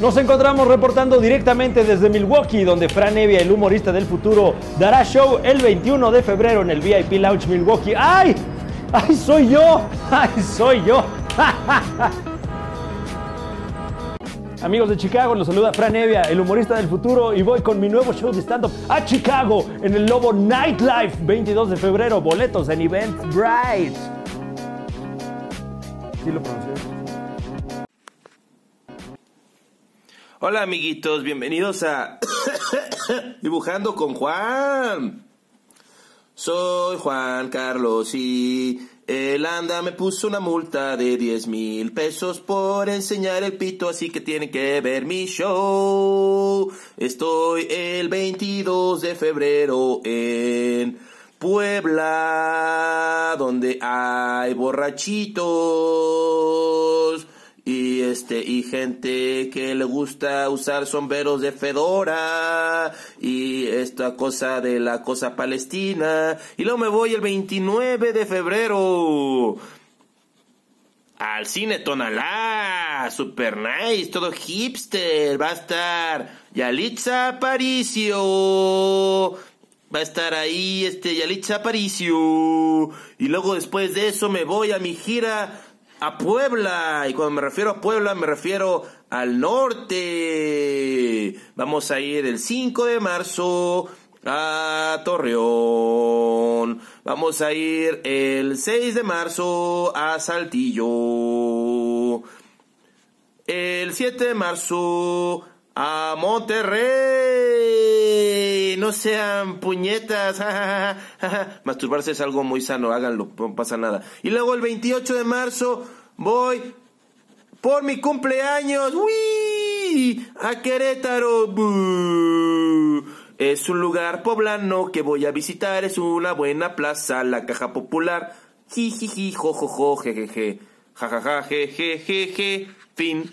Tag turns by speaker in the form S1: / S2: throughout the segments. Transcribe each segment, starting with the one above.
S1: Nos encontramos reportando directamente desde Milwaukee, donde Fran Evia, el humorista del futuro, dará show el 21 de febrero en el VIP Lounge Milwaukee. ¡Ay! ¡Ay, soy yo! ¡Ay, soy yo! Amigos de Chicago, los saluda Fran Evia, el humorista del futuro, y voy con mi nuevo show de stand-up a Chicago en el Lobo Nightlife, 22 de febrero, boletos en Eventbrite. Sí lo pronuncié.
S2: Hola amiguitos, bienvenidos a Dibujando con Juan. Soy Juan Carlos y el anda me puso una multa de 10 mil pesos por enseñar el pito, así que tienen que ver mi show. Estoy el 22 de febrero en Puebla, donde hay borrachitos y este y gente que le gusta usar sombreros de fedora y esta cosa de la cosa palestina y luego me voy el 29 de febrero al cine Tonalá, super nice, todo hipster, va a estar Yalitza Aparicio, va a estar ahí este Yalitza Aparicio y luego después de eso me voy a mi gira a Puebla. Y cuando me refiero a Puebla, me refiero al norte. Vamos a ir el 5 de marzo a Torreón. Vamos a ir el 6 de marzo a Saltillo. El 7 de marzo a Monterrey. No sean puñetas. Masturbarse es algo muy sano, háganlo, no pasa nada. Y luego el 28 de marzo voy por mi cumpleaños. ¡Uy! A Querétaro. ¡Bú! Es un lugar poblano que voy a visitar. Es una buena plaza, la caja popular. Jijiji, jojojo, jejeje. Jajaja, jejejeje. Fin.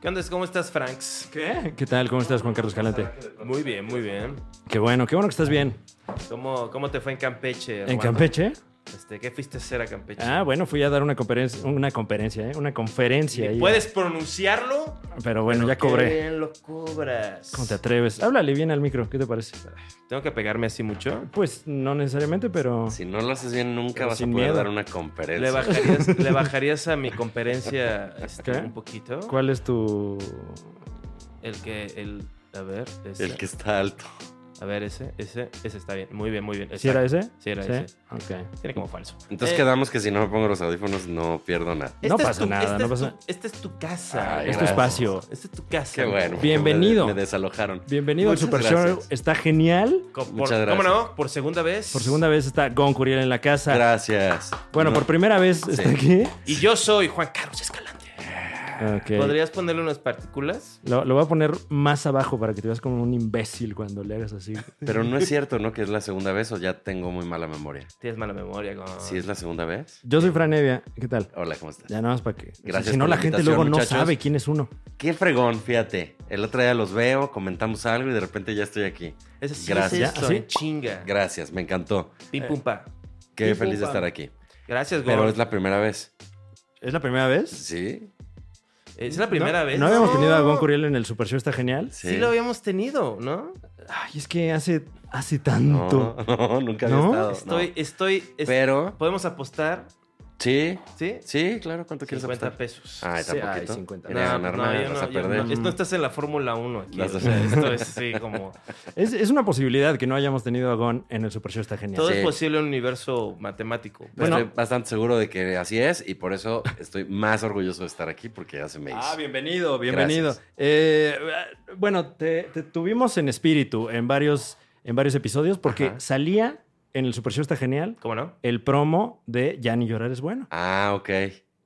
S3: ¿Qué onda? ¿Cómo estás, Franks?
S1: ¿Qué? ¿Qué tal? ¿Cómo estás, Juan Carlos Calante?
S3: Muy bien, muy bien.
S1: Qué bueno, qué bueno que estás bien.
S3: ¿Cómo, cómo te fue en Campeche?
S1: ¿En
S3: Armando?
S1: Campeche?
S3: Este, ¿Qué fuiste a hacer a Campeche?
S1: Ah, bueno, fui a dar una conferencia, una conferencia, ¿eh? Una conferencia. ahí.
S3: ¿Puedes pronunciarlo?
S1: Pero bueno, ya
S3: Pero
S1: cobré.
S3: qué bien lo cobras?
S1: ¿Cómo te atreves? Háblale bien al micro, ¿qué te parece?
S3: ¿Tengo que pegarme así mucho?
S1: Pues no necesariamente, pero...
S4: Si no lo haces bien, nunca
S1: Pero
S4: vas a
S1: sin
S4: poder
S1: miedo.
S4: dar una conferencia.
S3: ¿Le bajarías, ¿le bajarías a mi conferencia este,
S1: ¿Qué?
S3: un poquito?
S1: ¿Cuál es tu...?
S3: El que, el, a ver, ese.
S4: El que está alto.
S3: A ver, ese, ese, ese está bien. Muy bien, muy bien.
S1: ¿Sí era
S3: exacto.
S1: ese?
S3: Sí, era ese.
S1: Ok.
S3: Tiene como falso.
S4: Entonces
S3: Eh,
S4: quedamos que si no me pongo los audífonos no pierdo nada.
S1: No
S3: esta es
S1: pasa
S3: tu-
S1: nada,
S3: esta
S1: no
S3: es
S1: pasa- este
S3: tu- Esta es tu casa.
S4: Ay,
S1: Es tu
S4: gracias.
S1: espacio.
S3: Esta es tu casa.
S4: Qué
S3: amigo.
S4: bueno. porque
S1: Eh, Bienvenido.
S4: Me, me desalojaron.
S1: Bienvenido al
S4: Muchas
S1: Super Show.
S4: gracias.
S1: Está genial.
S3: Co- por-
S4: Muchas
S3: ¿Cómo
S4: gracias.
S3: no? Por segunda vez.
S1: Por segunda vez está Gon Curiel en la casa.
S4: Gracias.
S1: Bueno,
S4: No,
S1: por primera vez está aquí.
S3: Y yo soy Juan Carlos Escalante.
S1: Ok.
S3: ¿Podrías ponerle unas partículas?
S1: Lo, lo voy a poner más abajo para que te veas como un imbécil cuando le hagas así.
S4: Pero no es cierto, ¿no? Que es la segunda vez o ya tengo muy mala memoria.
S3: Tienes mala memoria. Gon.
S4: Si es la segunda vez.
S1: Yo soy Fran Evia. ¿Qué tal?
S4: Hola, ¿cómo estás?
S1: Ya nada más para que. o sea,
S4: Gracias
S1: si no,
S4: por
S1: la
S4: la
S1: gente
S4: invitación,
S1: luego no
S4: muchachos.
S1: sabe quién es uno.
S4: Qué fregón, fíjate. El otro día los veo, comentamos algo y de repente ya estoy aquí.
S3: Es así,
S4: Gracias. Ah,
S3: es esto,
S1: ¿Sí?
S3: en chinga.
S4: Gracias, me encantó.
S3: Pim pum pa.
S4: Qué
S1: Sí,
S4: feliz de
S1: compa.
S4: estar aquí.
S3: Gracias, Gon.
S4: Pero es la primera vez.
S1: ¿Es la primera vez?
S4: ¿Sí?
S3: Eh, Es la primera
S1: No,
S3: vez.
S1: No habíamos
S3: No.
S1: tenido a Gon Curiel en el Super Show, está genial.
S4: Sí.
S3: Sí. lo habíamos tenido, ¿no?
S1: Ay, es que hace, hace
S4: No,
S1: tanto.
S4: no, nunca había
S1: ¿No?
S4: estado. no.
S3: Estoy, estoy, es-
S4: Pero,
S3: Podemos apostar,
S4: sí,
S3: ¿sí?
S4: sí, claro, ¿cuánto quieres
S3: 50
S4: apostar? Ah,
S3: pesos.
S4: Ay,
S1: Sí, ay,
S4: tampoquito.
S1: 50.
S4: Quería
S3: No, no,
S4: ganarme,
S3: yo
S4: vas a
S3: no, yo
S4: perder.
S3: no.
S1: Mm.
S3: Esto estás en la Fórmula 1 aquí.
S4: Vas a
S3: o sea, esto es sí, como.
S1: Es, es una posibilidad que no hayamos tenido a Gon en el Super Show, está genial.
S3: Todo
S4: Sí.
S3: es posible en un universo matemático.
S1: Bueno.
S4: Estoy bastante seguro de que así es y por eso estoy más orgulloso de estar aquí porque ya se me hizo.
S1: Ah, bienvenido, bienvenido. Eh,
S4: bienvenido.
S1: bueno, te, te tuvimos en espíritu en varios, en varios episodios porque
S4: Ajá.
S1: salía en el Super Show está genial
S3: ¿Cómo no?
S1: el promo de Ya ni llorar es bueno.
S4: Ah, ok.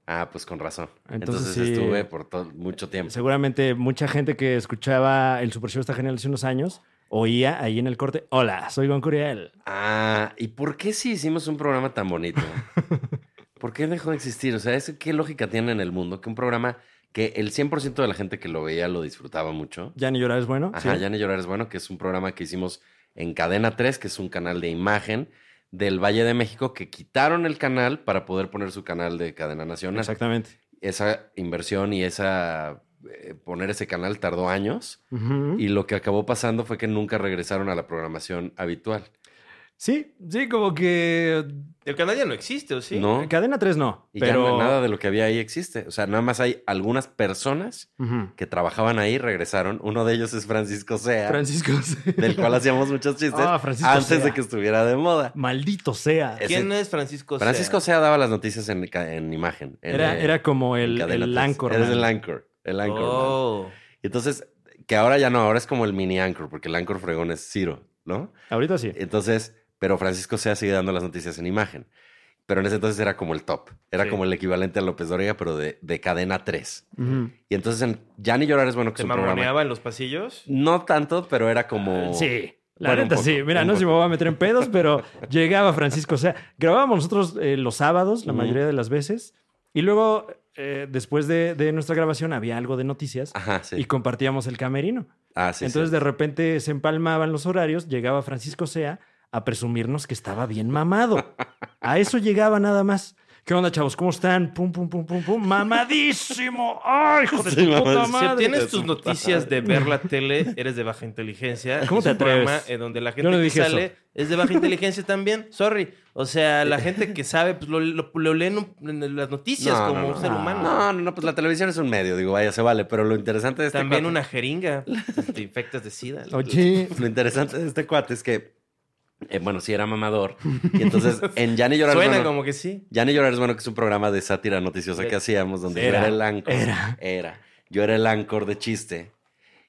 S4: Ah, pues con razón.
S1: Entonces,
S4: Entonces,
S1: sí.
S4: estuve por todo, mucho tiempo.
S1: Seguramente mucha gente que escuchaba el Super Show está genial hace unos años oía ahí en el corte, hola, soy Gon Curiel.
S4: Ah, ¿y por qué si hicimos un programa tan bonito? ¿Por qué dejó de existir? O sea, ¿eso ¿qué lógica tiene en el mundo que un programa
S2: que el 100% de la gente que lo veía lo disfrutaba mucho.
S1: ¿Ya ni llorar es bueno?
S2: Ajá,
S1: ¿Sí?
S2: Ya ni llorar es bueno, que es un programa que hicimos en Cadena 3, que es un canal de imagen del Valle de México, que quitaron el canal para poder poner su canal de cadena nacional.
S1: Exactamente.
S2: Esa inversión y esa eh, poner ese canal tardó años.
S1: Ujú.
S2: Y lo que acabó pasando fue que nunca regresaron a la programación habitual.
S1: Sí, sí, como que.
S3: El canal ya no existe, ¿o sí?
S2: ¿No?
S1: Cadena 3 no.
S2: Y
S1: pero.
S2: ya na- nada de lo que había ahí existe. O sea, nada más hay algunas personas
S1: Ujú.
S2: que trabajaban ahí, regresaron. Uno de ellos es Francisco Sea,
S1: Francisco.
S2: del cual hacíamos muchos chistes
S1: Ah, Francisco
S2: antes de
S1: Sea.
S2: que estuviera de moda.
S1: Maldito sea.
S2: Ese-
S3: ¿Quién es Francisco Sea?
S2: Francisco Sea daba las noticias en, ca- en imagen. en,
S1: Era,
S2: eh,
S1: era como
S2: en
S1: el,
S2: Cadena
S1: el
S2: tres.
S1: Anchor.
S2: Era el Anchor. El Anchor.
S3: Oh.
S2: Entonces, que ahora ya no, ahora es como el mini Anchor, porque el Anchor fregón es Ciro, ¿no?
S1: Ahorita sí.
S2: Entonces, pero Francisco Sea sigue dando las noticias en imagen. Pero en ese entonces era como el top. Era
S3: Sí.
S2: como el equivalente a López Doriga, pero de, de cadena 3.
S1: Ujú.
S2: Y entonces en Ya ni llorar es bueno que
S3: ¿Se
S2: es un programa.
S3: mamoneaba Ah, en los pasillos?
S2: No tanto, pero era como.
S1: Sí. La
S2: Bueno, un
S1: neta,
S2: poco,
S1: sí. Mira,
S2: un
S1: no sé si me
S2: poco.
S1: voy a meter en pedos, pero llegaba Francisco. O sea, grabábamos nosotros eh, los sábados, la
S2: Ujú.
S1: mayoría de las veces. Y luego, eh, después de, de nuestra grabación, había algo de noticias
S2: Ajá, Ah, sí.
S1: y compartíamos el camerino.
S2: Ah, sí.
S1: Entonces,
S2: sí.
S1: de repente se empalmaban los horarios. Llegaba Francisco Sea a presumirnos que estaba bien mamado. A eso llegaba nada más. ¿Qué onda, chavos? ¿Cómo están? Pum, pum, pum, pum, pum. ¡Mamadísimo! ¡Ay, hijo de
S2: Sí,
S1: tu puta
S2: mamadísimo.
S1: madre!
S3: Si tienes tus noticias de ver la tele, eres de baja inteligencia.
S1: ¿Cómo
S3: Es
S1: te
S3: un programa
S1: atreves?
S3: En donde la
S1: Yo
S3: gente
S1: no
S3: que
S1: dije eso.
S3: sale es de baja inteligencia también. Sorry. O sea, la gente que sabe, pues lo, lo- lo leen en las noticias
S2: No,
S3: como
S2: no, no.
S3: un ser
S1: Ah.
S3: humano.
S2: No, no, no, pues la televisión es un medio, digo, vaya, se vale. Pero lo interesante de este
S3: También
S2: cuate-
S3: una jeringa. Te infectas de sida.
S1: Oye,
S2: Lo interesante de este cuate es que, eh, bueno, sí era mamador. Y entonces, en Ya ni llorar es
S3: Suena
S2: bueno.
S3: como que sí.
S2: Ya ni llorar es bueno, que es un programa de sátira noticiosa
S3: De-
S2: que hacíamos, donde
S1: Era,
S2: yo era el anchor.
S1: era.
S2: Era. Yo era el anchor de chiste.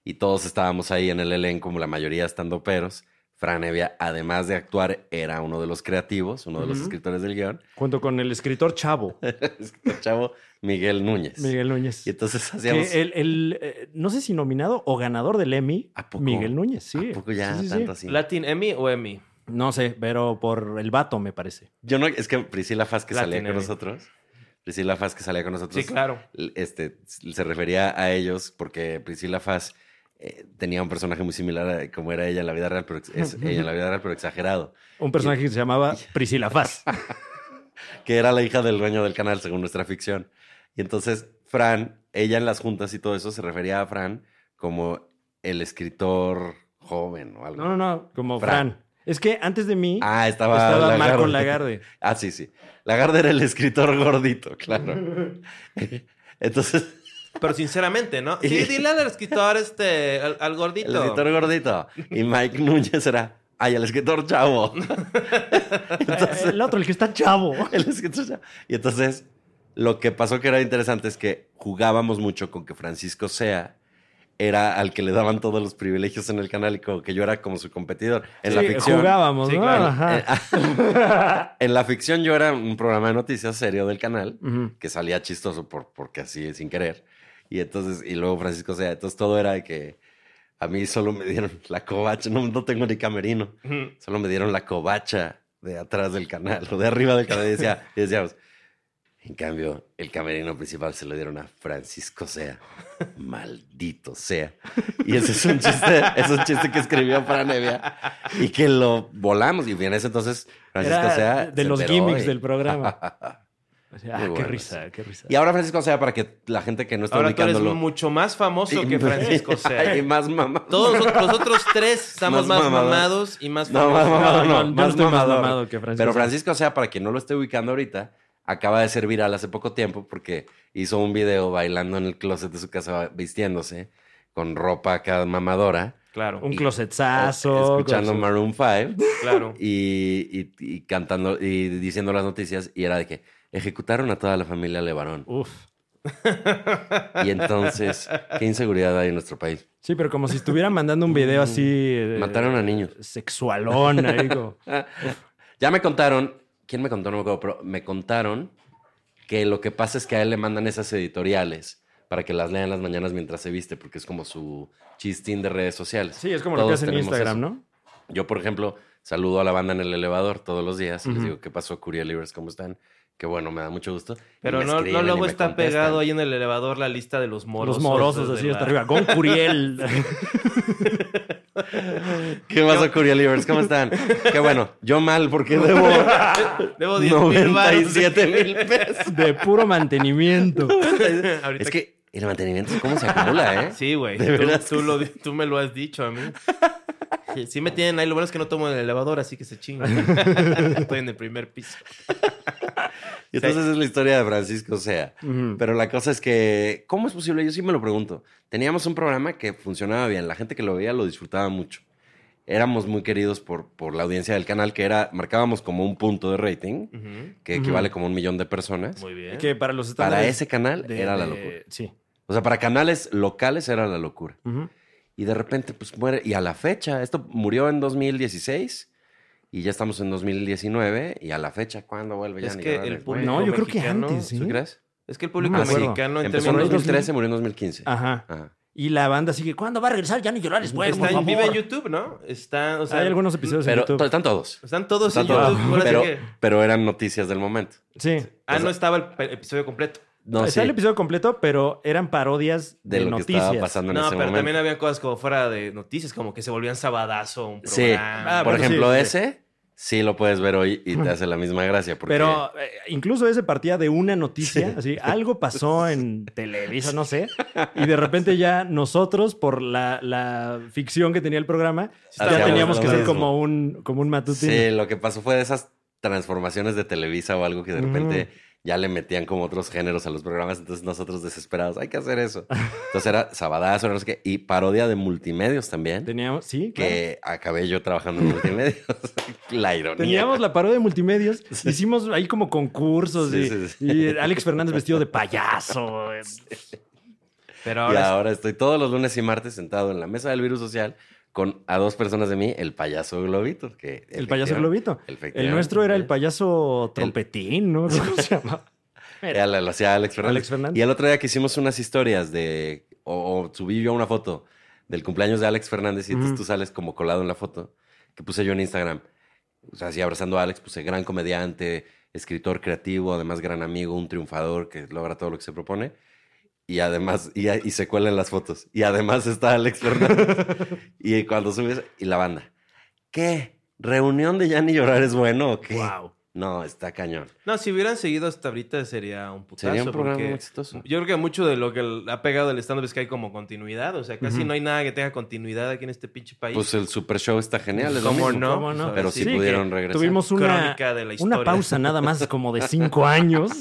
S2: Y todos estábamos ahí en el elenco, como la mayoría estando peros. Fran Evia, además de actuar, era uno de los creativos, uno de los
S1: Ujú.
S2: escritores del guión.
S1: junto con el escritor Chavo,
S2: El chavo Miguel Núñez.
S1: Miguel Núñez.
S2: Y entonces
S1: Que
S2: hacíamos.
S1: el, el, eh, no sé si nominado o ganador del Emmy,
S2: ¿A poco?
S1: Miguel Núñez, sí.
S2: ¿A poco ya
S1: Sí, sí, sí.
S2: tanto así?
S3: ¿Latin Emmy o Emmy?
S1: No sé, pero por el vato, me parece.
S2: Yo no, es que Priscila Faz que salía
S3: Latin
S2: con
S3: Emmy.
S2: nosotros. Priscila Faz que salía con nosotros.
S3: Sí, claro.
S2: l- este, se refería a ellos porque Priscila Faz eh, tenía un personaje muy similar a como era ella en la vida real, pero ex- es ella en la vida real, pero exagerado,
S1: Un personaje que se llamaba Priscila Faz.
S2: que era la hija del dueño del canal, según nuestra ficción. Y entonces Fran, ella en las juntas y todo eso, se refería a Fran como el escritor joven o algo.
S1: No, no, no, como Fran.
S2: Fran.
S1: Es que antes de mí
S2: Ah, estaba,
S1: estaba
S2: Lagarde.
S1: Marco Lagarde.
S2: Ah, sí, sí. Lagarde era el escritor gordito, claro. Entonces,
S3: Pero sinceramente, ¿no? Sí, dile al escritor, este, al, al gordito.
S2: El escritor gordito. Y Mike Núñez era, ay, el escritor chavo.
S1: Eh, el otro, el que está chavo.
S2: El escritor chavo. Y entonces, lo que pasó que era interesante es que jugábamos mucho con que Francisco Sea era al que le daban todos los privilegios en el canal y como que yo era como su competidor. En la
S1: Sí,
S2: ficción. Eh,
S1: Jugábamos,
S3: Sí,
S1: ¿no?
S3: claro.
S1: Ajá.
S2: En la ficción yo era un programa de noticias serio del canal
S1: Ujú.
S2: que salía chistoso por, porque así sin querer. Y entonces, y luego Francisco Sea, entonces todo era de que a mí solo me dieron la covacha, no, no tengo ni camerino.
S3: Ujú.
S2: Solo me dieron la covacha de atrás del canal o de arriba del canal. Y, decía, y decíamos, en cambio, el camerino principal se lo dieron a Francisco Sea. Maldito sea. Y ese es un chiste, es un chiste que escribió Fran Evia y que lo volamos. Y en ese entonces, Francisco
S1: Era
S2: Sea.
S1: de
S2: se
S1: los
S2: enteró
S1: gimmicks
S2: y-
S1: del programa. O sea, ah,
S2: Muy
S1: qué
S2: buenos.
S1: risa, qué risa.
S2: Y ahora Francisco Sea, para que la gente que no está
S3: Ahora tú eres
S2: ubicándolo.
S3: mucho más famoso que Francisco Sea.
S2: Y más mamá.
S3: Todos los los otros tres estamos
S2: Más
S3: más,
S2: mamados.
S3: mamados y más
S2: No, más
S3: famosos.
S2: mamado, no,
S1: yo
S2: más
S1: estoy más
S2: mamador.
S1: mamado que Francisco.
S2: Pero Francisco Sea, para quien no lo esté ubicando ahorita, acaba de ser viral hace poco tiempo porque hizo un video bailando en el closet de su casa vistiéndose con ropa acá mamadora,
S3: Claro,
S1: un closetazo.
S2: escuchando
S1: cosas-
S2: Maroon 5
S3: claro.
S2: y, y- y cantando y diciendo las noticias y era de que ejecutaron a toda la familia Levarón.
S1: Uf.
S2: Y entonces, qué inseguridad hay en nuestro país.
S1: Sí, pero como si estuviera mandando un video así. eh,
S2: Mataron a niños.
S1: Sexualón, ahí, como-
S2: Ya me contaron, ¿quién me contó? No me acuerdo, pero me contaron que lo que pasa es que a él le mandan esas editoriales para que las lean las mañanas mientras se viste, porque es como su chistín de redes sociales.
S1: Sí, es como lo que
S2: Todos
S1: hacen en
S2: tenemos
S1: Instagram,
S2: eso.
S1: ¿no?
S2: Yo, por ejemplo, saludo a la banda en el elevador todos los días y les
S1: Ujú.
S2: digo, ¿qué pasó, Curia Libres? ¿Cómo están? que bueno, me da mucho gusto. Y
S3: Pero
S2: me
S3: no, no
S2: escriben y
S3: luego
S2: me
S3: está
S2: contestan.
S3: pegado ahí en el elevador la lista de los morosos.
S1: Los morosos,
S3: desde
S1: así
S3: la-
S1: hasta arriba. Gon Curiel.
S2: ¿Qué pasó, Curielivers? ¿Cómo están? Qué bueno, yo mal porque debo
S3: Debo 10 mil baros.
S2: 97 mil pesos.
S1: de puro mantenimiento.
S3: Ahorita
S2: Es que el mantenimiento, ¿cómo se acumula, eh?
S3: Sí, güey.
S2: De
S3: Tú,
S2: veras
S3: tú
S2: que
S3: lo di- tú me lo has dicho a mí. Sí, Sí me tienen ahí. Lo bueno es que no tomo en el elevador, así que se chinga. Estoy en el primer piso.
S2: Y entonces es la historia de Francisco Sea.
S1: Ujú.
S2: Pero la cosa es que, ¿cómo es posible? Yo sí me lo pregunto. Teníamos un programa que funcionaba bien. La gente que lo veía lo disfrutaba mucho. Éramos muy queridos por, por la audiencia del canal, que era, marcábamos como un punto de rating,
S3: Ujú,
S2: que equivale como a un millón de personas.
S3: Muy bien.
S1: que para los estándares.
S2: Para ese canal
S1: de-
S2: era la
S1: de-
S2: locura.
S1: Sí.
S2: O sea, para canales locales era la locura.
S1: Ujú.
S2: Y de repente, pues muere. Y a la fecha, esto murió en 2016 y ya estamos en 2019. Y a la fecha, ¿cuándo vuelve? Ya
S3: Es
S2: ni
S3: que
S2: madres,
S3: el
S2: güey.
S3: público
S1: No, yo creo que
S3: mexicano-
S1: antes, ¿sí? Ah,
S2: ¿Tú crees?
S3: Es que el público
S1: No me acuerdo.
S3: mexicano en
S2: Empezó en
S3: términos...
S2: 2013, murió en 2015.
S1: Ajá.
S2: Ajá.
S1: Y la banda sigue. ¿Cuándo va a regresar? Ya ni llorar después, por
S3: Está,
S1: favor.
S3: vive en YouTube, ¿no? Está, o sea,
S1: Hay algunos episodios en
S2: Pero to-
S1: YouTube.
S2: están todos.
S3: Están todos
S2: Están
S3: en
S2: todos.
S3: YouTube. ahora sí
S2: Pero, pues
S3: que-
S2: pero eran noticias del momento.
S1: Sí.
S3: Ah, no estaba el pe- episodio completo.
S2: No,
S1: Está
S2: sí,
S1: el episodio completo, pero eran parodias de,
S2: de lo que
S1: noticias.
S2: estaba pasando en
S3: No,
S2: ese
S3: pero
S2: momento.
S3: también había cosas como fuera de noticias, como que se volvían sabadazo un
S2: Sí.
S3: programa.
S1: Ah,
S2: Por
S1: bueno, sí,
S2: ejemplo,
S1: sí.
S2: ese sí lo puedes ver hoy y te hace la misma gracia. Porque
S1: Pero eh, incluso ese partía de una noticia,
S2: Sí.
S1: así, algo pasó en Televisa, no sé, y de repente ya nosotros, por la, la ficción que tenía el programa, ya
S2: Hacíamos
S1: teníamos
S2: lo
S1: que ser
S2: mismo.
S1: como un, como un matutino.
S2: Sí, lo que pasó fue de esas transformaciones de Televisa o algo que de repente ya le metían como otros géneros a los programas. Entonces nosotros desesperados, hay que hacer eso. Entonces era sabadazo, era no sé qué, y parodia de multimedios también.
S1: Teníamos, sí, claro.
S2: que acabé yo trabajando en multimedios. la ironía.
S1: Teníamos la parodia de multimedios, hicimos ahí como concursos
S2: Sí,
S1: y,
S2: sí, sí.
S1: y Alex Fernández vestido de payaso. eh,
S3: Pero
S2: y
S3: ahora es-
S2: ahora estoy todos los lunes y martes sentado en la mesa del virus social con a dos personas de mí, el payaso Globito. Que
S1: El payaso globito. El
S2: efectivamente,
S1: nuestro era el payaso trompetín, ¿no? ¿Cómo se llama?
S2: Era la- lo hacía Alex Fernández.
S1: Alex Fernández.
S2: Y el otro día que hicimos unas historias de. O, o subí yo una foto del cumpleaños de Alex Fernández y entonces
S1: Ujú.
S2: tú sales como colado en la foto que puse yo en Instagram. O sea, así abrazando a Alex, puse gran comediante, escritor creativo, además gran amigo, un triunfador que logra todo lo que se propone. Y además, y, y se cuelan las fotos. Y además está Alex Fernández. y cuando subes, y la banda. ¿Qué? ¿Reunión de ya ni llorar es bueno o qué?
S1: Wow.
S2: No, está cañón.
S3: No, si hubieran seguido hasta ahorita sería un putazo.
S2: Sería un programa
S3: porque
S2: muy exitoso.
S3: Yo creo que mucho de lo que el- ha pegado el stand-up es que hay como continuidad. O sea, casi
S1: Ujú.
S3: no hay nada que tenga continuidad aquí en este pinche país.
S2: Pues el super show está genial. Es lo
S3: ¿Cómo
S2: mismo.
S3: no?
S1: ¿Cómo no?
S3: Pues ahora
S2: Pero
S3: sí
S2: sí,
S3: que
S2: pudieron regresar.
S1: Tuvimos una,
S3: Crónica de la historia.
S1: una pausa nada más como de cinco años.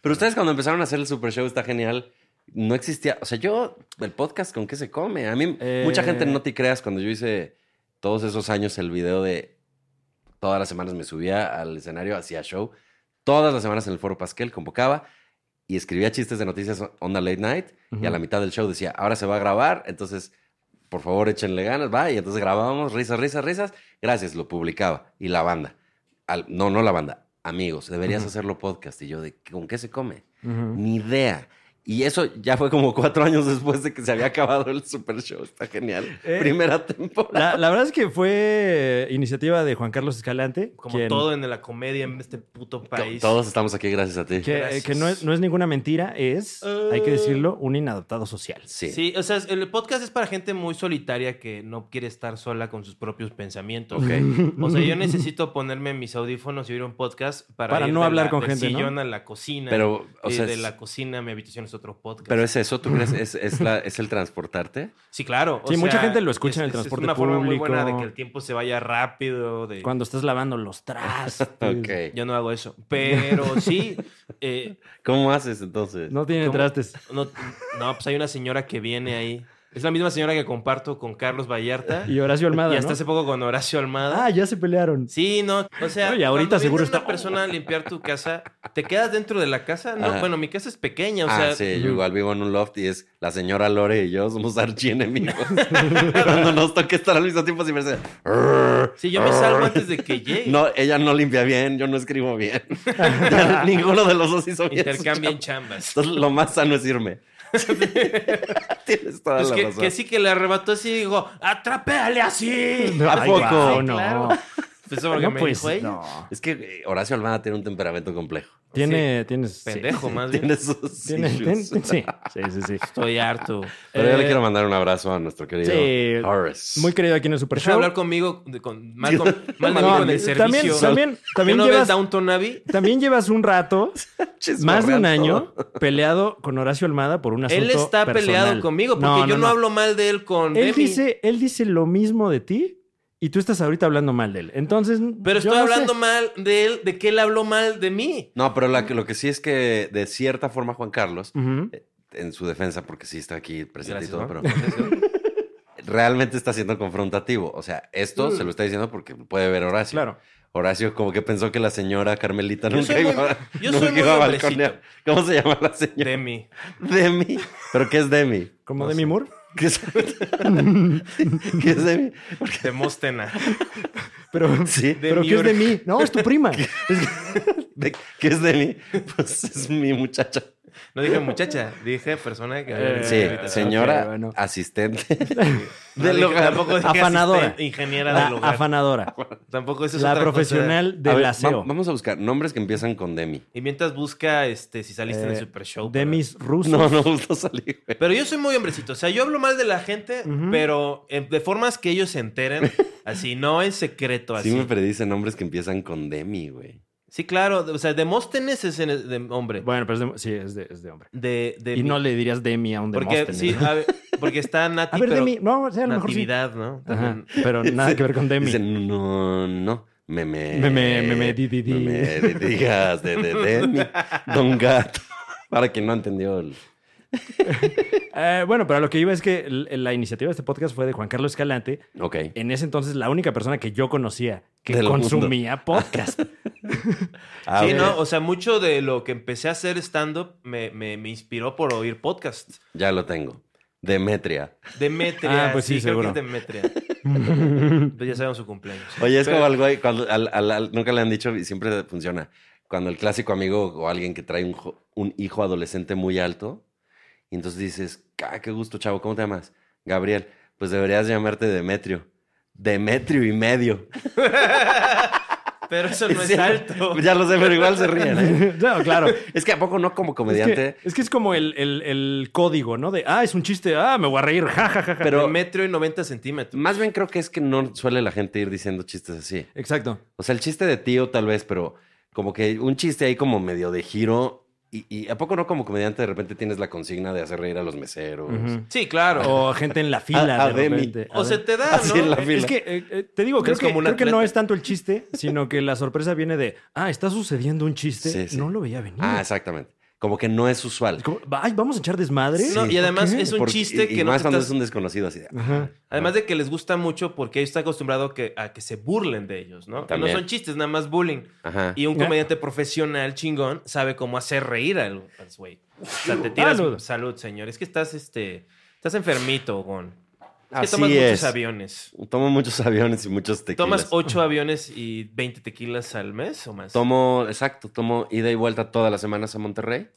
S2: Pero ustedes cuando empezaron a hacer el super show está genial. No existía. O sea, yo, el podcast, ¿con qué se come? A mí,
S1: Eh.
S2: mucha gente no te creas. Cuando yo hice todos esos años el video de todas las semanas me subía al escenario, hacía show. Todas las semanas en el Foro Pasquel convocaba y escribía chistes de noticias on the late night. Y a la mitad del show decía, ahora se va a grabar. Entonces, por favor, échenle ganas. Va. Y entonces grabábamos risas, risas, risas. Gracias, lo publicaba. Y la banda. Al- no, no la banda. Amigos, deberías
S1: Ujú.
S2: hacerlo podcast. Y yo, de, ¿con qué se come?
S1: Ujú.
S2: Ni idea. Y eso ya fue como cuatro años después de que se había acabado el Super Show. Está genial.
S1: Eh,
S2: Primera temporada.
S1: La, la verdad es que fue eh, iniciativa de Juan Carlos Escalante,
S3: Como
S1: quien-
S3: todo en la comedia en este puto país.
S2: Todos estamos aquí gracias a ti.
S1: que, eh,
S3: Gracias.
S1: que no, es, no es ninguna mentira, es,
S3: Eh.
S1: hay que decirlo, un inadaptado social.
S2: Sí.
S3: Sí, o sea, es- el podcast es para gente muy solitaria que no quiere estar sola con sus propios pensamientos.
S2: Ok.
S3: O sea, yo necesito ponerme mis audífonos y oír un podcast para,
S1: Para
S3: ir
S1: no
S3: de
S1: hablar
S3: la-
S1: con
S3: del
S1: gente, ¿no?
S3: sillón a la cocina.
S2: Pero, o
S3: y
S2: sea,
S3: de
S2: es-
S3: la cocina a mi habitación es otro podcast.
S2: Pero es eso, ¿tú crees? ¿Es, es la- es el transportarte?
S3: sí, claro. o
S1: Sí, mucha
S3: sea,
S1: gente lo escucha en el transporte
S3: Es una forma muy
S1: público.
S3: buena de que el tiempo se vaya rápido. De...
S1: Cuando estás lavando los trastes.
S2: Ok.
S3: Yo no hago eso. Pero sí, eh,
S2: ¿Cómo haces entonces?
S1: No tiene
S3: ¿Cómo?
S1: trastes.
S3: no, no, pues hay una señora que viene ahí. Es la misma señora que comparto con Carlos Vallarta.
S1: Y Horacio Almada,
S3: y hasta
S1: ¿no?
S3: hace poco con Horacio Almada.
S1: Ah, ya se pelearon.
S3: Sí, no, o sea,
S1: No, y ahorita
S3: cuando
S1: seguro
S3: viene
S1: está-
S3: una persona a limpiar tu casa, ¿te quedas dentro de la casa? No,
S2: Ajá.
S3: bueno, mi casa es pequeña, o
S2: ah,
S3: sea,
S2: sí, yo
S1: ujú.
S2: igual vivo en un loft y es la señora Lore y yo somos archienemigos. Cuando nos toque estar al mismo tiempo, siempre se...
S3: sí, yo me salgo antes de que llegue.
S2: No, ella no limpia bien, yo no escribo bien. Ya Ninguno de los dos hizo bien. su
S3: Intercambian
S2: chamba.
S3: chambas.
S2: Entonces, lo más sano es irme. Tienes toda
S3: Pues
S2: la
S3: que,
S2: razón.
S3: que sí que le arrebató así y dijo, ¡atrápale así!
S1: No,
S2: ¿A
S1: ay,
S2: poco?
S1: guau,
S3: Sí,
S1: no.
S3: claro. Pues eso porque
S1: No,
S3: me
S1: pues,
S3: dijo ella.
S1: no.
S2: Es que eh, Horacio Almada tiene un temperamento complejo.
S1: Tiene, tienes. sí.
S3: Pendejo, más bien.
S2: Tiene sus
S1: Tiene-
S2: issues.
S1: tien- sí, sí, sí, sí.
S3: Estoy harto.
S2: Pero yo le
S1: Eh,
S2: quiero mandar un abrazo a nuestro querido
S1: sí,
S2: Horace.
S1: Muy querido aquí en el Super
S3: Deja de
S1: Show.
S3: hablar conmigo, de- con, mal, con,
S1: No,
S3: mal de mí con el servicio.
S1: también, también,
S3: ¿Ya
S1: también,
S3: no ves
S1: llevas,
S3: Downton Abbey?
S1: también llevas un rato,
S2: Chismorreando.
S1: más de un año, peleado con Horacio Almada por un asunto
S3: Él está peleado
S1: personal.
S3: conmigo porque yo no, hablo mal de él con
S1: Él
S3: Demi.
S1: dice, él dice lo mismo de ti y tú estás ahorita hablando mal de él. Entonces,
S3: Pero
S1: yo
S3: estoy
S1: no
S3: hablando
S1: sé.
S3: mal de él, de que él habló mal de mí.
S2: No, pero la que- lo que sí es que de cierta forma Juan Carlos,
S1: Ujú.
S2: en su defensa, porque sí está aquí presente
S3: Gracias,
S2: y todo,
S3: ¿no?
S2: pero realmente está siendo confrontativo. O sea,
S3: Mm.
S2: esto se lo está diciendo porque puede ver Horacio.
S1: Claro.
S2: Horacio como que pensó que la señora Carmelita
S3: Yo
S2: nunca
S3: soy muy-
S2: iba,
S3: yo
S2: nunca
S3: soy muy
S2: iba a
S3: hombrecito.
S2: balconear. ¿Cómo se llama la señora?
S3: Demi.
S2: Demi. ¿Pero qué es Demi?
S1: Como
S2: No
S1: Demi
S2: sé.
S1: Moore.
S2: ¿Qué es, ¿Qué es Demi?
S3: Demóstena.
S1: Pero,
S2: Sí.
S1: pero
S3: Demi
S1: ¿qué es de
S3: Moore.
S1: mí? No, es tu prima.
S2: ¿De- ¿Qué es Demi? Pues es mi muchacha.
S3: No dije muchacha, dije persona que...
S1: Eh,
S2: Sí,
S1: ok,
S2: señora
S1: bueno.
S2: asistente
S3: No
S2: del
S3: dije-
S2: hogar.
S3: Tampoco dije
S1: Afanadora.
S3: asistente, ingeniera
S1: La
S3: del hogar.
S1: afanadora.
S3: Tampoco eso es
S1: La
S3: otra cosa.
S1: profesional
S2: A
S1: del
S2: ver,
S1: aseo.
S2: va- vamos a buscar nombres que empiezan con Demi.
S3: Y mientras busca este, si saliste en el
S1: Eh,
S3: Super Show.
S1: de
S3: pero-
S1: mis rusos.
S2: No, no, no salí, güey.
S3: Pero yo soy muy hombrecito. O sea, yo hablo mal de la gente,
S1: Ujú.
S3: pero eh, de formas que ellos se enteren. Así, no en secreto, así.
S2: Sí me predice nombres que empiezan con Demi, güey.
S3: Sí, claro. O sea, Demóstenes es en- de hombre.
S1: Bueno, pero es de, sí, es de, es de hombre.
S3: De, de
S1: Y no le dirías Demi a un
S3: porque,
S1: Demóstenes.
S3: sí, a ver, porque está Nati,
S1: A ver,
S3: pero
S1: Demi. No, o sea, a lo mejor sí.
S3: Natividad, ¿no?
S1: Ajá,
S3: También.
S1: pero nada que ver con Demi.
S2: Dicen, no, no. Meme.
S1: Meme, meme, di, di, di.
S2: Meme, di, digas, de, de, Demi. Don Gato. Para quien no entendió. el-
S1: Eh, bueno, pero a lo que iba es que l- la iniciativa de este podcast fue de Juan Carlos Escalante.
S2: Ok.
S1: En ese entonces, la única persona que yo conocía que
S2: Del mundo.
S1: consumía podcast.
S2: Ah,
S3: sí,
S2: ok.
S3: ¿no? O sea, mucho de lo que empecé a hacer stand-up me, me- me inspiró por oír podcast.
S2: Ya lo tengo. Demetria.
S3: Demetria.
S1: Ah, pues sí,
S3: creo
S1: seguro.
S3: que es Demetria. pues ya sabemos su cumpleaños.
S2: Oye, es
S3: Pero-
S2: como algo ahí, cuando al- al- al- nunca le han dicho y siempre funciona. Cuando el clásico amigo o alguien que trae un, jo- un hijo adolescente muy alto, y entonces dices, "Ah, qué gusto, chavo, ¿cómo te llamas? Gabriel, pues deberías llamarte Demetrio. Demetrio y medio.
S3: Pero eso no
S2: Sí,
S3: es alto.
S2: Ya lo sé, pero igual se ríen. ¿eh?
S1: no, claro. Es
S2: Es que a poco no como
S1: que-
S2: comediante,
S1: Es que, es como el, el- el código, ¿no? De, ah, es un chiste, ah, me voy a reír, ja, ja, ja, ja.
S2: pero
S3: Demetrio y 90 centímetros.
S2: más bien creo que es que no suele la gente ir diciendo chistes así.
S1: Exacto.
S2: O sea, el chiste de tío tal vez, pero como que un chiste ahí como medio de giro. Y, y ¿a poco no como comediante de repente tienes la consigna de hacer reír a los meseros?
S1: Ujú.
S3: Sí, claro.
S1: O gente en la fila.
S2: A- a
S1: de
S2: Demi.
S1: repente.
S3: O,
S1: Ah, A
S3: se
S1: ver.
S3: te da,
S2: Así
S3: ¿no?
S2: en la fila.
S1: Es que, eh, eh, te digo, creo,
S3: Eres
S1: que,
S3: como un
S1: creo que no
S3: atleta.
S1: es tanto el chiste, sino que la sorpresa viene de, ah, está sucediendo un chiste,
S2: Sí, sí.
S1: no lo veía venir.
S2: Ah, exactamente. Como que no es usual.
S1: Es como, Ay, vamos a echar desmadre.
S3: No, y además
S1: Ok.
S3: es un
S2: Porque-
S3: chiste
S2: y- y
S3: que no
S2: más
S3: te
S2: cuando
S3: estás-
S2: es un desconocido así. de- "Ah,
S1: Ajá.
S3: Además de que les gusta mucho porque está acostumbrado que- a que se burlen de ellos, ¿no? Que
S2: También.
S3: no son chistes, nada más bullying.
S2: Ajá.
S3: Y un
S1: Ya.
S3: comediante profesional chingón sabe cómo hacer reír al al güey. O sea, te tiras.
S1: Salud.
S3: Salud. señor. Es que estás, este. Estás enfermito, Gon. Es que
S2: Así
S3: tomas
S2: es.
S3: muchos aviones.
S2: Tomo muchos aviones y muchos
S3: ¿Tomas
S2: tequilas.
S3: ocho aviones y 20 tequilas al mes o más?
S2: Tomo, exacto, tomo ida y vuelta todas las semanas a Monterrey.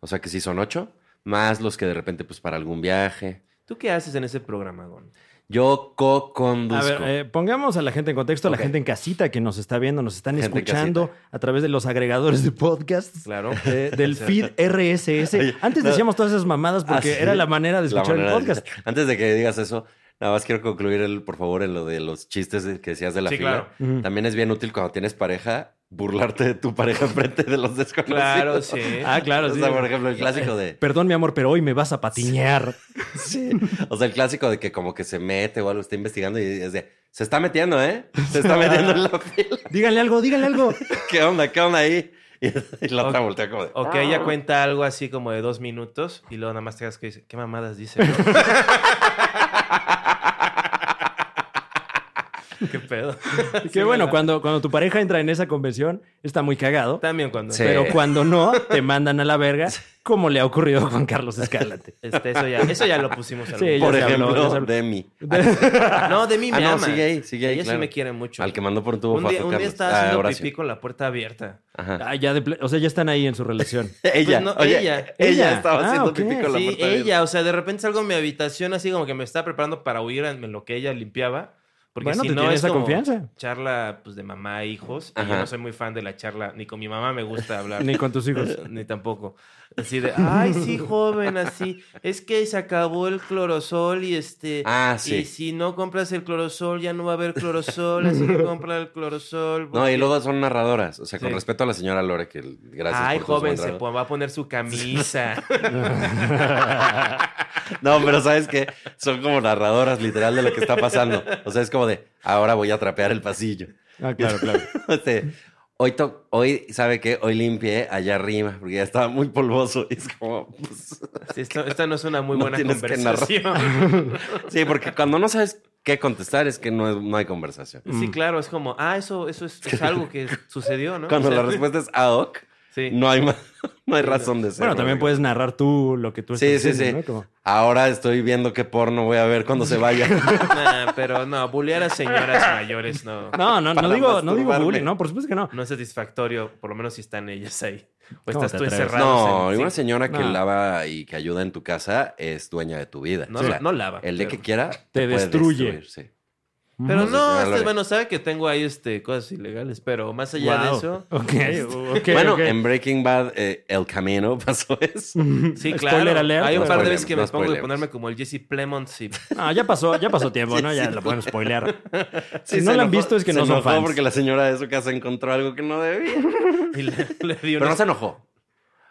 S2: O sea que sí son ocho. Más los que de repente, pues para algún viaje.
S3: ¿Tú qué haces en ese programa, Gon?
S2: Yo co-conduzco.
S1: A ver, eh, pongamos a la gente en contexto, a la
S2: Ok.
S1: gente en casita que nos está viendo, nos están
S2: Gente en
S1: escuchando a través de los agregadores de podcasts.
S3: Claro.
S1: eh, del feed RSS. Antes
S2: no.
S1: decíamos todas esas mamadas porque
S2: Ah, sí.
S1: era la manera de
S2: La
S1: escuchar el
S2: manera de
S1: podcast.
S2: escuchar. Antes de que digas eso, nada más quiero concluir, el, por favor, en lo de los chistes de- que decías de la
S3: Sí,
S2: fila. Mm.
S3: claro.
S1: Ujú.
S2: También es bien útil cuando tienes pareja, burlarte de tu pareja enfrente de los desconocidos.
S3: Claro, sí.
S1: Ah, claro,
S2: O
S1: sí. Eh.
S2: sea, por ejemplo, el clásico de...
S1: Perdón, mi amor, pero hoy me vas a patiñar.
S2: Sí. O sea, el clásico de que como que se mete o algo, está investigando y es de... Se está metiendo, ¿eh? Se está metiendo en la fila.
S1: Díganle algo, díganle algo.
S2: ¿Qué onda? ¿Qué onda ahí? Y, y la otra voltea como de...
S3: O que ella cuenta algo así como de dos minutos y luego nada más te hagas que dice, ¿qué mamadas dice? ¿Qué pedo?
S1: Qué bueno, cuando, cuando tu pareja entra en esa convención, está muy cagado.
S3: También cuando...
S2: Sí.
S1: Pero cuando no, te mandan a la verga, como le ha ocurrido a Juan Carlos Escalante.
S3: Este, eso, ya, eso ya lo pusimos. algún-
S1: Sí, ya
S2: Por
S1: se habló, ya
S2: ejemplo,
S1: se habló.
S2: Demi.
S3: No, de mí me
S2: Ah, no,
S3: ama.
S2: sigue ahí, sigue ahí,
S3: Ella
S2: claro.
S3: sí me quiere mucho.
S2: Al que mandó por un tubo
S3: un
S2: fue a
S3: día,
S2: Juan
S3: un día
S2: Carlos.
S3: estaba
S2: Ah,
S3: haciendo
S2: Horacio.
S3: pipí con la puerta abierta.
S2: Ajá.
S1: Ah, ya de ple- o sea, ya están ahí en su relación.
S2: Ella,
S3: Pues no,
S2: oye,
S3: ella.
S2: ella,
S1: Ella.
S2: estaba
S1: Ah,
S2: haciendo
S1: ok.
S2: pipí con la
S3: Sí,
S2: puerta abierta.
S3: ella, o sea, de repente salgo de mi habitación así como que me estaba preparando para huir en lo que ella limpiaba. Porque
S1: Bueno,
S3: si
S1: te
S3: no
S1: tiene
S3: es
S1: esa
S3: como
S1: confianza.
S3: charla pues de mamá e hijos. Y yo
S2: Ajá.
S3: no soy muy fan de la charla, ni con mi mamá me gusta hablar.
S1: Ni con tus hijos.
S3: Ni tampoco. Así de, ay, sí, joven, así. Es que se acabó el clorosol y este.
S2: Ah,
S3: Y
S2: sí.
S3: si no compras el clorosol, ya no va a haber clorosol, así que compra el clorosol.
S2: No, y
S3: porque-
S2: luego son narradoras. O sea, con
S3: Sí.
S2: respeto a la señora Lore, que el- gracias
S3: Ay,
S2: por todo su buen
S3: joven, se
S2: trabajo.
S3: po- va a poner su camisa.
S2: No, pero sabes que son como narradoras literal de lo que está pasando. O sea, es como de ahora voy a trapear el pasillo.
S1: Ah, claro, claro.
S2: Este, hoy, to- hoy, ¿sabe qué? Hoy limpié allá arriba porque ya estaba muy polvoso. Y es como, pues,
S3: Sí, esto- esta no es una muy
S2: No
S3: buena
S2: tienes que narrar.
S3: conversación.
S2: sí, porque cuando no sabes qué contestar es que no, es- no hay conversación.
S3: Sí, claro, es como, ah, eso, eso es, es algo que sucedió, ¿no?
S2: Cuando
S3: O sea,
S2: la respuesta es ad hoc,
S3: Sí.
S2: no hay, ma- no hay razón de ser.
S1: Bueno, también puedes narrar tú lo que tú
S2: Sí,
S1: estás
S2: sí, sí.
S1: diciendo, ¿no? Como-
S2: Ahora estoy viendo qué porno voy a ver cuando se vaya.
S3: Nah, pero no, bullear a señoras mayores no,
S1: No, no, no
S2: Para
S1: digo, no digo
S2: masturbarme.
S1: bullying, no, por supuesto que no.
S3: no es satisfactorio, por lo menos si están ellas ahí. O
S1: ¿Cómo
S3: estás
S1: te
S3: tú
S1: atreves?
S3: encerrado.
S2: No,
S3: en-
S2: y una
S3: sí.
S2: señora que
S1: No.
S2: lava y que ayuda en tu casa es dueña de tu vida.
S3: No,
S2: O sea,
S3: no lava.
S2: El de
S3: pero-
S2: que quiera
S1: Te
S2: puede
S1: destruye.
S2: destruir, sí.
S3: Pero
S2: Ujú.
S3: no,
S2: Señora
S3: este,
S2: Lore.
S3: bueno, sabe que tengo ahí este, cosas ilegales, pero más allá de
S1: Wow.
S3: eso. eh,
S1: Ok, ok,
S2: bueno,
S1: ok.
S2: en Breaking Bad, eh, El Camino pasó eso.
S3: Sí, claro.
S1: Spoiler alert.
S3: Hay un
S2: No
S3: par de
S2: spoilemos,
S3: veces que
S2: no
S3: me pongo de
S2: spoilemos.
S3: ponerme como el Jesse Plemons y
S1: Ah, ya pasó, ya pasó tiempo, ¿no? Ya
S2: sí.
S1: lo pueden spoilear.
S2: Sí,
S1: si
S2: se
S1: no lo han
S2: enojó-
S1: visto es que
S2: se
S1: no son
S2: enojó
S1: fans.
S2: porque la señora de su casa encontró algo que no debía.
S3: Y le, le dio
S2: Pero
S3: una-
S2: no se enojó.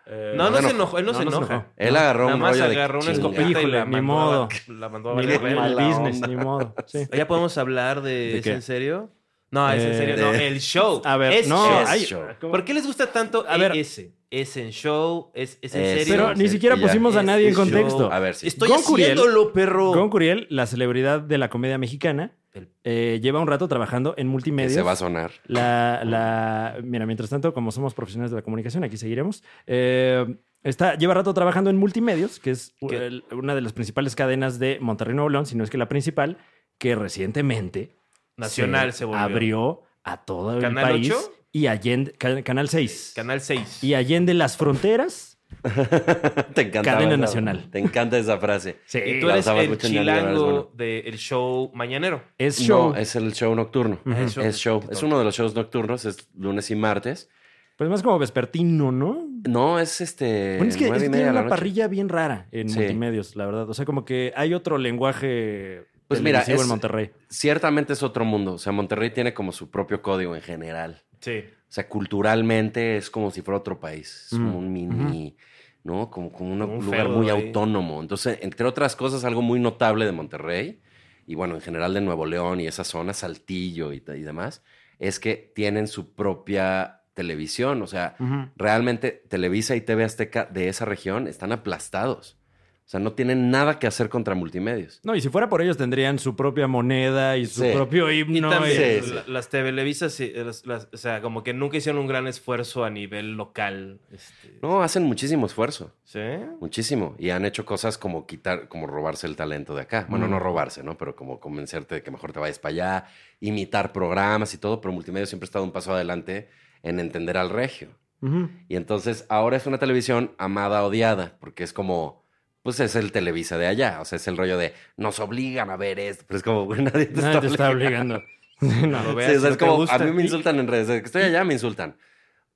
S3: No, no
S2: no
S3: se
S2: se
S3: enojó. Él no, se enoja.
S2: Él agarró
S3: Nada
S2: un
S3: más
S2: rollo
S3: agarró
S2: de
S3: una
S2: chinga.
S3: escopeta y
S1: Híjole,
S3: la
S1: ni
S3: mandó,
S1: modo.
S3: A, la mandó a
S1: Ni
S3: valer
S1: mal
S3: verga.
S1: business, ni modo. Sí.
S3: ¿Ya podemos hablar de...
S1: ¿De
S3: ¿Es
S1: qué?
S3: en serio? No, es en
S1: Eh,
S3: serio. No,
S2: de-
S3: el show.
S1: A ver,
S3: es
S1: no,
S3: show.
S2: Es
S1: ay,
S2: show.
S3: ¿Por qué les gusta tanto
S1: A ver.
S3: ese? Es en show, es, es en
S2: Es-
S3: serio.
S1: Pero
S2: Sí,
S1: ni
S2: sí,
S1: siquiera
S2: y ya.
S1: pusimos a
S2: Es-
S1: nadie en
S2: es show.
S1: contexto.
S2: A ver, sí.
S3: Estoy
S1: Gon Curiel-
S3: haciéndolo, perro.
S1: Gon Curiel, la celebridad de la comedia mexicana,
S3: El-
S1: eh, lleva un rato trabajando en
S2: Que se va a
S1: multimedia.
S2: sonar.
S1: La, la- mira, mientras tanto, como somos profesionales de la comunicación, aquí seguiremos. Eh, está, lleva rato trabajando en Multimedios, que es u-
S3: ¿Qué?
S1: el- una de las principales cadenas de Monterrey Nuevo León, si no es que la principal, que recientemente
S3: Nacional se volvió.
S1: abrió a todo el
S3: ¿Canal
S1: país.
S3: ocho?
S1: Y Allende, Can- Canal 6.
S3: Canal 6.
S1: Y Allende las fronteras.
S2: Te encanta.
S1: Cadena
S2: ¿verdad?
S1: nacional.
S2: Te encanta esa frase.
S1: Sí.
S3: Y tú
S2: la
S3: eres
S2: usabas
S3: el
S2: mucho en Ñañaras,
S3: chilango
S2: bueno.
S3: del show mañanero.
S1: Es show. Mm,
S2: No, es el show nocturno.
S1: Ujú.
S2: Es show. Es, uno de los shows nocturnos. Es lunes y martes.
S1: Pues más como vespertino, ¿no?
S2: No, es este.
S1: Bueno, es que,
S2: nueve
S1: es
S2: y
S1: que
S2: media
S1: tiene
S2: de la
S1: una
S2: noche.
S1: parrilla bien rara en
S2: Sí.
S1: multimedios, la verdad. O sea, como que hay otro lenguaje
S2: Pues mira,
S1: televisivo
S2: es-
S1: en Monterrey.
S2: Ciertamente es otro mundo. O sea, Monterrey tiene como su propio código en general.
S3: Sí.
S2: O sea, culturalmente es como si fuera otro país. Es como un mini, ¿no? Como, como un
S3: Mm, Como un
S2: lugar
S3: feudo
S2: muy
S3: ahí.
S2: autónomo. Entonces, entre otras cosas, algo muy notable de Monterrey, y bueno, en general de Nuevo León y esa zona, Saltillo y, y demás, es que tienen su propia televisión. O sea, realmente Televisa y TV Azteca de esa región están aplastados. O sea, no tienen nada que hacer contra multimedios.
S1: No, y si fuera por ellos tendrían su propia moneda y su
S2: Sí.
S1: propio himno.
S3: y también
S2: sí,
S3: la- las televisas, sí, las- las- o sea, como que nunca hicieron un gran esfuerzo a nivel local. este,
S2: No, hacen muchísimo esfuerzo.
S3: ¿Sí?
S2: Muchísimo. Y han hecho cosas como quitar, como robarse el talento de acá. Bueno,
S1: Mm.
S2: no robarse, ¿no? Pero como convencerte de que mejor te vayas para allá, imitar programas y todo. Pero Multimedia siempre ha estado un paso adelante en entender al regio.
S1: Ujú.
S2: Y entonces ahora es una televisión amada, odiada, porque es como, pues es el Televisa de allá. O sea, es el rollo de nos obligan a ver esto. Pero es como, güey, nadie te
S1: Nadie
S2: está
S1: te está
S2: obligando.
S1: obligando. No.
S3: Lo
S2: Sí,
S3: veas,
S2: o sea,
S3: no
S2: es
S3: te
S2: como,
S3: gusta.
S2: a mí me insultan en redes. Desde que estoy allá me insultan.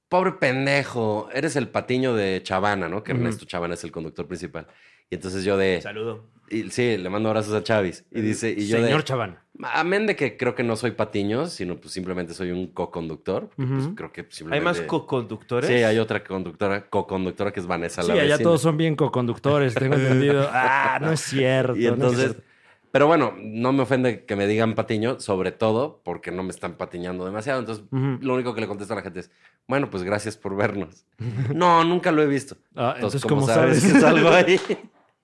S2: Pobre pendejo, eres el patiño de Chavana, ¿no? Que
S1: Ujú.
S2: Ernesto Chavana es el conductor principal. Y entonces yo de...
S3: Saludo.
S2: y sí, le mando abrazos a Chavis. Y dice, y yo
S1: Señor
S2: de...
S1: Chavana.
S2: Amén de que creo que no soy patiño, sino pues simplemente soy un co-conductor. porque, pues,
S1: Ujú.
S2: creo que
S3: ¿Hay
S2: simplemente...
S3: más co-conductores?
S2: Sí, hay otra conductora, co-conductora que es Vanessa
S1: Sí,
S2: la
S1: allá
S2: vecina.
S1: todos son bien coconductores, tengo entendido. Ah, no es cierto.
S2: Y
S1: no es
S2: entonces...
S1: cierto.
S2: Pero bueno, no me ofende que me digan patiño, sobre todo porque no me están patiñando demasiado. Entonces,
S1: Ujú.
S2: lo único que le contesto a la gente es, bueno, pues gracias por vernos. no, nunca lo he visto.
S1: Ah, entonces,
S2: Entonces, como
S1: ¿cómo
S2: sabes,
S1: sabes?
S2: que salgo ahí?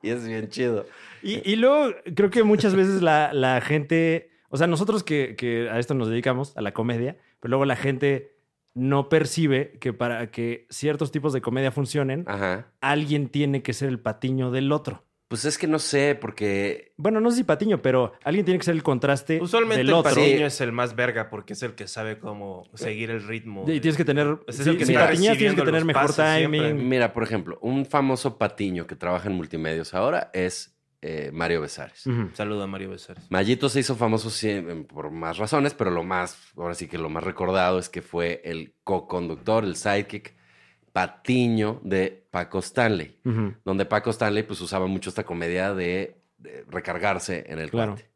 S2: y es bien chido.
S1: Y, y luego creo que muchas veces la, la gente, o sea, nosotros que, que a esto nos dedicamos, a la comedia, pero luego la gente no percibe que para que ciertos tipos de comedia funcionen,
S2: Ajá.
S1: alguien tiene que ser el patiño del otro.
S2: Pues es que no sé, porque...
S1: Bueno, no sé si patiño, pero alguien tiene que ser el contraste
S3: Usualmente
S1: del
S3: el
S1: otro.
S3: patiño es el más verga porque es el que sabe cómo seguir el ritmo.
S1: Y tienes que tener,
S3: Ese es
S1: sí,
S3: el que
S1: si
S2: está
S1: patiñas, tienes
S3: recibiendo
S1: que tener
S3: los
S1: mejor
S3: pases
S1: timing.
S3: siempre.
S2: Mira, por ejemplo, un famoso patiño que trabaja en multimedios ahora es eh, Mario Besares.
S1: Ujú.
S3: Saludo a Mario Besares.
S2: Mallito se hizo famoso sí, por más razones, pero lo más, ahora sí que lo más recordado es que fue el co-conductor, el sidekick patiño de Paco Stanley,
S1: Ujú.
S2: donde Paco Stanley pues usaba mucho esta comedia de, de recargarse en el
S1: Claro.
S2: cuate.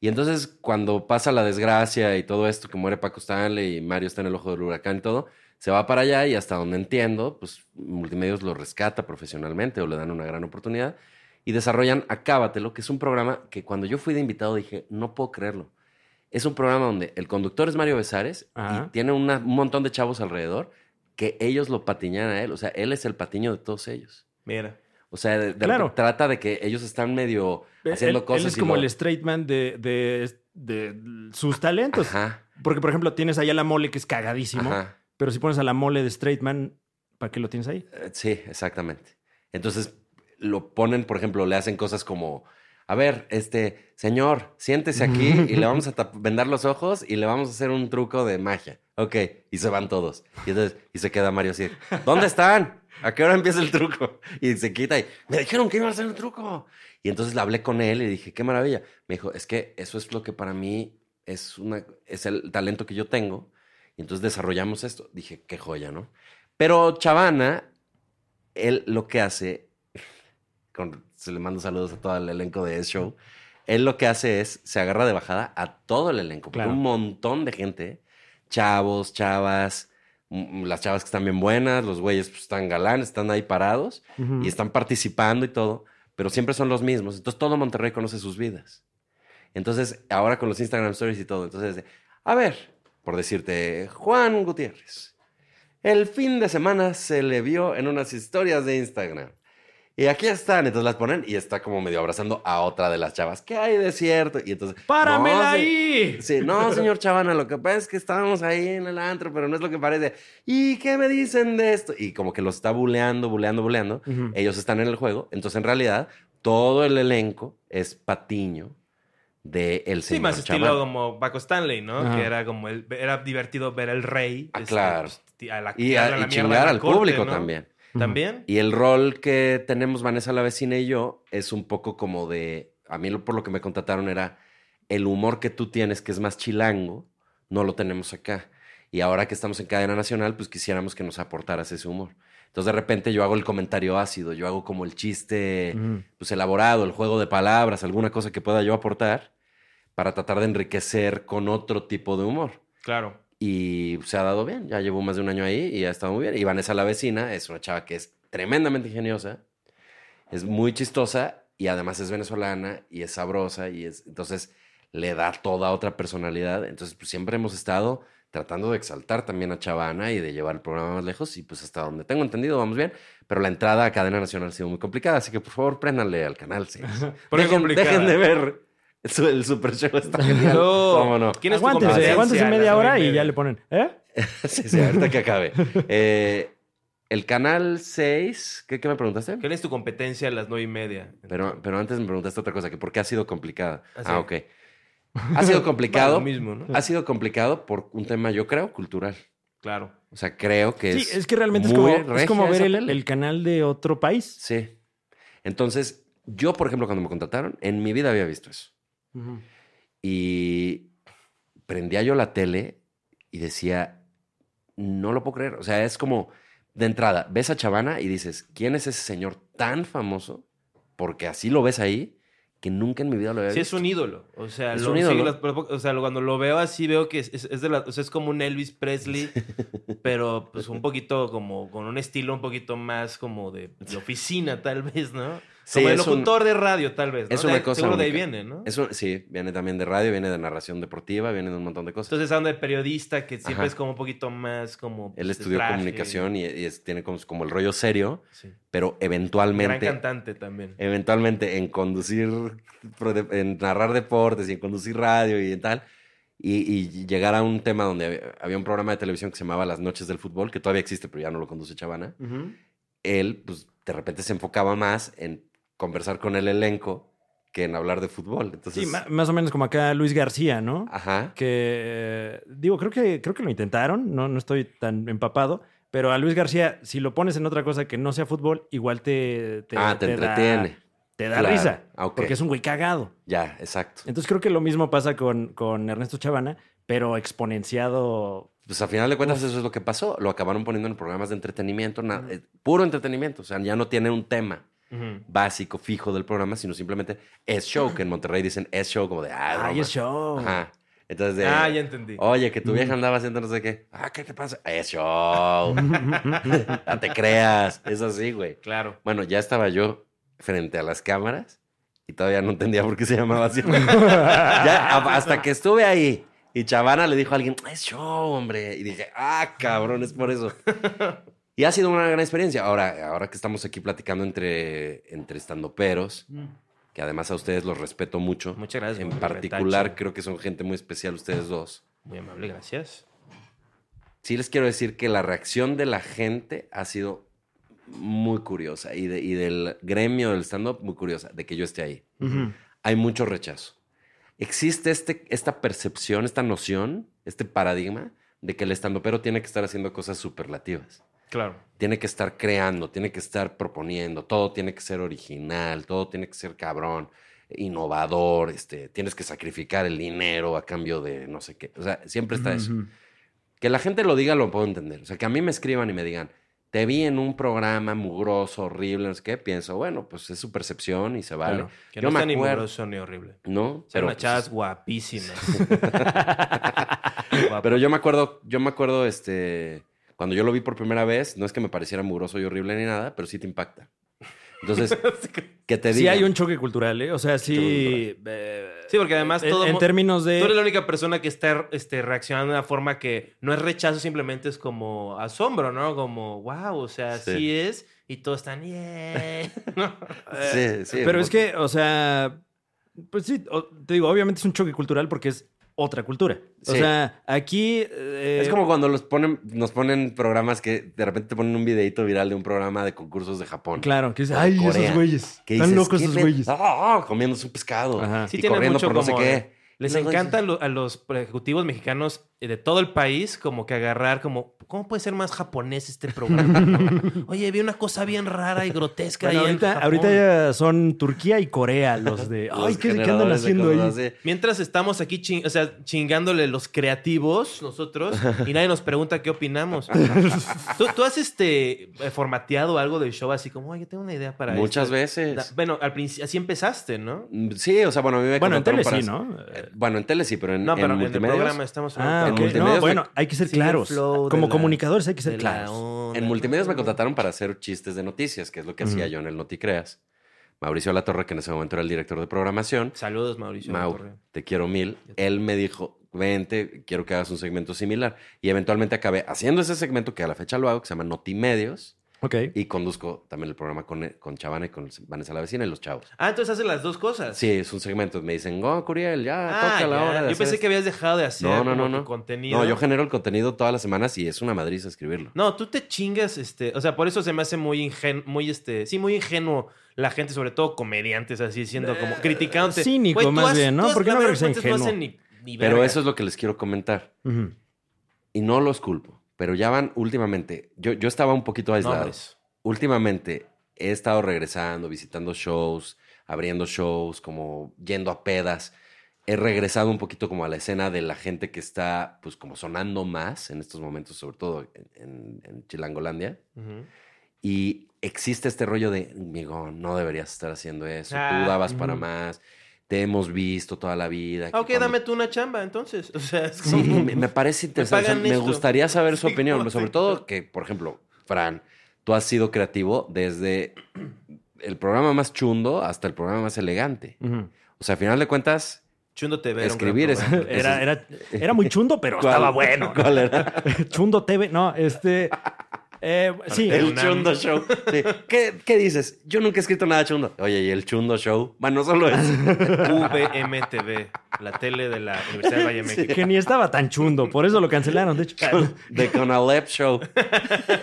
S2: Y entonces cuando pasa la desgracia y todo esto, que muere Paco Stanley y Mario está en el ojo del huracán y todo, se va para allá y hasta donde entiendo, pues Multimedios lo rescata profesionalmente o le dan una gran oportunidad y desarrollan Acábatelo, que es un programa que cuando yo fui de invitado dije, no puedo creerlo. Es un programa donde el conductor es Mario Besares
S1: Ajá.
S2: y tiene una- un montón de chavos alrededor que ellos lo patiñan a él. O sea, él es el patiño de todos ellos.
S3: Mira.
S2: O sea, de- de-
S1: Claro.
S2: trata de que ellos están medio haciendo
S1: él, él
S2: cosas.
S1: es
S2: y
S1: como
S2: lo-
S1: el straight man de, de- de sus talentos.
S2: Ajá,
S1: Porque, por ejemplo, tienes ahí a la mole que es cagadísimo,
S2: ajá.
S1: pero si pones a la mole de straight man, ¿para qué lo tienes ahí?
S2: Eh, Sí, exactamente. Entonces lo ponen, por ejemplo, le hacen cosas como, a ver, este, señor, siéntese aquí y le vamos a tap- vendar los ojos y le vamos a hacer un truco de magia. Ok, y se van todos. Y entonces, y se queda Mario así, ¿dónde están? ¿A qué hora empieza el truco? Y se quita y, me dijeron que iba a hacer un truco. Y entonces le hablé con él y dije, qué maravilla. Me dijo, es que eso es lo que para mí es, una, es el talento que yo tengo. Y entonces desarrollamos esto. Dije, qué joya, ¿no? Pero Chavana, él lo que hace, con- se le mando saludos a todo el elenco de ese show, él lo que hace es, se agarra de bajada a todo el elenco, porque
S1: Claro.
S2: un montón de gente, chavos, chavas, mm, las chavas que están bien buenas, los güeyes pues, están galanes, están ahí parados
S1: Ujú.
S2: y están participando y todo, pero siempre son los mismos. Entonces todo Monterrey conoce sus vidas. Entonces, ahora con los Instagram Stories y todo, entonces, de, a ver, por decirte, Juan Gutiérrez, el fin de semana se le vio en unas historias de Instagram. Y aquí están, entonces las ponen y está como medio abrazando a otra de las chavas. ¿Qué hay de cierto? Y entonces,
S1: ¡Páramela
S2: "No, se-
S1: ahí!
S2: Sí, no, señor Chavana, lo que pasa es que estábamos ahí en el antro, pero no es lo que parece. ¿Y qué me dicen de esto? Y como que los está buleando, buleando, buleando.
S1: Ujú.
S2: Ellos están en el juego. Entonces, en realidad, todo el elenco es patiño de el
S3: Sí,
S2: señor
S3: más estilo
S2: Chavana.
S3: como Paco Stanley, ¿no?
S1: Ajá.
S3: Que era como el... Era divertido ver al rey.
S2: Ah, claro.
S3: pues, a la-
S2: Y,
S3: a
S2: a-
S3: la
S2: y
S3: mierda de
S2: chingar
S3: la
S2: al
S3: corte,
S2: público
S3: ¿no?
S2: también.
S3: ¿También?
S2: Y el rol que tenemos Vanessa la vecina y yo es un poco como de, a mí lo- por lo que me contrataron era el humor que tú tienes, que es más chilango, no lo tenemos acá. Y ahora que estamos en cadena nacional, pues quisiéramos que nos aportaras ese humor. Entonces de repente yo hago el comentario ácido, yo hago como el chiste
S1: Ujú.
S2: pues, elaborado, el juego de palabras, alguna cosa que pueda yo aportar para tratar de enriquecer con otro tipo de humor.
S3: Claro.
S2: Y se ha dado bien, ya llevo más de un año ahí y ha estado muy bien. Y Vanessa la vecina es una chava que es tremendamente ingeniosa, es muy chistosa y además es venezolana y es sabrosa y es, entonces le da toda otra personalidad. Entonces pues, siempre hemos estado tratando de exaltar también a Chavana y de llevar el programa más lejos y pues hasta donde tengo entendido vamos bien, pero la entrada a cadena nacional ha sido muy complicada, así que por favor préndanle al canal. sí.
S3: Porque
S2: Dejen,
S3: complicada.
S2: dejen de ver. su- El super show está genial.
S3: No.
S2: ¿Cómo no?
S3: ¿Quién es tu
S1: aguántese,
S3: competencia?
S1: aguántese
S3: La
S1: media hora y
S3: media.
S1: ya le ponen. ¿Eh?
S2: Sí, sí, ahorita que acabe. Eh, el canal 6, ¿qué, qué me preguntaste?
S3: ¿Cuál es tu competencia a las nueve y media?
S2: Pero, pero antes me preguntaste otra cosa, que por qué ha sido complicada.
S3: Ah,
S2: Ah,
S3: sí.
S2: ok. Ha sido
S3: Lo
S2: complicado.
S3: mismo, ¿no?
S2: Ha sido complicado por un tema, yo creo, cultural.
S3: Claro.
S2: O sea, creo que
S1: Sí,
S2: es.
S1: es que realmente es
S2: muy
S1: como, es
S2: regia
S1: como ver
S2: esa
S1: el,
S2: tele.
S1: el canal de otro país.
S2: Sí. Entonces, yo, por ejemplo, cuando me contrataron, en mi vida había visto eso.
S1: Ujú.
S2: Y prendía yo la tele y decía, no lo puedo creer. O sea, es como, de entrada, ves a Chavana y dices, ¿quién es ese señor tan famoso? Porque así lo ves ahí, que nunca en mi vida lo había
S3: Sí, es
S2: visto.
S3: un ídolo. O sea,
S2: Es
S3: lo-
S2: un ídolo.
S3: sí, las- pero- o sea, lo- cuando lo veo así, veo que es, es- es de la- o sea, es como un Elvis Presley, pero pues un poquito como con un estilo un poquito más como de, de oficina, tal vez, ¿no?
S2: Sí,
S3: como de
S2: es un-
S3: locutor de radio, tal vez. ¿no?
S2: es una
S3: De-
S2: cosa
S3: Seguro de ahí
S2: única.
S3: viene, ¿no?
S2: Es un- sí, viene también de radio, viene de narración deportiva, viene de un montón de cosas.
S3: Entonces anda de periodista que siempre
S2: Ajá.
S3: es como un poquito más como... pues,
S2: Él estudió comunicación y, y es- tiene como, como el rollo serio,
S3: Sí.
S2: pero
S3: Gran
S2: eventualmente
S3: cantante
S2: Eh,
S3: también.
S2: eventualmente en conducir, pro- de- en narrar deportes y en conducir radio y en tal, y, y llegar a un tema donde había, había un programa de televisión que se llamaba Las Noches del Fútbol, que todavía existe, pero ya no lo conduce Chavana, él, pues de repente se enfocaba más en conversar con el elenco que en hablar de fútbol. Entonces,
S1: Sí,
S2: Ah.
S1: ma- más o menos como acá Luis García, ¿no?
S2: ajá.
S1: que eh, digo, creo que creo que lo intentaron, no, no estoy tan empapado, pero a Luis García, si lo pones en otra cosa que no sea fútbol, igual te,
S2: ah, te,
S1: da-
S2: entretiene.
S1: te da
S2: Claro,
S1: risa.
S2: ah, ok.
S1: Porque es un güey cagado.
S2: Ya, exacto.
S1: Entonces creo que lo mismo pasa con, con Ernesto Chavana, pero exponenciado.
S2: Pues a final de cuentas eso es lo que pasó. Lo acabaron poniendo en programas de entretenimiento, na- eh, puro entretenimiento. O sea, ya no tiene un tema
S3: Ujú.
S2: básico, fijo del programa, sino simplemente es show, que en Monterrey dicen es show, como de, ah,
S1: Ay,
S2: broma".
S1: es show.
S2: Ajá. Entonces, de,
S3: Ah, ya entendí.
S2: Oye, que tu vieja andaba haciendo no sé qué. Ah, ¿qué te pasa? Es show. no te creas. Es así, güey.
S3: Claro.
S2: Bueno, ya estaba yo frente a las cámaras y todavía no entendía por qué se llamaba así. Ya, a- hasta que estuve ahí y Chavana le dijo a alguien, es show, hombre. Y dije, ah, cabrón, es por eso. Y ha sido una gran experiencia. Ahora, ahora que estamos aquí platicando entre, entre estandoperos, que además a ustedes los respeto mucho.
S3: Muchas gracias,
S2: En
S3: güey,
S2: particular,
S3: retacho.
S2: creo que son gente muy especial ustedes dos.
S3: Muy amable, gracias.
S2: Sí les quiero decir que la reacción de la gente ha sido muy curiosa y, de- y del gremio del stand-up muy curiosa de que yo esté ahí.
S1: Ujú.
S2: Hay mucho rechazo. Existe este, esta percepción, esta noción, este paradigma de que el stand-upero tiene que estar haciendo cosas superlativas.
S3: Claro.
S2: Tiene que estar creando, tiene que estar proponiendo, todo tiene que ser original, todo tiene que ser cabrón, innovador, este, tienes que sacrificar el dinero a cambio de no sé qué. O sea, siempre está eso.
S1: Ujú.
S2: Que la gente lo diga lo puedo entender. O sea, que a mí me escriban y me digan, te vi en un programa mugroso, horrible, no sé qué. Pienso, bueno, pues es su percepción y se vale.
S3: Claro. Que
S2: Yo
S3: no
S2: me
S3: está ni
S2: acuerdo.
S3: mugroso ni horrible.
S2: No,
S3: Son
S2: pero, pues,
S3: unas chavas guapísimas. Guap-
S2: pero yo me acuerdo, yo me acuerdo, este, cuando yo lo vi por primera vez, no es que me pareciera mugroso y horrible ni nada, pero sí te impacta. Entonces, que te diga.
S1: Sí hay un choque cultural, ¿eh? O sea, sí... eh,
S3: Sí, porque además
S1: en-
S3: todo
S1: en,
S3: mu-
S1: términos de...
S3: Tú eres la única persona que está este, reaccionando de una forma que no es rechazo, simplemente es como asombro, ¿no? Como, wow, o sea,
S2: Sí.
S3: así es. Y todos están, yeah. ¿no?
S2: Sí, sí.
S1: eh, Pero es que, o sea, pues sí, o- te digo, obviamente es un choque cultural porque es otra cultura. O
S2: Sí.
S1: sea, aquí... eh,
S2: Es como cuando los ponen, nos ponen programas que de repente te ponen un videito viral de un programa de concursos de Japón.
S1: Claro, que dices,
S2: de
S1: ay,
S2: Corea,
S1: esos güeyes.
S2: que
S1: Están
S2: dices,
S1: locos
S2: "¿Qué
S1: esos
S2: pe-
S1: güeyes.
S2: Ah, comiéndose un pescado.
S1: Ajá.
S3: Sí
S2: y
S3: tiene
S2: corriendo
S3: mucho
S2: por no sé
S3: como de-
S2: qué.
S3: Les
S2: No,
S3: encanta a lo- a los ejecutivos mexicanos eh, de todo el país como que agarrar como, ¿cómo puede ser más japonés este programa? no? Oye, vi una cosa bien rara y grotesca.
S1: Bueno,
S3: ahí en
S1: ahorita,
S3: Japón".
S1: ahorita ya son Turquía y Corea los de...
S2: Los
S1: ay, ¿qué, qué andan
S2: generadores de
S1: haciendo ahí?
S2: cosas así.
S3: Mientras estamos aquí chin- o sea, chingándole los creativos, nosotros, y nadie nos pregunta qué opinamos. ¿Tú, tú has este, eh, formateado algo del show así como, oye, yo tengo una idea para
S2: Muchas
S3: esto"?
S2: veces.
S3: Da- Bueno, al principio, así empezaste, ¿no?
S2: este, Mm, Sí, o sea, bueno, a mí me
S1: Bueno, en
S2: contrataron
S1: tele
S2: para
S1: sí,
S2: hacer-
S1: ¿no?
S2: Eh, Bueno, en tele sí, pero en,
S3: No, pero en, el
S2: multimedia.
S3: programa estamos
S1: Ah,
S2: en
S1: ok.
S2: multimedios
S1: No,
S2: me-
S1: bueno, hay que ser
S3: Sí, el
S1: claros.
S3: flow de
S1: Como
S3: la-
S1: comunicadores hay que ser
S3: de la
S1: claros.
S3: onda,
S2: En
S3: ¿no?
S2: multimedios me contrataron para hacer chistes de noticias, que es lo que hacía
S1: Ujú.
S2: yo en el Noticreas. Mauricio Latorre, que en ese momento era el director de programación.
S3: Saludos, Mauricio.
S2: Mau,
S3: Torre.
S2: te quiero mil. Él me dijo, vente, quiero que hagas un segmento similar. Y eventualmente acabé haciendo ese segmento que a la fecha lo hago, que se llama Notimedios.
S1: Ok.
S2: Y conduzco también el programa con, con Chavana y con Vanessa la vecina y los chavos.
S3: Ah, entonces haces las dos cosas.
S2: Sí, es un segmento. Me dicen, oh, Curiel, ya
S3: Ah,
S2: toca la
S3: ya.
S2: hora. de
S3: Yo
S2: hacer
S3: pensé
S2: esto".
S3: que habías dejado de hacer
S2: No, no,
S3: como
S2: no,
S3: tu
S2: no.
S3: contenido.
S2: No, yo genero el contenido todas las semanas y es una madriza escribirlo.
S3: No, tú te chingas, este, o sea, por eso se me hace muy ingenuo, muy este, sí, muy ingenuo la gente, sobre todo comediantes así, siendo
S2: Eh,
S3: como criticándote.
S1: cínico,
S3: Güey, tú
S1: más
S3: has-
S1: bien, ¿no?
S3: tú has-
S1: Porque
S3: la
S1: no creo
S3: verdad,
S1: que sea
S3: cuentas, no
S1: ingenuo.
S3: hacen ni- ni
S2: Pero
S3: verga.
S2: eso es lo que les quiero comentar.
S1: Ujú.
S2: Y no los culpo, pero ya van últimamente. Yo, yo estaba un poquito aislado.
S3: Nombres.
S2: Últimamente he estado regresando, visitando shows, abriendo shows, como yendo a pedas. He regresado un poquito como a la escena de la gente que está, pues, como sonando más en estos momentos, sobre todo en- en- en Chilangolandia.
S3: Ujú.
S2: Y existe este rollo de, amigo, no deberías estar haciendo eso.
S3: Ah,
S2: tú dabas para
S1: ujú.
S2: más. Te hemos visto toda la vida. que
S3: Ah, ok,
S2: cuando-
S3: dame tú una chamba, entonces. O sea, es
S2: Sí,
S3: como...
S2: me, me parece interesante. O sea,
S3: pagan
S2: me
S3: esto.
S2: gustaría saber su
S3: Sí,
S2: opinión.
S3: no,
S2: Sobre
S3: sí.
S2: todo que, por ejemplo, Fran, tú has sido creativo desde el programa más chundo hasta el programa más elegante.
S1: Ujú.
S2: O sea, al final de cuentas,
S3: Chundo TV. era un gran
S2: escribir Pues es...
S3: programa.
S1: Era, era, era muy chundo, pero
S2: ¿Cuál?
S1: estaba bueno.
S2: ¿Cuál era?
S1: Chundo TV, no, este... eh, sí,
S2: El
S3: Una-
S2: Chundo Show. Sí. ¿Qué, qué dices? Yo nunca he escrito nada chundo. Oye, ¿y el Chundo Show? Bueno, solo es.
S3: VMTV, la tele de la Universidad de Valle de México.
S1: que ni estaba tan chundo, por eso lo cancelaron, de hecho.
S2: De Conalep Show.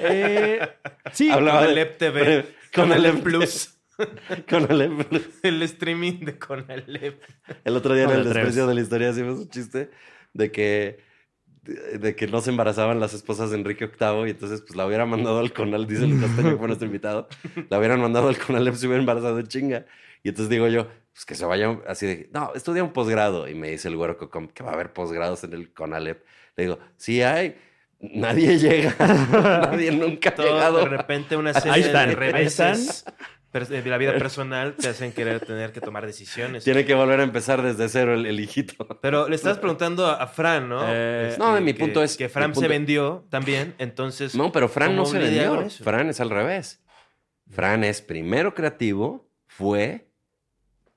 S1: Eh, sí,
S2: Hablaba
S3: Con el
S2: de-
S3: App TV.
S2: pre-
S3: Con el
S2: Conalep
S3: Plus.
S2: Conalep Plus.
S3: El streaming de Conalep.
S2: El otro día en
S1: No
S2: el
S1: te atreves.
S2: desprecio de la historia hicimos un chiste de que de de que no se embarazaban las esposas de Enrique VIII y entonces pues la hubiera mandado al Conal, dice el Castaño que fue nuestro invitado, la hubieran mandado al Conal se hubiera embarazado en chinga Y entonces digo yo, pues que se vaya así de, no, estudia un posgrado. Y me dice el huerco, ¿cómo que va a haber posgrados en el Conalep? Le digo, sí hay, nadie llega, nadie nunca ha
S3: Todo, de
S2: llegado.
S3: repente una serie
S1: Ahí están,
S3: de
S1: ahí
S3: reveses per- de la vida personal te hacen querer tener que tomar decisiones.
S2: Tiene que volver a empezar desde cero el, el hijito.
S3: Pero le estabas preguntando a a Fran, ¿no?
S1: Eh,
S3: Este,
S2: no, mi
S3: que-
S2: punto es-
S3: Que Fran
S2: mi
S3: se
S2: punto-
S3: vendió también, entonces.
S2: No, pero Fran no
S3: ¿Cómo
S2: se
S3: lidia
S2: vendió.
S3: con eso?
S2: Fran es al revés. Fran es primero creativo, fue,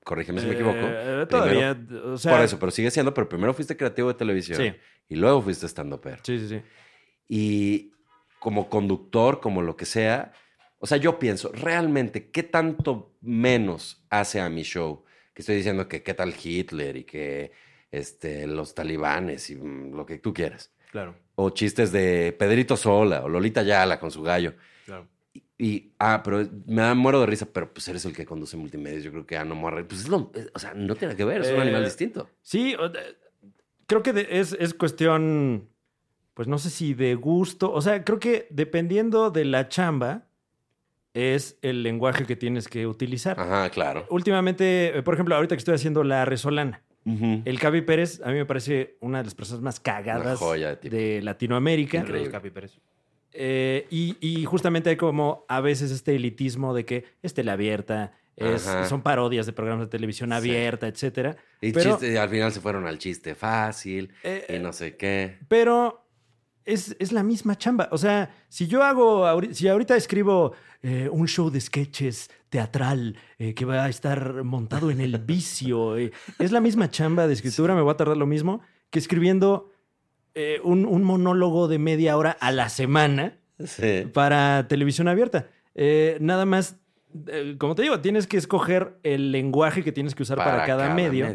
S2: corrígeme si me equivoco,
S1: Eh, todavía, o sea,
S2: por eso, pero sigue siendo, pero primero fuiste creativo de televisión
S1: Sí.
S2: y luego fuiste estando perro.
S1: Sí, sí, sí.
S2: Y como conductor, como lo que sea, o sea, yo pienso, realmente, ¿qué tanto menos hace a mi show? Que estoy diciendo que qué tal Hitler y que este, los talibanes y mm, lo que tú quieras.
S3: Claro,
S2: O chistes de Pedrito Sola o Lolita Yala con su gallo.
S3: claro.
S2: Y, y, ah, pero me da, muero de risa, pero pues eres el que conduce multimedia. Yo creo que ah, no muero. Pues es lo- es- o sea, no tiene que ver, es un
S1: Eh,
S2: animal distinto.
S1: Sí, o- de- creo que de- es, es cuestión, pues no sé si de gusto, o sea, creo que dependiendo de la chamba es el lenguaje que tienes que utilizar.
S2: Ajá, claro.
S1: Últimamente, eh, por ejemplo, ahorita que estoy haciendo la resolana,
S2: Ujú.
S1: el Cavi Pérez a mí me parece una de las personas más
S2: Una
S1: cagadas
S2: joya de tipo.
S1: de Latinoamérica.
S2: Increíble.
S3: Saludos, Capi Pérez.
S1: Eh, y, y justamente hay como a veces este elitismo de que es tele abierta, es-
S2: Ajá.
S1: son parodias de programas de televisión
S2: Sí.
S1: abierta, etcétera.
S2: Y
S1: pero-
S2: chiste- al final se fueron al chiste fácil
S1: Eh,
S2: y no sé qué.
S1: Pero es, es la misma chamba. O sea, si yo hago, ahori- si ahorita escribo eh, un show de sketches teatral eh, que va a estar montado en el vicio, eh, es la misma chamba de escritura, me voy a tardar lo mismo que escribiendo eh, un, un monólogo de media hora a la semana
S2: Sí.
S1: para televisión abierta. Eh, nada más, eh, como te digo, tienes que escoger el lenguaje que tienes que usar para, cada, medio.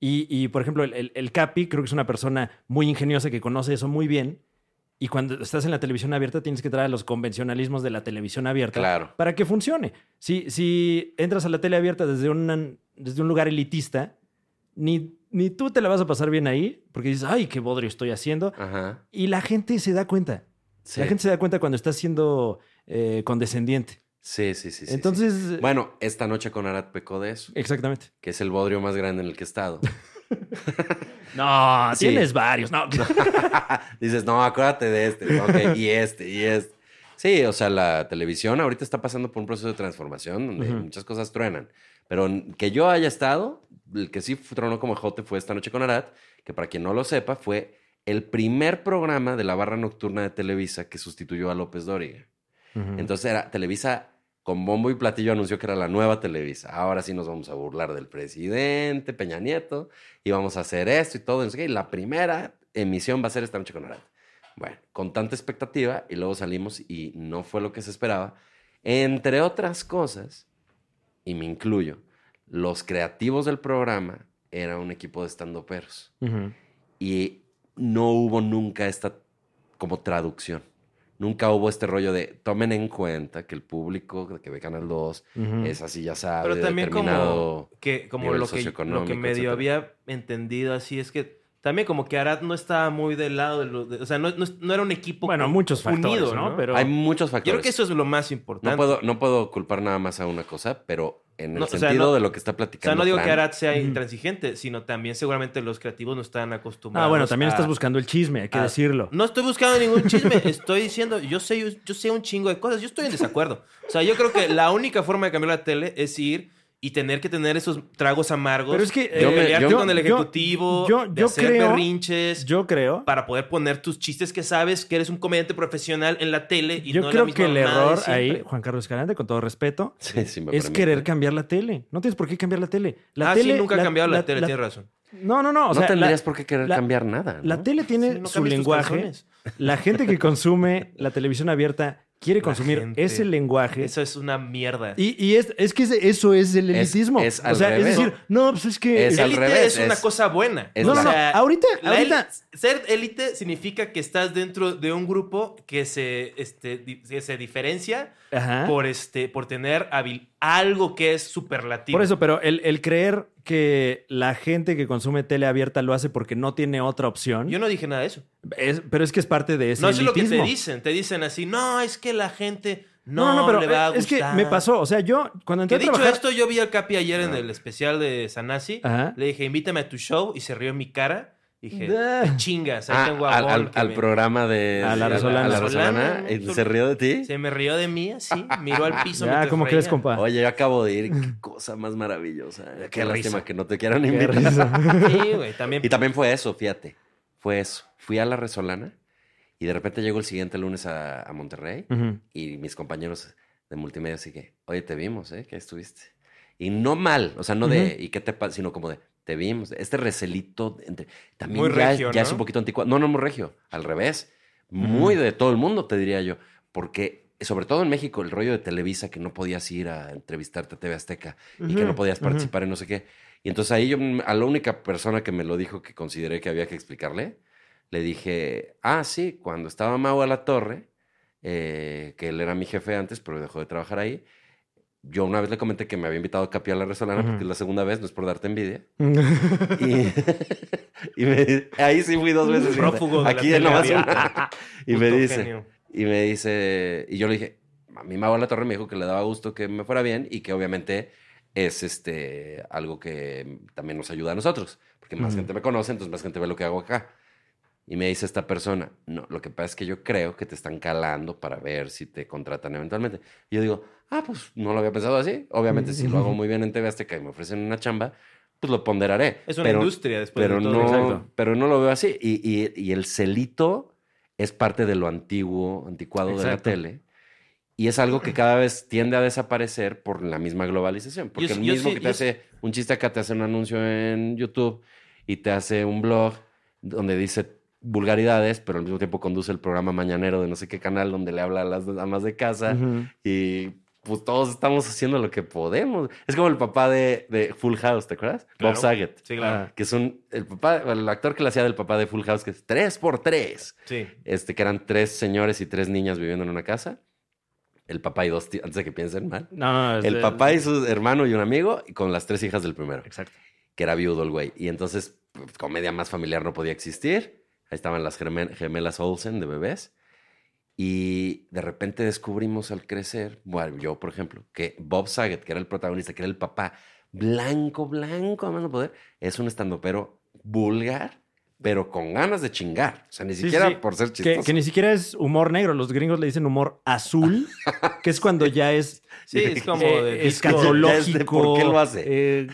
S1: Y, y, por ejemplo, el, el- el Capi creo que es una persona muy ingeniosa que conoce eso muy bien. Y cuando estás en la televisión abierta tienes que traer a los convencionalismos de la televisión abierta
S2: Claro.
S1: para que funcione. Si, si entras a la tele abierta desde, una- desde un lugar elitista, ni, ni tú te la vas a pasar bien ahí porque dices, ay, qué bodrio estoy haciendo.
S2: Ajá.
S1: Y la gente se da cuenta.
S2: Sí.
S1: La gente se da cuenta cuando estás siendo eh, condescendiente.
S2: sí, sí, sí, sí,
S1: Entonces,
S2: sí. Bueno, esta noche con Arat pecó de eso,
S1: exactamente.
S2: que es el bodrio más grande en el que he estado.
S1: No,
S2: Sí.
S1: tienes varios. No.
S2: Dices, no, acuérdate de este, ok, y este, y este. Sí, o sea, la televisión ahorita está pasando por un proceso de transformación donde
S1: Ujú.
S2: muchas cosas truenan. Pero n- que yo haya estado, el que sí fu- tronó como jote fue Esta Noche con Arat, que para quien no lo sepa, fue el primer programa de la barra nocturna de Televisa que sustituyó a López Dóriga. Entonces era Televisa con bombo y platillo anunció que era la nueva Televisa. Ahora sí nos vamos a burlar del presidente Peña Nieto y vamos a hacer esto y todo. y no sé qué. Y la primera emisión va a ser esta noche con Arad. Bueno, con tanta expectativa y luego salimos y no fue lo que se esperaba. Entre otras cosas, y me incluyo, los creativos del programa era un equipo de stand-uperos
S1: Ujú.
S2: y no hubo nunca esta como traducción. Nunca hubo este rollo de tomen en cuenta que el público que ve Canal 2
S1: Ujú.
S2: es así, ya sabe,
S3: Pero también
S2: determinado.
S3: como, que, como
S2: nivel
S3: lo, que, lo que
S2: socioeconómico,
S3: medio
S2: etcétera.
S3: había entendido así es que también como que Arad no estaba muy del lado de los... o sea, no, no- no era un equipo
S1: Bueno,
S3: con-
S1: muchos factores,
S3: unido,
S1: ¿no? Pero
S2: Hay muchos
S3: Yo creo
S2: factores.
S3: que eso es lo más
S2: no,
S3: importante.
S2: puedo, no puedo culpar nada más a una cosa, pero en el
S3: No, o sea,
S2: sentido
S3: no-
S2: de lo que está
S3: o sea,
S2: platicando.
S3: no digo que
S2: Fran,
S3: Arad sea
S1: Ujú.
S3: intransigente, sino también seguramente los creativos no están acostumbrados.
S1: Ah, bueno, también
S3: a-
S1: estás buscando el chisme, hay que
S3: a-
S1: decirlo.
S3: Ah, No estoy buscando ningún chisme, estoy diciendo, yo sé, yo sé un chingo de cosas, yo estoy en desacuerdo. O sea, yo creo que la única forma de cambiar la tele es ir y tener que tener esos tragos amargos.
S1: Pero es que,
S3: de
S1: eh,
S3: pelearte
S2: yo-
S3: con el
S1: yo-
S3: ejecutivo,
S1: yo-
S3: de
S1: yo
S3: hacer
S1: creo-
S3: berrinches,
S1: Yo creo,
S3: para poder poner tus chistes que sabes que eres un comediante profesional en la tele y
S1: yo
S3: no la
S1: creo
S3: misma
S1: que el
S3: mamada de
S1: error
S3: siempre.
S1: ahí, Juan Carlos Escalante, con todo respeto,
S2: sí, sí, me
S1: es
S2: permite.
S1: querer cambiar la tele. No tienes por qué cambiar la tele. La
S3: ah,
S1: tele,
S3: sí, nunca ha cambiado la, tele, tienes razón.
S1: No, no, no. O
S2: no
S1: sea, la-
S2: tendrías por qué querer
S1: la-
S2: cambiar nada.
S1: la,
S2: ¿no?
S3: Ah,
S1: tele tiene
S3: Sí, no
S1: su
S3: cambies tus
S1: lenguaje.
S3: calzones.
S1: La gente que consume la televisión abierta quiere
S3: La
S1: consumir
S3: gente.
S1: ese lenguaje.
S3: Eso es una mierda.
S1: Y, y es, es que ese- eso es el
S2: Es-
S1: elitismo.
S2: es
S1: o
S2: al
S1: sea,
S2: revés.
S1: es decir, no, pues es que.
S2: Es al
S3: Élite
S2: revés,
S3: es una
S2: es-
S3: cosa buena.
S2: es
S1: no, no, no.
S2: la-
S1: Ahorita,
S3: La
S1: ahorita.
S3: él- ser élite significa que estás dentro de un grupo que se, este, di- que se diferencia
S1: Ajá.
S3: por, este, por tener habil- algo que es superlativo.
S1: Por eso, pero el, el creer que la gente que consume tele abierta lo hace porque no tiene otra opción,
S3: Yo no dije nada de eso.
S1: es- pero es que es parte de ese
S3: no, eso es lo que te
S1: elitismo.
S3: dicen. Te dicen así, no, es que la gente No, no, pero le va a
S1: es que
S3: gustar".
S1: me pasó. O sea, yo cuando entré
S3: Que
S1: a
S3: dicho
S1: trabajar... Ah.
S3: esto, yo vi al Capi ayer en el especial de Sanasi.
S1: Ajá.
S3: Le dije, invítame a tu show. Y se rió en mi cara. Dije,
S1: Da.
S3: "Te chingas, ahí
S2: Ah,
S3: tengo a
S2: al,
S3: Bon
S2: al-
S3: que
S2: al
S3: me-
S2: programa de.
S1: A la
S2: de-
S1: Resolana.
S2: a la Resolana,
S3: Resolana,
S2: ¿eh?
S3: ¿no?
S2: ¿Se rió de ti?
S3: Se me rió de mí así, miró al piso.
S1: Ya,
S3: mientras
S1: ¿cómo
S3: reía.
S1: crees, compa?
S2: Oye, yo acabo de ir. Qué cosa más maravillosa. eh, Qué,
S3: Qué
S2: lástima
S3: risa.
S2: que no te quieran
S1: Qué
S2: invitar.
S1: risa.
S3: Sí, güey, también.
S2: Y también fue eso, fíjate. Fue eso. Fui a la Resolana y de repente llego el siguiente lunes a, a Monterrey
S1: Ujú.
S2: y mis compañeros de multimedia así que, oye, te vimos, ¿eh? Que estuviste. Y no mal, o sea, no de, ¿y qué te pasa? Sino como de, te vimos. Este recelito de entre... También
S3: Muy
S2: ya,
S3: regio,
S2: ya
S3: ¿no?
S2: es un poquito anticuado. No, no, muy regio. Al revés. Muy de todo el mundo, te diría yo. Porque, sobre todo en México, el rollo de Televisa que no podías ir a entrevistarte a TV Azteca y que no podías participar en no sé qué. Y entonces ahí yo, mm, a la única persona que me lo dijo que consideré que había que explicarle, le dije, ah, sí, cuando estaba Mau a la torre, eh, que él era mi jefe antes, pero dejó de trabajar ahí, yo una vez le comenté que me había invitado a Capi a la Resolana, porque es la segunda vez, no es por darte envidia. Y, y me- ahí sí fui dos veces.
S3: Prófugo de la
S2: Aquí
S3: tele
S2: nomás
S3: había.
S2: una. Y me
S3: Puto
S2: dice,
S3: genio.
S2: y me dice, y yo le dije, a mi mago la torre me dijo que le daba gusto que me fuera bien y que obviamente es este algo que también nos ayuda a nosotros, porque más gente me conoce, entonces más gente ve lo que hago acá. Y me dice esta persona, no, lo que pasa es que yo creo que te están calando para ver si te contratan eventualmente. Y yo digo, ah, pues no lo había pensado así. Obviamente si lo hago muy bien en TV Azteca y me ofrecen una chamba, pues lo ponderaré.
S3: Es una
S2: Pero-
S3: industria después
S2: pero
S3: Pues de todo.
S2: no,
S1: Exacto.
S2: pero no lo veo así. Y, y- y el celito es parte de lo antiguo, anticuado de la
S1: Exacto.
S2: tele. Y es algo que cada vez tiende a desaparecer por la misma globalización. Porque
S3: Yo sí-
S2: el
S3: yo
S2: mismo
S3: sí-
S2: que te
S3: yo sí-
S2: hace un chiste acá, te hace un anuncio en YouTube y te hace un blog donde dice vulgaridades, pero al mismo tiempo conduce el programa mañanero de no sé qué canal donde le habla a las amas de casa.
S1: Ujú.
S2: Y pues todos estamos haciendo lo que podemos. Es como el papá de, de Full House, ¿te acuerdas?
S3: Claro.
S2: Bob Saget
S3: Sí, claro.
S1: Ah.
S2: que es un el papá, el actor que le hacía del papá de Full House, que es 3 por 3
S3: Sí.
S2: este, que eran tres señores y tres niñas viviendo en una casa. El papá y dos tíos, antes de que piensen mal.
S1: No, no, no, es
S2: El
S1: Pues de-
S2: papá y su hermano y un amigo, y con las tres hijas del primero,
S1: Exacto.
S2: que era viudo el güey. Y entonces, pues, comedia más familiar no podía existir. Ahí estaban las gemen- gemelas Olsen de bebés. Y de repente descubrimos al crecer, bueno, yo por ejemplo, que Bob Saget, que era el protagonista, que era el papá, blanco, blanco, a más no poder, es un estandopero vulgar, pero con ganas de chingar. O sea, ni
S1: Sí,
S2: siquiera
S1: sí.
S2: por ser
S1: Que,
S2: chistoso.
S1: que ni siquiera es humor negro. Los gringos le dicen humor azul, que es cuando ya es
S3: Sí, es como
S1: eh,
S3: de disco.
S1: escatológico.
S2: Desde por qué lo hace.
S1: eh,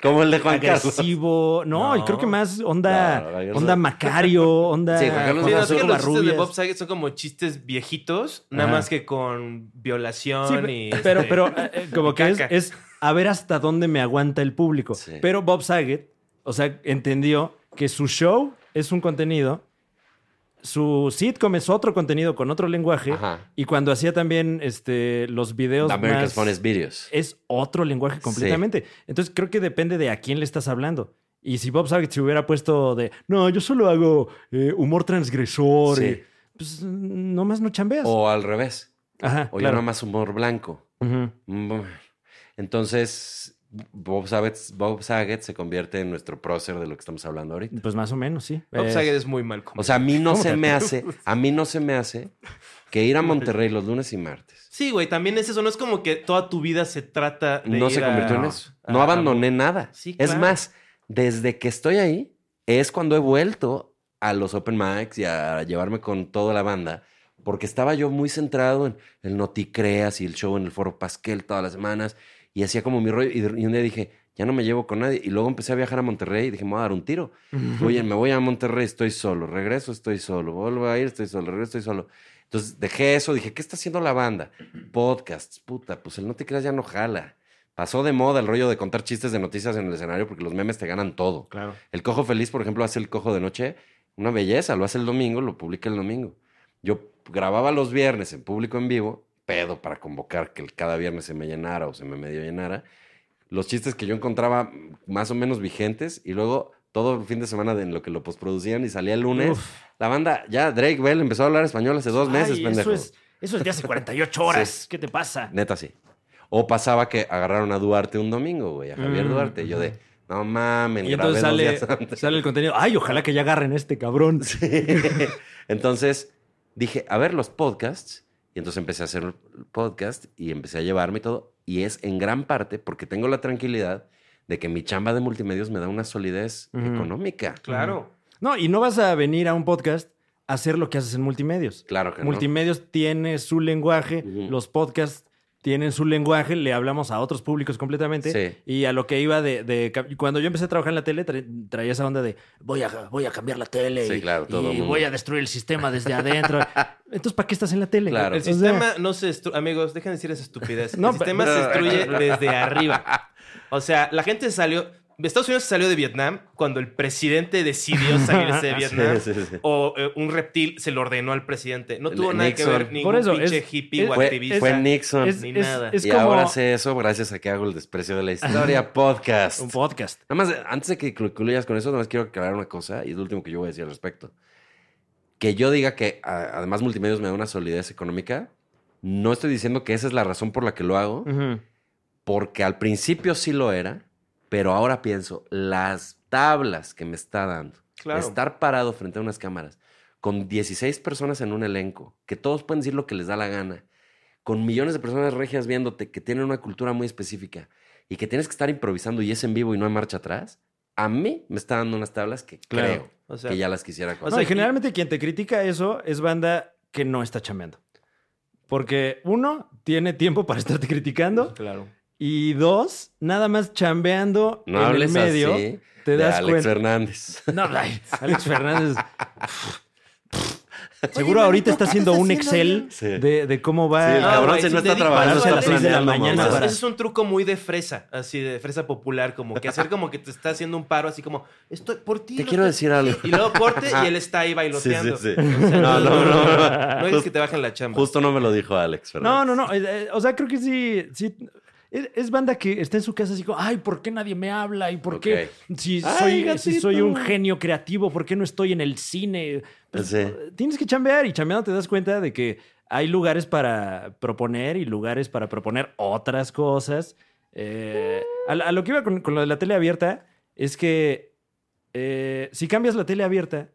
S2: Como el de Juan Carlos.
S1: agresivo. No,
S3: No.
S1: yo creo que más onda,
S2: No, Juan Carlos-
S1: onda Macario, onda
S2: Sí, Juan Carlos
S3: Sí, no, es
S1: Juan
S3: que los chistes de
S1: Barrubias.
S3: Bob Saget son como chistes viejitos, nada
S1: Ajá.
S3: más que con violación
S1: Sí,
S3: y...
S1: pe- pero,
S3: este,
S1: pero eh, eh, como
S3: y
S1: que es,
S3: caca.
S1: es a ver hasta dónde me aguanta el público.
S2: Sí.
S1: Pero Bob Saget, o sea, entendió que su show es un contenido, su sitcom es otro contenido con otro lenguaje,
S2: Ajá.
S1: y cuando hacía también este, los videos
S2: The America's
S1: más-
S2: Funniest Videos.
S1: es otro lenguaje completamente. Entonces creo que depende de a quién le estás hablando. Y si Bob Saget se hubiera puesto de, no, yo solo hago eh, humor transgresor,
S2: Sí.
S1: y- pues nomás no chambeas.
S2: O al revés.
S1: Ajá,
S2: O yo
S1: claro.
S2: nada más humor blanco.
S1: Ujú.
S2: Mm, Entonces, Bob Saget, Bob Saget se convierte en nuestro prócer de lo que estamos hablando ahorita.
S1: Pues más o menos, sí.
S3: Bob
S1: Eh,
S3: Saget es muy mal. como-
S2: O sea, a mí no se me hace, a mí no se me hace que ir a Monterrey los lunes y martes.
S3: Sí, güey, también es eso. No es como que toda tu vida se trata de
S2: No
S3: ir
S2: se
S3: a-
S2: convirtió en eso.
S3: a-
S2: No
S3: a-
S2: abandoné nada.
S3: Sí,
S2: Es
S3: claro.
S2: más, desde que estoy ahí es cuando he vuelto a los open mics y a llevarme con toda la banda. Porque estaba yo muy centrado en el Noticreas y el show en el Foro Pasquel todas las semanas. Y hacía como mi rollo. Y, de- y un día dije, ya no me llevo con nadie. Y luego empecé a viajar a Monterrey y dije, me voy a dar un tiro. Oye, me voy a Monterrey, estoy solo. Regreso, estoy solo. Vuelvo a ir, estoy solo. Regreso, estoy solo. Entonces dejé eso. Dije, ¿qué está haciendo la banda? Podcasts, puta. Pues el Noticreas ya no jala. Pasó de moda el rollo de contar chistes de noticias en el escenario porque los memes te ganan todo.
S1: Claro.
S2: El cojo feliz, por ejemplo, hace el cojo de noche, una belleza, lo hace el domingo, lo publica el domingo. Yo grababa los viernes en público en vivo, pedo para convocar que cada viernes se me llenara o se me medio llenara, los chistes que yo encontraba más o menos vigentes y luego todo el fin de semana de- en lo que lo postproducían y salía el lunes,
S1: Uf.
S2: la banda, ya Drake Bell empezó a hablar español hace dos meses,
S1: Ay,
S2: pendejo.
S1: Eso es, eso es de hace 48 horas. ¿Qué te pasa?
S2: Neta, sí. O pasaba que agarraron a Duarte un domingo, güey, a Javier
S1: Mm,
S2: Duarte. Y yo de, no mamen,
S1: Y
S2: grabé
S1: entonces
S2: dos
S1: sale,
S2: días antes".
S1: sale el contenido. Ay, ojalá que ya agarren a este cabrón.
S2: Entonces dije, a ver los podcasts Y entonces empecé a hacer podcast y empecé a llevarme y todo. Y es en gran parte porque tengo la tranquilidad de que mi chamba de multimedios me da una solidez
S1: Ujú.
S2: económica.
S3: Claro.
S1: No, y no vas a venir a un podcast a hacer lo que haces en multimedios.
S2: Claro que no.
S1: multimedios tiene su lenguaje,
S2: Ujú.
S1: los podcasts tienen su lenguaje, le hablamos a otros públicos completamente.
S2: Sí.
S1: Y a lo que iba de, de ca- Cuando yo empecé a trabajar en la tele, tra- traía esa onda de voy a, voy a cambiar la tele
S2: Sí,
S1: y,
S2: claro, todo
S1: y
S2: mundo.
S1: voy a destruir el sistema desde adentro. Entonces, ¿para qué estás en la tele?
S2: Claro.
S1: O
S3: El
S1: sea,
S3: sistema no se destruye. Amigos, dejen de decir esa estupidez.
S1: No,
S3: el sistema se
S2: pero-
S3: destruye desde arriba. O sea, la gente salió. Estados Unidos salió de Vietnam cuando el presidente decidió salirse de Vietnam.
S2: Sí, sí, sí.
S3: O eh, un reptil se lo ordenó al presidente. No tuvo
S2: Ni-
S3: nada que ver
S2: Nixon.
S3: ningún
S1: Por eso,
S3: pinche
S1: es-
S3: hippie
S1: es-
S3: o
S2: Fue,
S3: activista.
S2: fue Nixon.
S1: es,
S3: ni
S1: es-
S3: nada.
S1: es
S2: y
S1: como
S2: ahora sé eso gracias a que hago el desprecio de la historia podcast.
S1: un podcast.
S2: Nada más, eh, antes de que concluyas con eso, nada más quiero aclarar una cosa y es lo último que yo voy a decir al respecto. Que yo diga que a- además multimedios me da una solidez económica, no estoy diciendo que esa es la razón por la que lo
S3: Mm.
S2: hago,
S1: Ujú.
S2: porque al principio sí lo era, pero ahora pienso, las tablas que me está dando,
S3: Claro.
S2: estar parado frente a unas cámaras, con 16 personas en un elenco, que todos pueden decir lo que les da la gana, con millones de personas regias viéndote, que tienen una cultura muy específica y que tienes que estar improvisando y es en vivo y no hay marcha atrás, a mí me está dando unas tablas que
S1: Claro.
S2: creo
S3: O sea,
S2: que ya las quisiera.
S3: o
S1: No,
S3: sea,
S1: y generalmente quien te critica eso es banda que no está chambeando. Porque uno tiene tiempo para estarte criticando.
S3: Claro.
S1: Y dos, nada más chambeando
S2: no
S1: en
S2: hables
S1: el medio,
S2: así
S1: te
S2: de
S1: das
S2: Alex
S1: cuenta.
S2: Fernández.
S1: No, ay, Alex Fernández. Seguro ahorita está haciendo un Excel
S2: Sí.
S1: de, de cómo va.
S2: Sí, el
S3: Ah,
S2: cabrón
S3: güey,
S2: se
S3: sí
S2: no
S3: te
S2: está
S3: digo,
S2: trabajando,
S1: pararse a
S2: está
S1: las seis de la
S2: planeando
S1: mañana
S2: mamadas.
S1: para-
S3: Ese es un truco muy de fresa, así de fresa popular, como que hacer como que te está haciendo un paro, así como, estoy por ti.
S2: Te
S3: lo
S2: quiero
S3: estoy-
S2: decir algo.
S3: Y luego corte y él está ahí bailoteando.
S2: Sí, sí, sí.
S3: O sea,
S2: No, no, no, no.
S3: No digas que te bajen la chamba.
S2: Justo no me lo dijo Alex, ¿verdad?
S1: No, no, no. eh, eh, O sea, creo que sí. sí es, es banda que está en su casa así como, ay, ¿por qué nadie me habla? ¿Y por qué? Si,
S2: Ay,
S1: soy, si
S2: gatito.
S1: soy un genio creativo, ¿por qué no estoy en el cine? Pues,
S2: Sí.
S1: eh, Tienes que chambear y chambeando te das cuenta de que hay lugares para proponer y lugares para proponer otras cosas. Eh, a, la- a lo que iba con, con lo de la tele abierta es que eh, si cambias la tele abierta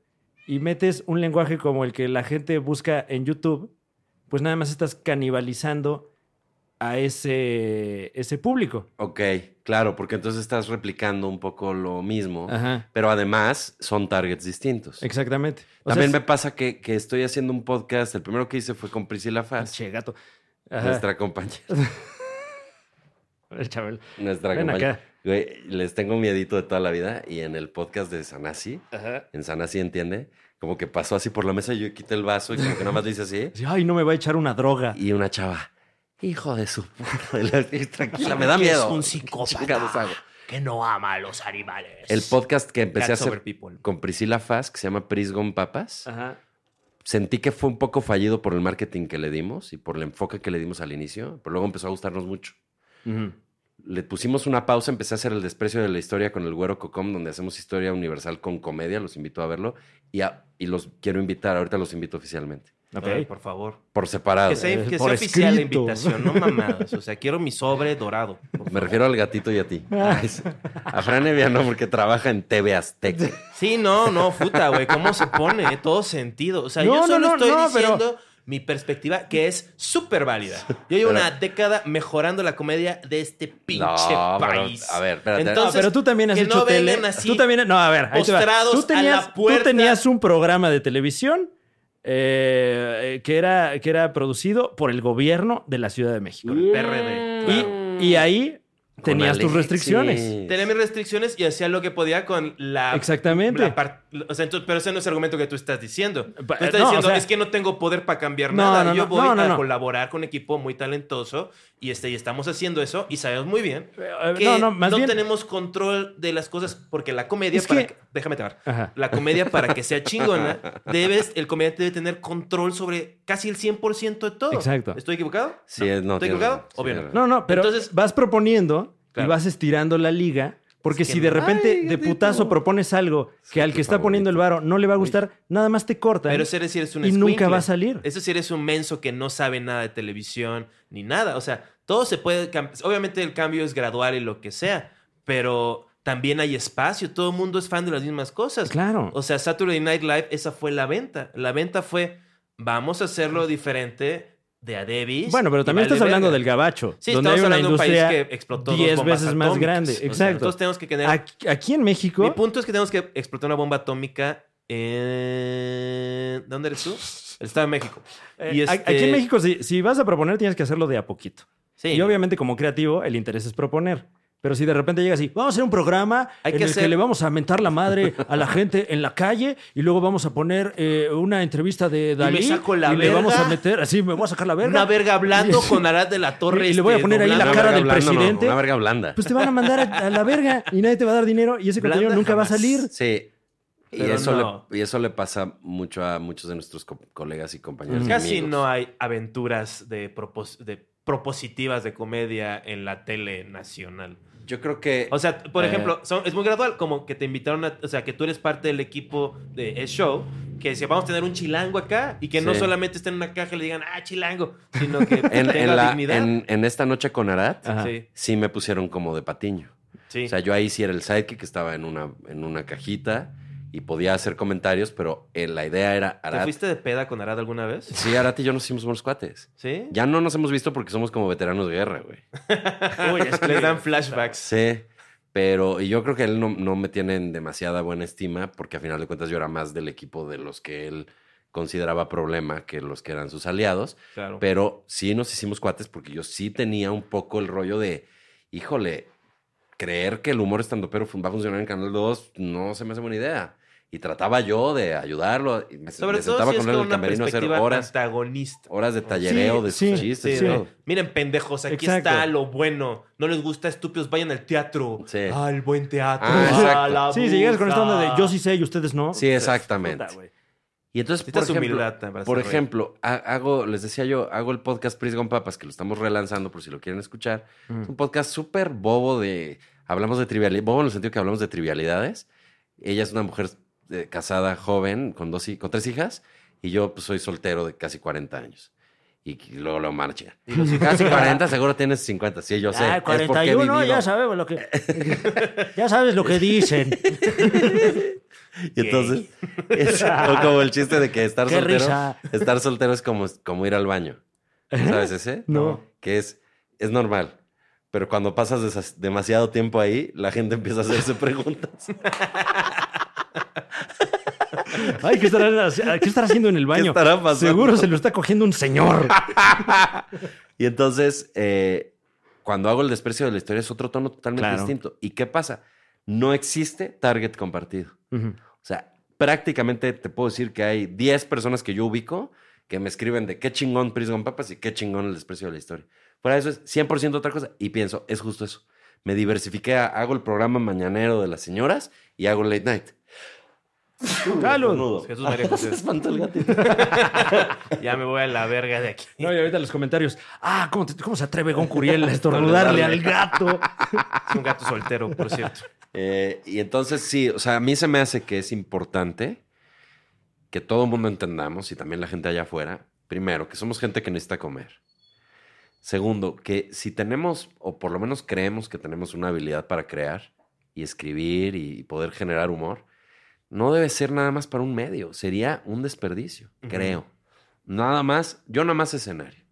S1: y metes un lenguaje como el que la gente busca en YouTube, pues nada más estás canibalizando a ese, ese público.
S2: Ok, claro, porque entonces estás replicando un poco lo mismo,
S1: Ajá,
S2: pero además son targets distintos.
S1: exactamente. O sea,
S2: También
S1: es-
S2: me pasa que, que estoy haciendo un podcast, el primero que hice fue con Priscila Faz,
S1: Che, gato. Ajá.
S2: nuestra compañera.
S1: A ver, Chabel.
S2: Nuestra
S1: Ven
S2: compañera.
S1: acá.
S2: Güey, les tengo miedito de toda la vida y en el podcast de Sanasi, en Sanasi entiende, como que pasó así por la mesa y yo quité el vaso y como que nada más le hice así.
S1: Así, Ay, no me va a echar una droga.
S2: Y una chava, hijo de su puta. Y la- y Tranquila, me da
S5: Que
S2: miedo.
S5: Es un
S2: Chingados hago.
S5: psicópata que no ama a los animales.
S2: El podcast que empecé a
S3: Cats
S2: hacer
S3: over people.
S2: con Priscila Faz, que se llama Prisgon Papas,
S1: Ajá.
S2: sentí que fue un poco fallido por el marketing que le dimos y por el enfoque que le dimos al inicio, pero luego empezó a gustarnos mucho. Le pusimos una pausa, empecé a hacer el desprecio de la historia con el Güero Cocom, donde hacemos historia universal con comedia, los invito a verlo y, a- y los quiero invitar, ahorita los invito oficialmente,
S1: Ok.
S3: Ay, por favor.
S2: por separado. ¿eh?
S3: Que sea, que sea
S1: Por
S3: oficial la
S1: escrito.
S3: invitación, no mamadas. O sea, quiero mi sobre dorado. por
S2: Me
S3: favor.
S2: refiero al gatito y a ti.
S3: Ah.
S2: Ay, sí. A Fran Evia no, porque trabaja en TV Azteca.
S3: Sí, no, no, puta, güey. ¿Cómo se pone? eh? Todo sentido. O sea,
S1: No,
S3: yo
S1: no,
S3: solo
S1: no,
S3: estoy
S1: no, pero-
S3: diciendo mi perspectiva, que es súper válida. Yo llevo una década mejorando la comedia de este pinche
S2: No, pero,
S3: país.
S2: a ver, espérate.
S1: Ah, pero tú también has
S3: que
S1: hecho
S3: no
S1: tele.
S3: vengan así
S1: tú también, no, a ver, ahí te va.
S3: postrados
S1: Tú
S3: a
S1: tenías,
S3: la puerta.
S1: tú tenías un programa de televisión eh, eh, que, era, que era producido por el gobierno de la Ciudad de México.
S3: Con el PRD. claro.
S1: Y, y ahí
S2: Con
S1: tenías tus
S2: Alexis.
S1: restricciones.
S3: Tenía mis restricciones y hacía lo que podía con la.
S1: Exactamente.
S3: la par- o sea, entonces, pero ese no es el argumento que tú estás diciendo. Tú
S1: Eh, Pa-
S3: estás
S1: no,
S3: diciendo,
S1: o sea-
S3: es que no tengo poder para cambiar
S1: No,
S3: nada.
S1: no,
S3: Yo
S1: no,
S3: voy
S1: no, no,
S3: a
S1: no.
S3: colaborar con un equipo muy talentoso y, este, y estamos haciendo eso y sabemos muy bien
S1: Eh,
S3: que
S1: no, no, más bien.
S3: tenemos control de las cosas porque la comedia
S1: Es
S3: para
S1: que-
S3: que- déjame acabar.
S1: Ajá.
S3: La comedia para que sea chingona, debes el comediante debe tener control sobre casi el 100% de todo.
S1: Exacto.
S3: ¿Estoy equivocado?
S2: Sí, no,
S3: ¿Estoy
S2: tienes
S3: equivocado?
S2: razón, sí,
S3: Obvio no.
S2: tienes razón.
S1: No, no, pero
S3: Entonces-
S1: vas proponiendo
S3: Claro.
S1: y vas estirando la liga. Porque
S3: Es que
S1: si de
S3: no.
S1: repente
S2: Ay,
S1: de
S2: gatito.
S1: putazo propones algo que
S2: Soy
S1: al
S2: tu
S1: que está poniendo el
S2: favorito.
S1: varo no le va a gustar, nada más te corta.
S3: Pero ese si eres un
S1: y nunca
S3: escuincle.
S1: va a salir.
S3: Eso si eres un menso que no sabe nada de televisión ni nada. O sea, todo se puede. cam- Obviamente el cambio es gradual y lo que sea, pero también hay espacio. Todo el mundo es fan de las mismas cosas.
S1: Claro.
S3: O sea, Saturday Night Live, esa fue la venta. La venta fue, vamos a hacerlo diferente, de a Davis.
S1: Bueno, pero
S3: y
S1: también
S3: vale
S1: estás hablando
S3: verga.
S1: del gabacho,
S3: Sí,
S1: donde hay
S3: estamos
S1: una
S3: hablando de un país
S1: industria
S3: que explotó
S1: 10
S3: dos bombas
S1: veces más
S3: atómicas.
S1: grande.
S3: O sea,
S1: Exacto.
S3: entonces tenemos que tener.
S1: Aquí, aquí en México,
S3: Mi punto es que tenemos que explotar una bomba atómica en. ¿Dónde eres tú? El Estado de México.
S1: eh,
S3: y
S1: a-
S3: este-
S1: aquí en México, si, si vas a proponer, tienes que hacerlo de a poquito.
S3: Sí.
S1: Y obviamente, como creativo, el interés es proponer. Pero si de repente llega así, vamos a hacer un programa
S3: Hay
S1: en
S3: que
S1: el que
S3: hacer-
S1: le vamos a mentar la madre a la gente en la calle y luego vamos a poner eh, una entrevista de Dalí
S3: saco la
S1: y le vamos
S3: verga.
S1: a meter, así me voy a sacar la verga.
S3: Una verga hablando con Arad de la Torre. este,
S1: Y le voy a poner ahí la
S3: doblando.
S1: cara del
S2: blanda, no,
S1: presidente.
S2: una verga blanda.
S1: Pues te van a mandar a, a la verga y nadie te va a dar dinero y ese
S3: Blanda
S1: contenido nunca va a
S3: jamás.
S1: salir.
S2: Sí. Y
S3: Pero
S2: eso,
S3: no.
S2: le, y eso le pasa mucho a muchos de nuestros co- colegas y compañeros. y
S3: Casi
S2: amigos.
S3: no hay aventuras de, propos- de propositivas de comedia en la tele nacional.
S2: Yo creo que.
S3: O sea, por
S2: Eh.
S3: ejemplo, son- es muy gradual, como que te invitaron a, o sea, que tú eres parte del equipo de el show, que decía, vamos a tener un chilango acá y que no
S2: Sí.
S3: solamente esté en una caja y le digan, ah, chilango, sino que
S2: en,
S3: tenga
S2: en la-
S3: dignidad.
S2: en- en esta noche con Arat,
S1: Ajá.
S3: Sí,
S2: sí me pusieron como de patiño.
S3: sí.
S2: O sea, yo ahí sí era el sidekick, estaba en una, en una cajita y podía hacer comentarios, pero eh, la idea era
S3: ¿Te
S2: Arat.
S3: fuiste de peda con Arad alguna vez?
S2: Sí, Arat y yo nos hicimos buenos cuates.
S3: ¿Sí?
S2: Ya no nos hemos visto porque somos como veteranos de guerra, güey.
S3: Uy, es que les dan flashbacks.
S2: Sí, pero y yo creo que él no, no me tiene en demasiada buena estima porque a final de cuentas yo era más del equipo de los que él consideraba problema que los que eran sus aliados.
S3: Claro.
S2: Pero sí nos hicimos cuates porque yo sí tenía un poco el rollo de, híjole, creer que el humor estando pero va a funcionar en Canal 2 no se me hace buena idea. Y trataba yo de ayudarlo. y me,
S3: Sobre
S2: me
S3: todo
S2: sentaba
S3: si es
S2: con él
S3: con
S2: en el
S3: una
S2: camerino a hacer
S3: perspectiva
S2: horas,
S3: antagonista.
S2: horas de tallereo de
S1: Sí,
S2: sus
S1: sí,
S3: Sí,
S2: chistes.
S1: sí.
S2: y todo.
S3: Miren, pendejos, aquí
S1: Exacto.
S3: está lo bueno. No les gusta, estúpidos, vayan al teatro.
S2: Sí.
S3: Al buen teatro.
S2: Ah, exacto.
S3: a la
S1: Sí, si llegas con esta onda de
S3: bruja.
S1: yo sí sé y ustedes no.
S2: Sí, exactamente.
S1: Puta, güey.
S2: Y entonces, por
S3: Necesitas
S2: ejemplo,
S3: humildad para
S2: Por
S3: hacer reír.
S2: ejemplo, ha- hago, les decía yo, hago el podcast Pris con Papas, que lo estamos relanzando por si lo quieren escuchar.
S1: Mm.
S2: Es un podcast súper bobo de. Hablamos de trivialidades, bobo en el sentido que hablamos de trivialidades. Ella es una mujer eh, casada, joven, con, dos, hi- con tres hijas, y yo pues, soy soltero de casi 40 años. Y que luego lo marcha. Casi 40, seguro tienes 50. Sí, yo sé.
S1: Ah,
S2: es porque he vivido.
S1: sabemos lo que. ya sabes lo que dicen.
S2: Y entonces, es o como el chiste de que estar
S1: Qué
S2: soltero,
S1: risa.
S2: estar soltero es como, como ir al baño. ¿Sabes ese?
S1: No.
S2: Que es, es normal. Pero cuando pasas desas- demasiado tiempo ahí, la gente empieza a hacerse preguntas.
S1: Ay, ¿qué estará, haci- qué estará haciendo en el baño?
S2: estará pasando?
S1: Seguro se lo está cogiendo un señor.
S2: Y entonces, eh, cuando hago el desprecio de la historia, es otro tono totalmente
S1: Claro.
S2: distinto. ¿Y qué pasa? No existe target compartido.
S1: Ujú.
S2: O sea, prácticamente te puedo decir que hay 10 personas que yo ubico que me escriben de qué chingón Prisgon Papas y qué chingón el desprecio de la historia. Para eso es 100% otra cosa. Y pienso, es justo eso. Me diversifiqué, a- hago el programa mañanero de las señoras y hago late night.
S1: ¡Salud!
S3: Jesús María José.
S2: espantó el gatito.
S3: Ya me voy a la verga de aquí.
S1: No, y ahorita los comentarios. Ah, ¿cómo, te- cómo se atreve Goncuriel a estornudarle al gato?
S3: Es un gato soltero, por cierto.
S2: Eh, y entonces sí, o sea, a mí se me hace que es importante que todo el mundo entendamos y también la gente allá afuera, primero, que somos gente que necesita comer. Segundo, que si tenemos, o por lo menos creemos que tenemos una habilidad para crear y escribir y poder generar humor, no debe ser nada más para un medio, sería un desperdicio,
S3: Ujú.
S2: creo. Nada más, yo nada más escenario,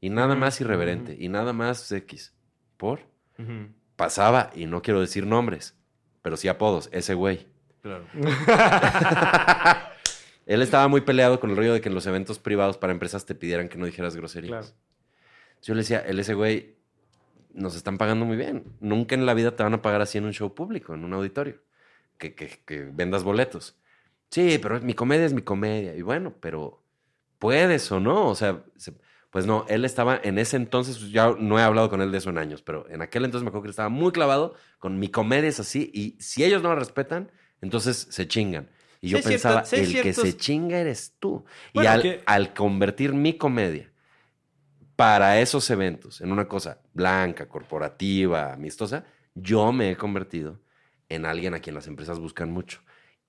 S2: y nada
S3: Ujú,
S2: más irreverente, y nada más X. ¿Por?
S3: Ujú,
S2: pasaba, y no quiero decir nombres, pero sí apodos, ese güey.
S3: Claro.
S2: Él estaba muy peleado con el rollo de que en los eventos privados para empresas te pidieran que no dijeras groserías.
S3: Claro.
S2: Yo le decía, él ese güey, nos están pagando muy bien. Nunca en la vida te van a pagar así en un show público, en un auditorio, que, que- que vendas boletos. Sí, pero mi comedia es mi comedia. Y bueno, pero puedes o no. O sea, se- pues no, él estaba en ese entonces, pues ya no he hablado con él de eso en años, pero en aquel entonces me acuerdo que estaba muy clavado con mi comedia es así y si ellos no la respetan, entonces se chingan. Y
S3: Sí,
S2: yo
S3: es cierto,
S2: pensaba,
S3: sí, es
S2: el
S3: cierto.
S2: que se chinga eres tú. y
S1: Bueno,
S2: al,
S1: que-
S2: al convertir mi comedia para esos eventos en una cosa blanca, corporativa, amistosa, yo me he convertido en alguien a quien las empresas buscan mucho.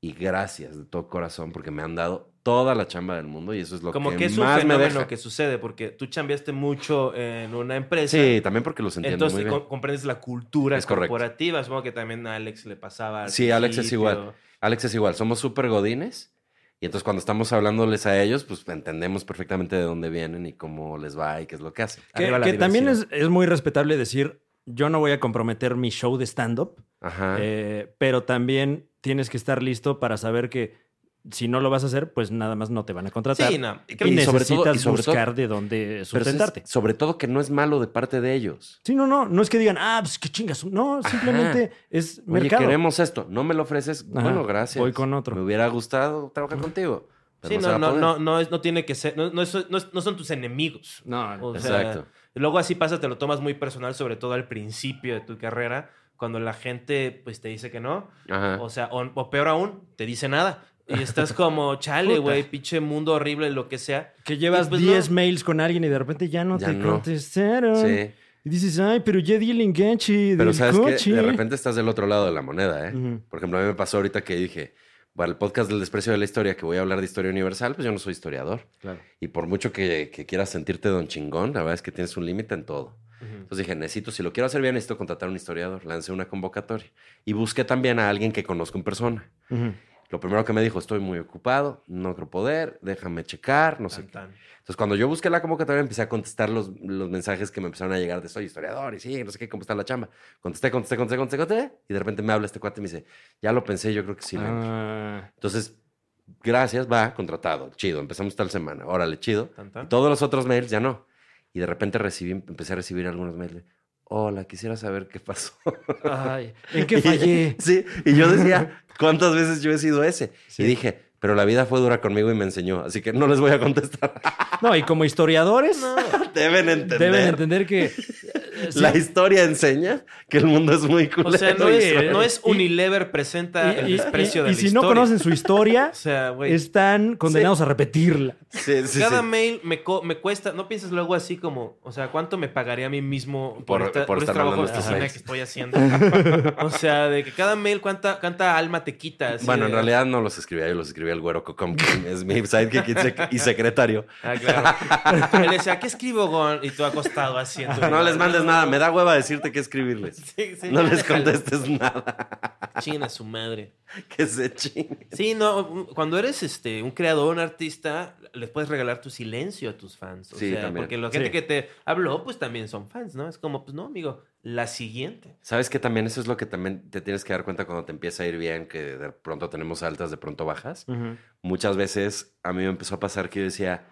S2: Y gracias de todo corazón porque me han dado toda la chamba del mundo y eso es lo
S3: Como
S2: que,
S3: que es un
S2: más me
S3: fenómeno
S2: deja.
S3: que sucede, porque tú chambeaste mucho en una empresa.
S2: Sí, también porque los entiendo muy
S3: Entonces
S2: bien.
S3: co- comprendes la cultura
S2: Es correcto.
S3: corporativa. Supongo que también a Alex le pasaba. al
S2: Sí, Alex es
S3: principio.
S2: igual. Alex es igual, somos súper godines Y entonces cuando estamos hablándoles a ellos, pues entendemos perfectamente de dónde vienen y cómo les va y qué es lo que hacen.
S1: Que,
S3: Arriba la
S1: que también es,
S3: diversidad.
S1: es muy respetable decir, yo no voy a comprometer mi show de stand-up,
S2: Ajá.
S1: eh, pero también tienes que estar listo para saber que si no lo vas a hacer, pues nada más no te van a contratar.
S3: Sí, no.
S1: Y,
S2: Creo- y sobre
S1: necesitas
S2: todo- y sobre todo-
S1: buscar de dónde
S2: Pero eso es-
S1: sustentarte.
S2: sobre todo que no es malo de parte de ellos.
S1: Sí, no, no, no es que digan, ah, pues qué chingas. No, simplemente es
S2: Oye,
S1: mercado.
S2: queremos esto. No me lo ofreces.
S1: Ajá,
S2: Bueno, gracias.
S1: voy con otro.
S2: Me hubiera gustado trabajar contigo. pero
S3: Sí,
S2: se va
S3: no,
S2: a
S3: no,
S2: poder.
S3: no, no, es- no tiene que ser, no, no es- no es- no son tus enemigos.
S1: No, no.
S2: Pues,
S3: O sea,
S2: Exacto.
S3: luego así pasa, te lo tomas muy personal, sobre todo al principio de tu carrera, cuando la gente pues te dice que no,
S2: Ajá.
S3: o sea, o, o peor aún, te dice nada. Y estás como, chale, güey, pinche mundo horrible, lo que sea.
S1: que llevas
S3: Y pues
S1: 10
S3: no.
S1: mails con alguien y de repente ya no
S2: Ya
S1: te
S2: no.
S1: contestaron.
S2: Sí.
S1: Y dices, ay, pero ya di el enganche
S2: Pero
S1: del
S2: sabes
S1: coche.
S2: que de repente estás del otro lado de la moneda, ¿eh?
S1: Ujú.
S2: Por ejemplo, a mí me pasó ahorita que dije, para el podcast del desprecio de la historia, que voy a hablar de historia universal, pues yo no soy historiador.
S1: Claro.
S2: Y por mucho que, que quieras sentirte don chingón, la verdad es que tienes un límite en todo. Entonces dije, necesito, si lo quiero hacer bien, necesito contratar a un historiador. Lancé una convocatoria. Y busqué también a alguien que conozco en persona.
S1: Ujú.
S2: Lo primero que me dijo, estoy muy ocupado, no creo poder, déjame checar, no sé
S3: Tan,
S2: qué.
S3: tan.
S2: Entonces, cuando yo busqué la convocatoria, empecé a contestar los, los mensajes que me empezaron a llegar de soy historiador y sí, no sé qué, cómo está la chamba. Contesté, contesté, contesté, contesté, contesté. Y de repente me habla este cuate y me dice, ya lo pensé, yo creo que sí. le entro".
S1: Ah,
S2: Entonces, gracias, va, contratado, chido, empezamos tal semana, órale, chido.
S3: Tan, tan.
S2: Y todos los otros mails ya no. Y de repente recibí, empecé a recibir algunos mails de, hola, quisiera saber qué pasó.
S1: Ah, ay, ¿En qué fallé?
S2: Sí, y yo decía, ¿cuántas veces yo he sido ese?
S1: Sí.
S2: Y dije, pero la vida fue dura conmigo y me enseñó, así que no les voy a contestar.
S1: No, y como historiadores,
S2: Deben entender.
S1: deben entender que. eh, sí,
S2: La historia enseña que el mundo es muy culero.
S3: O sea, no
S1: eh,
S3: es, no es
S1: y-
S3: Unilever presenta el
S1: y- y-
S3: desprecio
S1: y-
S3: de
S1: y
S3: la
S1: si no
S3: historia.
S1: conocen su historia,
S3: O sea, güey.
S1: están condenados a repetirla.
S2: Sí, sí,
S3: Cada
S2: sí.
S3: mail me, co- me cuesta, no pienses luego así como, o sea, ¿cuánto me pagaría a mí mismo por,
S2: Por-
S3: esta-
S2: por
S3: por este
S2: estar
S3: trabajo de
S2: mandando estos
S3: oficina
S2: mails.
S3: que estoy haciendo? o sea, de que cada mail, ¿cuánta, cuánta alma te quita? así
S2: Bueno, en
S3: de-
S2: realidad no los escribía yo, los escribía el güero Cocom, que es mi sidekick y sec- y secretario.
S3: Ah, claro. Él decía, ¿qué escribo, Gon? Y tú acostado así. en tu-
S2: No les mandes nada, me da hueva decirte qué escribirles.
S3: Sí, sí,
S2: No
S3: ya
S2: les
S3: déjalo.
S2: contestes nada,
S3: China, su madre.
S2: que se chinguen.
S3: Sí, no, cuando eres este un creador, un artista, les puedes regalar tu silencio a tus fans. O
S2: Sí,
S3: sea,
S2: también.
S3: porque la gente
S1: Sí.
S3: que te habló, pues también son fans, ¿no? Es como, pues no, amigo, la siguiente.
S2: Sabes que también eso es lo que también te tienes que dar cuenta cuando te empieza a ir bien, que de pronto tenemos altas, de pronto bajas. Muchas veces a mí me empezó a pasar que yo decía,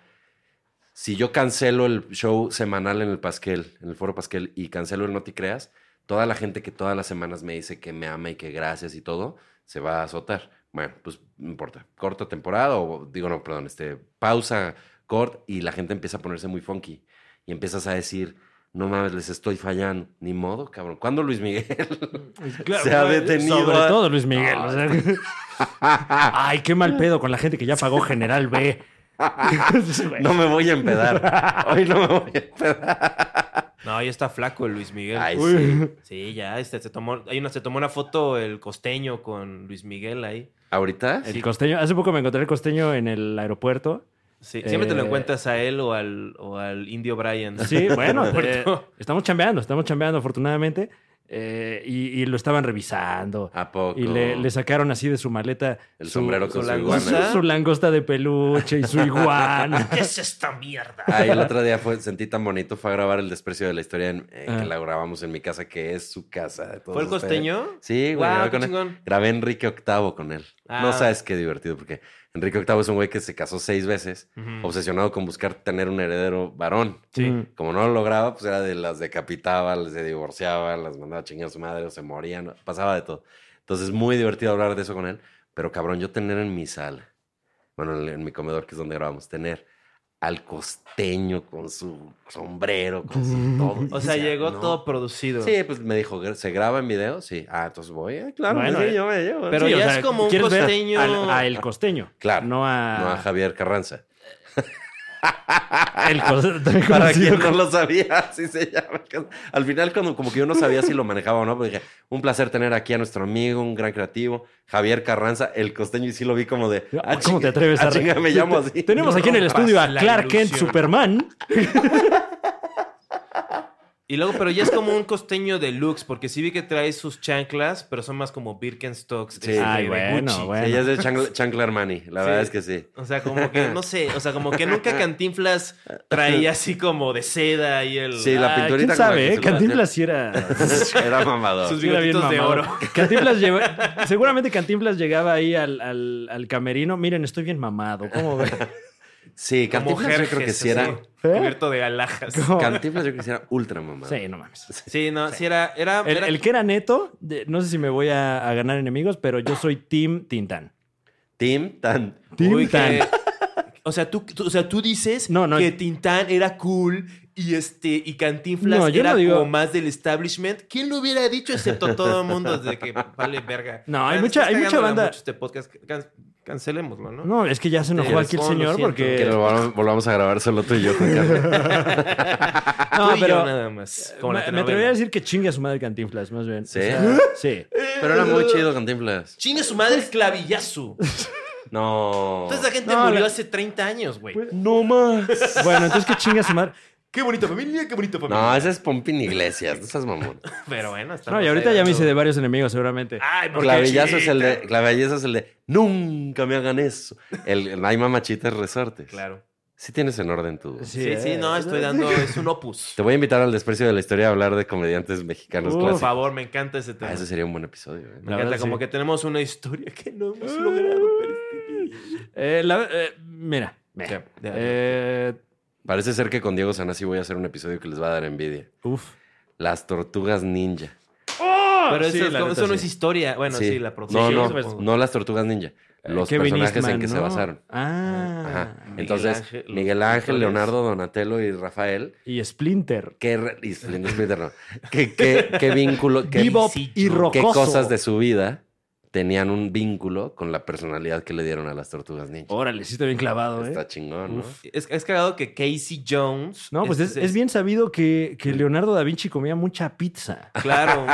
S2: si yo cancelo el show semanal en el Pasquel, en el Foro Pasquel, y cancelo el No Te Creas, toda la gente que todas las semanas me dice que me ama y que gracias y todo, se va a azotar. Bueno, pues no importa, corta temporada o digo, no, perdón, este, pausa, corta, y la gente empieza a ponerse muy funky y empiezas a decir... No mames, les estoy fallando. Ni modo, cabrón. ¿Cuándo Luis Miguel? Se ha detenido
S1: Sobre
S2: a-
S1: todo Luis Miguel. o sea, ay, qué mal pedo con la gente que ya pagó General B.
S2: No me voy a empedar. Hoy no me voy a empedar.
S3: No, ya está flaco el Luis Miguel.
S2: Ay,
S1: Uy.
S2: sí.
S3: Sí, ya, este, se tomó, hay una, se tomó una foto el costeño con Luis Miguel ahí.
S2: ¿Ahorita?
S1: El costeño, hace poco me encontré el costeño en el aeropuerto.
S3: Sí, siempre te lo
S1: Eh.
S3: encuentras a él o al, o al Indio Brian.
S1: Sí, bueno, eh,
S3: Roberto.
S1: estamos chambeando, estamos chambeando afortunadamente. Eh, y, y lo estaban revisando.
S2: ¿A poco?
S1: Y le, le sacaron así de su maleta
S2: Ah, El
S1: su-
S2: sombrero con
S3: su
S2: su
S3: langosta.
S2: iguana.
S1: su- su langosta de peluche y su iguana.
S5: ¿Qué es esta mierda?
S2: Ay, el otro día fue, sentí tan bonito, fue a grabar el desprecio de la historia en- eh,
S1: Ah.
S2: que la grabamos en mi casa, que es su casa. de todos
S3: ¿Fue el
S2: ustedes.
S3: costeño?
S2: Sí, güey.
S3: Guau,
S2: grabé,
S3: qué
S2: con él.
S3: chingón.
S2: Grabé Enrique VIII con él.
S3: Ah.
S2: No sabes qué divertido, porque Enrique VIII es un güey que se casó seis veces,
S3: Mm.
S2: obsesionado con buscar tener un heredero varón.
S1: Sí.
S2: Como no lo lograba, pues era de las decapitaba, las se divorciaba, las mandaba a chingar a su madre, o se morían, pasaba de todo. Entonces, muy divertido hablar de eso con él. Pero cabrón, yo tener en mi sala, bueno, en, en mi comedor, que es donde grabamos, tener al costeño con su sombrero, con su todo.
S3: O sea, llegó
S2: no.
S3: todo producido.
S2: Sí, pues me dijo, ¿se graba en video? Sí. Ah, entonces voy. eh, claro,
S1: Bueno,
S2: sí,
S1: eh,
S2: yo me llevo.
S3: Pero
S1: Sí, o
S3: ya
S1: sea,
S3: es como un
S1: ¿quieres ver
S3: costeño.
S1: al- A el costeño.
S2: Claro.
S1: No a.
S2: No a Javier Carranza.
S1: el costeño. también
S2: Para
S1: conocido
S2: quien no lo sabía, así se llama. Al final, como, como que yo no sabía si lo manejaba o no, pero dije, un placer tener aquí a nuestro amigo, un gran creativo, Javier Carranza, el costeño, y sí lo vi como de...
S1: Yo,
S2: ah,
S1: ¿Cómo te
S2: chinga,
S1: atreves
S2: ah,
S1: a
S2: chinga, me llamo así.
S1: Tenemos
S3: No
S1: aquí en el
S3: rompas
S1: estudio a
S3: la
S1: Clark Kent
S3: ilusión.
S1: Superman.
S3: Y luego, pero ya es como un costeño deluxe, porque sí vi que trae sus chanclas, pero son más como Birkenstocks.
S2: Sí.
S3: este,
S1: Ay,
S3: de
S1: bueno,
S3: Gucci.
S1: bueno.
S2: Ella es de Chancla, Chancla Armani, la
S3: Sí.
S2: verdad es que sí.
S3: O sea, como que, no sé, o sea, como que nunca Cantinflas traía así como de seda y el...
S2: Sí, la
S1: Ah,
S2: pinturita.
S1: ¿Quién
S2: como que
S1: sabe?
S2: se
S1: eh?
S2: la-
S1: Cantinflas sí era...
S2: Era mamador.
S3: Sus
S1: Sí era bien
S3: bigotitos de
S1: mamado.
S3: oro.
S1: Cantinflas lleva- seguramente Cantinflas llegaba ahí al, al- al camerino. Miren, estoy bien mamado. ¿Cómo ven?
S2: Sí,
S3: Como
S2: Cantinflas yo creo que
S3: Jerjes,
S2: sí era.
S3: así,
S1: ¿Eh?
S3: Cubierto de alhajas.
S1: ¿Cómo?
S2: Cantinflas yo creo que sí era ultra mamador.
S1: Sí, no mames.
S3: Sí, no, sí era... era,
S1: El,
S3: era-
S1: el que era neto, de- no sé si me voy a, a ganar enemigos, pero yo soy Team Tintán.
S2: Tim Tan.
S3: Uy,
S1: Tintán.
S3: que- O sea, tú, tú- o sea, tú dices
S1: No, no.
S3: que Tintán era cool y este y Cantinflas
S1: No, yo
S3: era
S1: no digo-
S3: como más del establishment. ¿Quién lo hubiera dicho excepto todo el mundo desde que vale verga? Ah,
S1: No, hay
S3: Fran,
S1: mucha-
S3: estás
S1: hay mucha
S3: cagándola
S1: banda-
S3: mucho este podcast. Can- cancelémoslo, ¿no?
S1: No, es que ya se enojó
S3: Eres
S1: aquí el
S3: mono,
S1: señor
S3: siento.
S1: porque...
S2: Que lo vol- volvamos a grabar solo tú y yo, Juan Carlos.
S1: No,
S3: Tú y yo
S1: pero- eh,
S3: nada más. como la
S1: Me, me
S3: telenovela.
S1: atrevería a decir que chingue a su madre Cantinflas, más bien.
S2: Sí.
S1: O sea, sí.
S2: Pero era muy chido Cantinflas.
S3: Chingue su madre el clavillazo.
S2: No.
S3: Toda esa gente
S1: Pues, No,
S3: murió
S1: la- pues-
S3: hace 30 años, güey.
S2: No más.
S1: Bueno, entonces que chingue a su madre.
S3: Qué bonita familia, qué bonita familia.
S2: No, ese es Pompín Iglesias. No seas mamón.
S3: Pero bueno, estamos
S1: No, y ahorita
S3: ahí
S1: ya me hice de
S3: dando- Ah,
S1: varios enemigos, seguramente.
S3: Ay, porque
S2: Este, Clavillazo es el de. Clavillazo es el de. Nunca me hagan eso. El, el hay mamachitas resortes.
S3: Claro.
S2: Sí tienes en orden tú.
S3: Sí, sí,
S1: eh.
S3: no, estoy dando es un opus.
S2: Te voy a invitar al desprecio de la historia a hablar de comediantes mexicanos
S1: Uf.
S3: Por
S2: clásicos.
S3: favor, me encanta ese tema.
S2: Ah, ese sería un buen episodio. ¿eh?
S3: Me
S1: La
S3: encanta,
S1: verdad,
S3: como
S1: sí.
S3: que tenemos una historia que no hemos
S1: Ah.
S3: logrado.
S1: Eh, la- eh, mira. mira.
S3: ya, ya.
S1: Eh,
S2: Parece ser que con Diego Sanasi voy a hacer un episodio que les va a dar envidia.
S1: uf.
S2: Las tortugas ninja.
S3: Pero eso,
S1: ¡Oh! Sí,
S3: es
S1: la
S3: como-
S1: neta,
S3: eso no
S1: sí.
S3: es historia. Bueno, sí, la
S2: No,
S3: producción. Eh,
S2: no,
S1: pues.
S2: no las tortugas ninja. Los
S1: Kevin
S2: personajes en
S1: Eastman,
S2: que se
S1: ¿no?
S2: basaron.
S1: Ah.
S2: Ajá.
S3: Miguel
S2: Entonces,
S3: Ángel, los
S2: Miguel Ángel,
S3: pintores.
S2: Leonardo, Donatello y Rafael.
S1: Y Splinter.
S2: ¿Qué, re- y Splinter, Splinter, no. ¿Qué, qué- qué vínculo? Qué,
S1: Bebop y Rocoso.
S2: ¿Qué cosas de su vida tenían un vínculo con la personalidad que le dieron a las tortugas ninja?
S1: Órale, sí está bien clavado, ¿eh?
S2: Está chingón, ¿no?
S3: Es, es cagado que Casey Jones.
S1: No, pues es,
S3: este,
S1: es bien sabido que,
S2: Mm.
S1: que Leonardo da Vinci comía mucha pizza.
S3: Claro.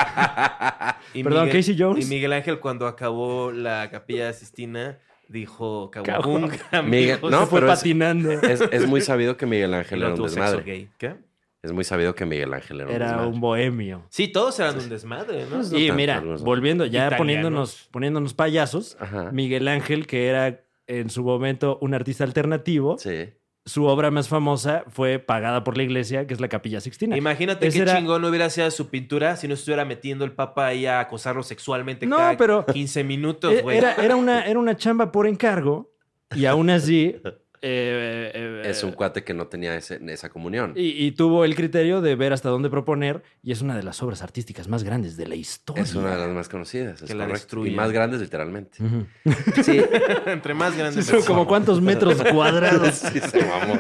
S3: Y
S1: Perdón, Casey Jones.
S3: Y Miguel Ángel, cuando acabó la Capilla Sistina, dijo Cabunga.
S2: Miguel- no,
S1: Se fue
S2: pero es-
S1: patinando.
S2: Es, es muy sabido que Miguel Ángel era un desmadre.
S3: gay. ¿Qué?
S2: Es muy sabido que Miguel Ángel era un
S1: Era
S2: desmadre.
S1: un bohemio.
S3: Sí, todos eran un desmadre, ¿no?
S1: Y
S2: tanto,
S1: mira,
S2: algunos no.
S1: volviendo, ya
S3: Italianos.
S1: poniéndonos, poniéndonos payasos,
S2: Ajá.
S1: Miguel Ángel, que era en su momento un artista alternativo,
S2: Sí.
S1: su obra más famosa fue pagada por la iglesia, que es la Capilla Sixtina.
S3: Imagínate
S1: Ese
S3: qué
S1: era-
S3: chingón hubiera sido su pintura si no estuviera metiendo el papa ahí a acosarlo sexualmente
S1: No,
S3: cada
S1: pero-
S3: 15 minutos,
S1: Eh,
S3: güey.
S1: Era, era, una, era una chamba por encargo y aún así... eh, eh, eh,
S2: Es un cuate que no tenía ese- esa comunión.
S1: Y, y tuvo el criterio de ver hasta dónde proponer y es una de las obras artísticas más grandes de la historia.
S2: Es una de las más conocidas. Es
S3: Que la
S2: correcto.
S3: destruye.
S2: Y más grandes, literalmente.
S1: Ujú.
S2: Sí.
S3: Entre más grande.
S1: Son
S3: mejor.
S1: como cuántos metros cuadrados.
S2: Sí, se mamó.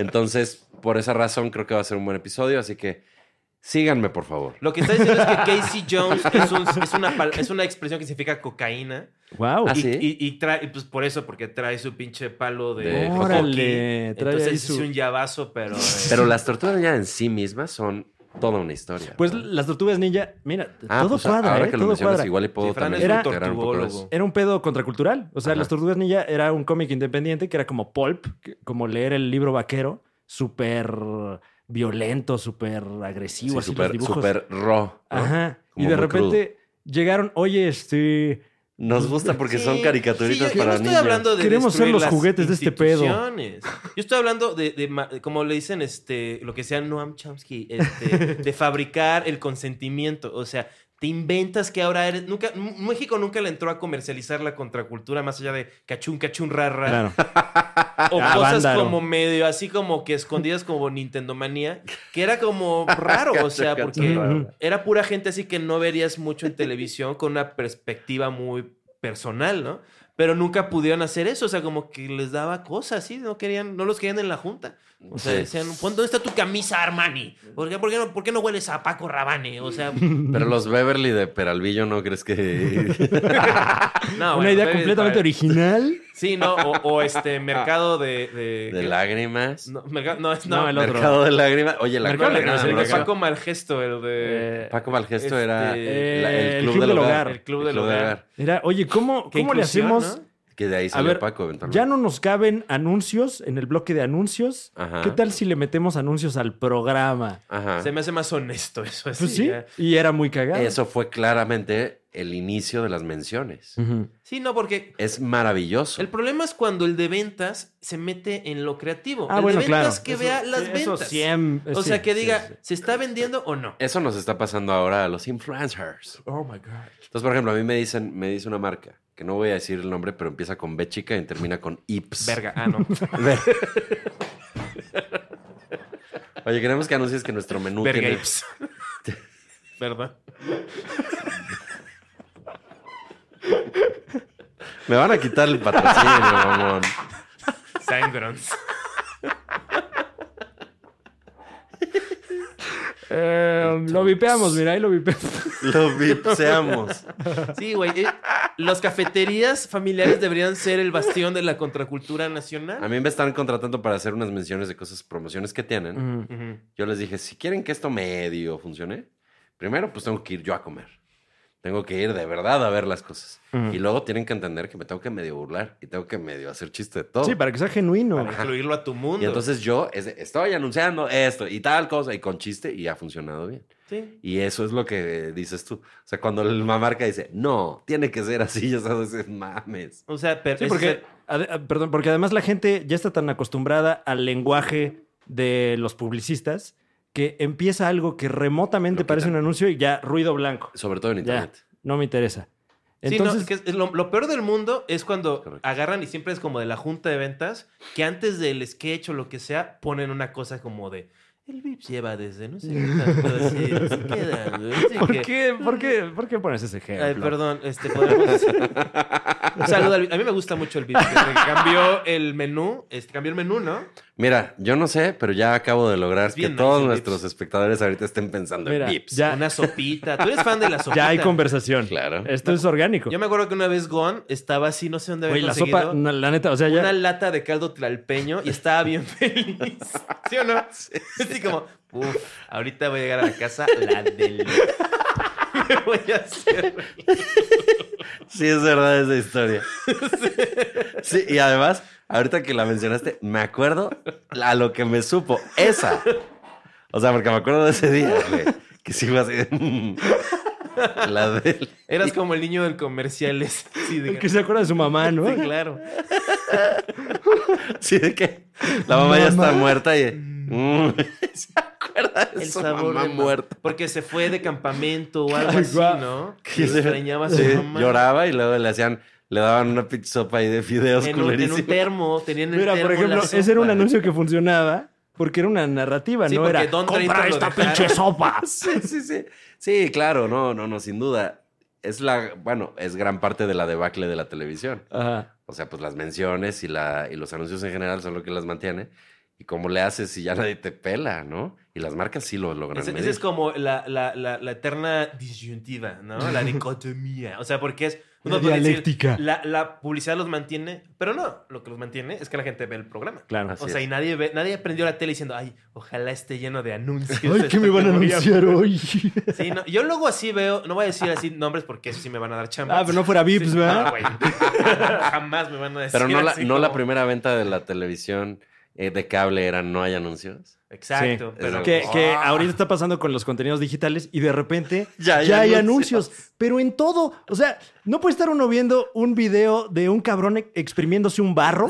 S2: Entonces, por esa razón, creo que va a ser un buen episodio. Así que síganme, por favor.
S3: Lo que está diciendo es que Casey Jones es, un- es una, pal- es una expresión que significa cocaína.
S1: Wow.
S2: Ah,
S3: y,
S2: sí.
S3: y- y trae, y pues por eso, porque trae su pinche palo de.
S2: De-
S3: de coquí.
S1: Órale, trae ahí
S3: Entonces
S1: su-
S3: es un llavazo, pero. eh,
S2: Pero las tortugas ninja en sí mismas son toda una historia.
S1: Pues las tortugas ninja, mira,
S2: Ah,
S1: todo
S2: pues,
S1: cuadra,
S2: ahora
S1: ¿eh?
S2: que lo
S1: todo
S2: mencionas,
S1: cuadra.
S2: igual y puedo
S3: Sí, Fran
S2: también
S1: es un
S2: integrar un poco de eso.
S3: tortubólogo.
S1: Era un pedo contracultural. O sea,
S2: Ajá.
S1: Las Tortugas Ninja era un cómic independiente que era como pulp, que- como leer el libro vaquero, súper violento, súper
S2: Sí,
S1: agresivo, así
S2: súper,
S1: los dibujos.
S2: súper raw. ¿no?
S1: Ajá.
S2: Como
S1: y de
S2: muy
S1: repente llegaron, oye, este,
S2: Nos gusta porque son
S3: Sí,
S2: caricaturitas
S3: sí, yo-
S2: para
S3: yo no
S2: niños.
S3: estoy hablando de
S1: Queremos ser
S3: destruir
S1: los
S3: las
S1: juguetes de este pedo.
S3: instituciones. Yo estoy hablando de, de ma- como le dicen, este, lo que sea Noam Chomsky, este, de fabricar el consentimiento. O sea, te inventas que ahora eres. Nunca, M- México nunca le entró a comercializar la contracultura más allá de cachún, cachún, rara.
S1: claro,
S3: O
S1: Ah,
S3: cosas
S1: vándaro.
S3: como medio, así como que escondidas como Nintendo Manía, que era como raro, o sea,
S2: Cachún,
S3: porque
S2: cachún,
S1: raro.
S3: era pura gente así que no verías mucho en televisión con una perspectiva muy personal, ¿no? Pero nunca pudieron hacer eso, o sea, como que les daba cosas, así, no querían, no los querían en la junta. O sea,
S2: Sí.
S3: decían, "Pon- ¿dónde está tu camisa Armani? ¿Por qué, por qué no, por qué no hueles a Paco Rabanne? O sea, no,
S2: Pero los Beverly de Peralvillo no crees que...
S3: bueno,
S1: una idea
S3: pero-
S1: completamente original. Ah.
S3: Sí, no, o, o este mercado de... de-
S2: de
S3: ¿qué?
S2: lágrimas.
S3: No, mercado, no, es-
S1: No,
S3: no,
S1: el otro.
S2: Mercado de lágrimas. Oye, la
S1: Mercado de
S2: lágrima
S1: lágrimas,
S2: de
S1: el
S3: no,
S1: que
S2: Mercado.
S1: saca-
S3: Paco Malgesto, el de...
S1: Eh,
S2: Paco Malgesto
S3: Este,
S2: era la-
S1: eh, el Club del Hogar.
S3: El Club del Hogar.
S1: Era, oye, ¿cómo,
S3: Qué
S1: ¿cómo le
S3: inclusión,
S1: hacemos
S3: ¿no?
S2: Que de ahí salió
S1: ver,
S2: Paco eventualmente.
S1: Ya no nos caben anuncios en el bloque de anuncios.
S2: Ajá.
S1: ¿Qué tal si le metemos anuncios al programa?
S2: Ajá.
S3: Se me hace más honesto eso. así,
S1: Pues sí.
S3: ya.
S1: Y era muy cagado.
S2: Eso fue claramente el inicio de las menciones.
S1: Ujú.
S3: Sí, no, porque
S2: Es maravilloso.
S3: Mm. el problema es cuando el de ventas se mete en lo creativo.
S1: Ah,
S3: el
S1: bueno,
S3: de ventas
S1: claro.
S3: que
S1: Eso-
S3: vea
S1: sí,
S3: las
S1: eso
S3: ventas.
S1: siempre- eh,
S3: o
S1: sí,
S3: sea, que
S1: sí,
S3: diga,
S1: sí.
S3: ¿se está vendiendo o no?
S2: Eso nos está pasando ahora a los influencers.
S3: Oh my God.
S2: Entonces, por ejemplo, a mí me dicen, me dice una marca, que no voy a decir el nombre, pero empieza con B chica y termina con Ips.
S3: Verga, ah, no.
S2: Ver- Oye, queremos que anuncies que nuestro menú
S3: Verga,
S2: tiene...
S3: ips. ¿Verdad?
S2: Me van a quitar el patrocinio, mamón.
S3: Sangrons.
S1: Eh, lo vipeamos, mira, ahí lo vipeamos.
S2: Lo vipseamos.
S3: Sí, güey. eh, las cafeterías familiares deberían ser el bastión de la contracultura nacional.
S2: A mí me están contratando para hacer unas menciones de cosas, promociones que tienen.
S3: Mm. Ujú.
S2: Yo les dije, si quieren que esto medio funcione, primero pues tengo que ir yo a comer. Tengo que ir de verdad a ver las cosas.
S3: mm.
S2: Y luego tienen que entender que me tengo que medio burlar y tengo que medio hacer chiste de todo.
S1: Sí, para que sea genuino.
S3: Para incluirlo a tu mundo.
S2: y entonces yo es de, estoy anunciando esto y tal cosa y con chiste y ha funcionado bien.
S3: Sí.
S2: Y eso es lo que eh, dices tú. O sea, cuando la marca dice, no, tiene que ser así, ya sabes, es mames.
S3: O sea, pero
S1: Sí,
S3: es-
S1: porque, ade- ah, perdón, porque además la gente ya está tan acostumbrada al lenguaje de los publicistas que empieza algo que remotamente
S2: Lo
S1: parece
S2: quitan.
S1: un anuncio y ya ruido blanco.
S2: Sobre todo en
S1: Ya,
S2: internet.
S1: no me interesa.
S3: Sí,
S1: Entonces,
S3: no, que es- lo, lo peor del mundo es cuando
S2: Correcto.
S3: agarran y siempre es como de la junta de ventas que antes del sketch o lo que sea ponen una cosa como de el Vips lleva desde no sé qué tanto, así, así queda, güey, así
S1: ¿por,
S3: que-
S1: qué, por, qué, ¿por qué pones ese ejemplo?
S3: Ay, perdón, este podemos- Un saludo al Vips. A mí me gusta mucho el Vips. que Cambió el menú, este cambió el menú, ¿no?
S2: Mira, yo no sé, pero ya acabo de lograr
S3: Es bien
S2: que
S3: nice
S2: todos
S3: el
S2: nuestros
S3: Vips.
S2: espectadores ahorita estén pensando
S1: Mira,
S2: en Vips.
S1: Ya.
S3: Una sopita. Tú eres fan de la sopita.
S1: Ya hay conversación.
S2: Claro.
S1: Esto es orgánico.
S3: Yo me acuerdo que una vez Gon estaba así, no sé dónde había
S1: Güey, la
S3: conseguido
S1: sopa, no, la neta, o sea, ya.
S3: una lata de caldo tlalpeño y estaba bien feliz. ¿Sí o no? Así como, uff, ahorita voy a llegar a la casa la del... ¿Qué voy a hacer?
S2: Sí, es verdad esa historia. Sí, y además, ahorita que la mencionaste, me acuerdo a lo que me supo esa. O sea, porque me acuerdo de ese día, güey, que sigo así de... mm. La del...
S3: Eras como el niño del comercial. ese, Sí, de-
S1: El que se acuerda de su mamá, ¿no?
S3: Sí, claro.
S2: Sí, de que la mamá, ya está
S1: Mamá.
S2: muerta y... mm, ¿Se acuerda de
S3: El
S2: su
S3: sabor
S2: mamá
S3: de ma-
S2: muerta?
S3: Porque se fue de campamento o algo
S1: Ay,
S3: así,
S1: guau.
S3: ¿no?
S2: Que
S3: Que
S2: se-
S3: extrañaba a su
S2: sí,
S3: mamá.
S2: Lloraba y luego le hacían... Le daban una pinche sopa ahí de fideos
S3: En un, en un
S2: culerísima.
S3: termo, tenían en
S1: Mira,
S3: termo
S1: por ejemplo,
S3: la
S1: ese era un
S3: sopa.
S1: anuncio que funcionaba porque era una narrativa,
S3: Sí,
S1: no
S3: porque
S1: era.
S3: Don
S1: "Compra
S3: Trento lo
S1: esta
S3: dejaron".
S1: pinche sopa!
S2: Sí, sí, sí. Sí, claro, no, no, no, sin duda. Es la, bueno, es gran parte de la debacle de la televisión.
S1: Ajá.
S2: O sea, pues las menciones y, la, y los anuncios en general son lo que las mantiene. Y cómo le haces si ya nadie te pela, ¿no? Y las marcas sí lo logran.
S3: Ese- Esa
S2: medir.
S3: es como la, la, la, la eterna disyuntiva, ¿no? La dicotomía. O sea, porque es...
S1: Una
S3: puede decir,
S1: dialéctica.
S3: la, la publicidad los mantiene, pero no, lo que los mantiene es que la gente ve el programa.
S1: Claro.
S2: Así
S3: o sea,
S2: es.
S3: y nadie, ve, nadie prendió la tele diciendo, ay, ojalá esté lleno de anuncios.
S1: Ay, ¿qué
S3: esto
S1: me van a
S3: que voy
S1: anunciar hoy?
S3: Sí, no, yo luego así veo, no voy a decir así nombres porque eso sí me van a dar chamba.
S1: ah, pero no fuera Vips,
S3: Sí,
S1: ¿verdad?
S3: no, güey. Jamás me van a decir
S2: Pero no, la,
S3: así
S2: no la
S3: como-
S2: primera venta de la televisión eh, de cable era no hay anuncios.
S3: Exacto.
S1: Sí.
S3: pero-
S1: Que, que ahorita está pasando con los contenidos digitales y de repente
S2: Ya
S1: ya,
S2: hay
S1: hay
S2: anuncios.
S1: anuncios. Pero en todo. O sea, no puede estar uno viendo un video de un cabrón e- exprimiéndose un barro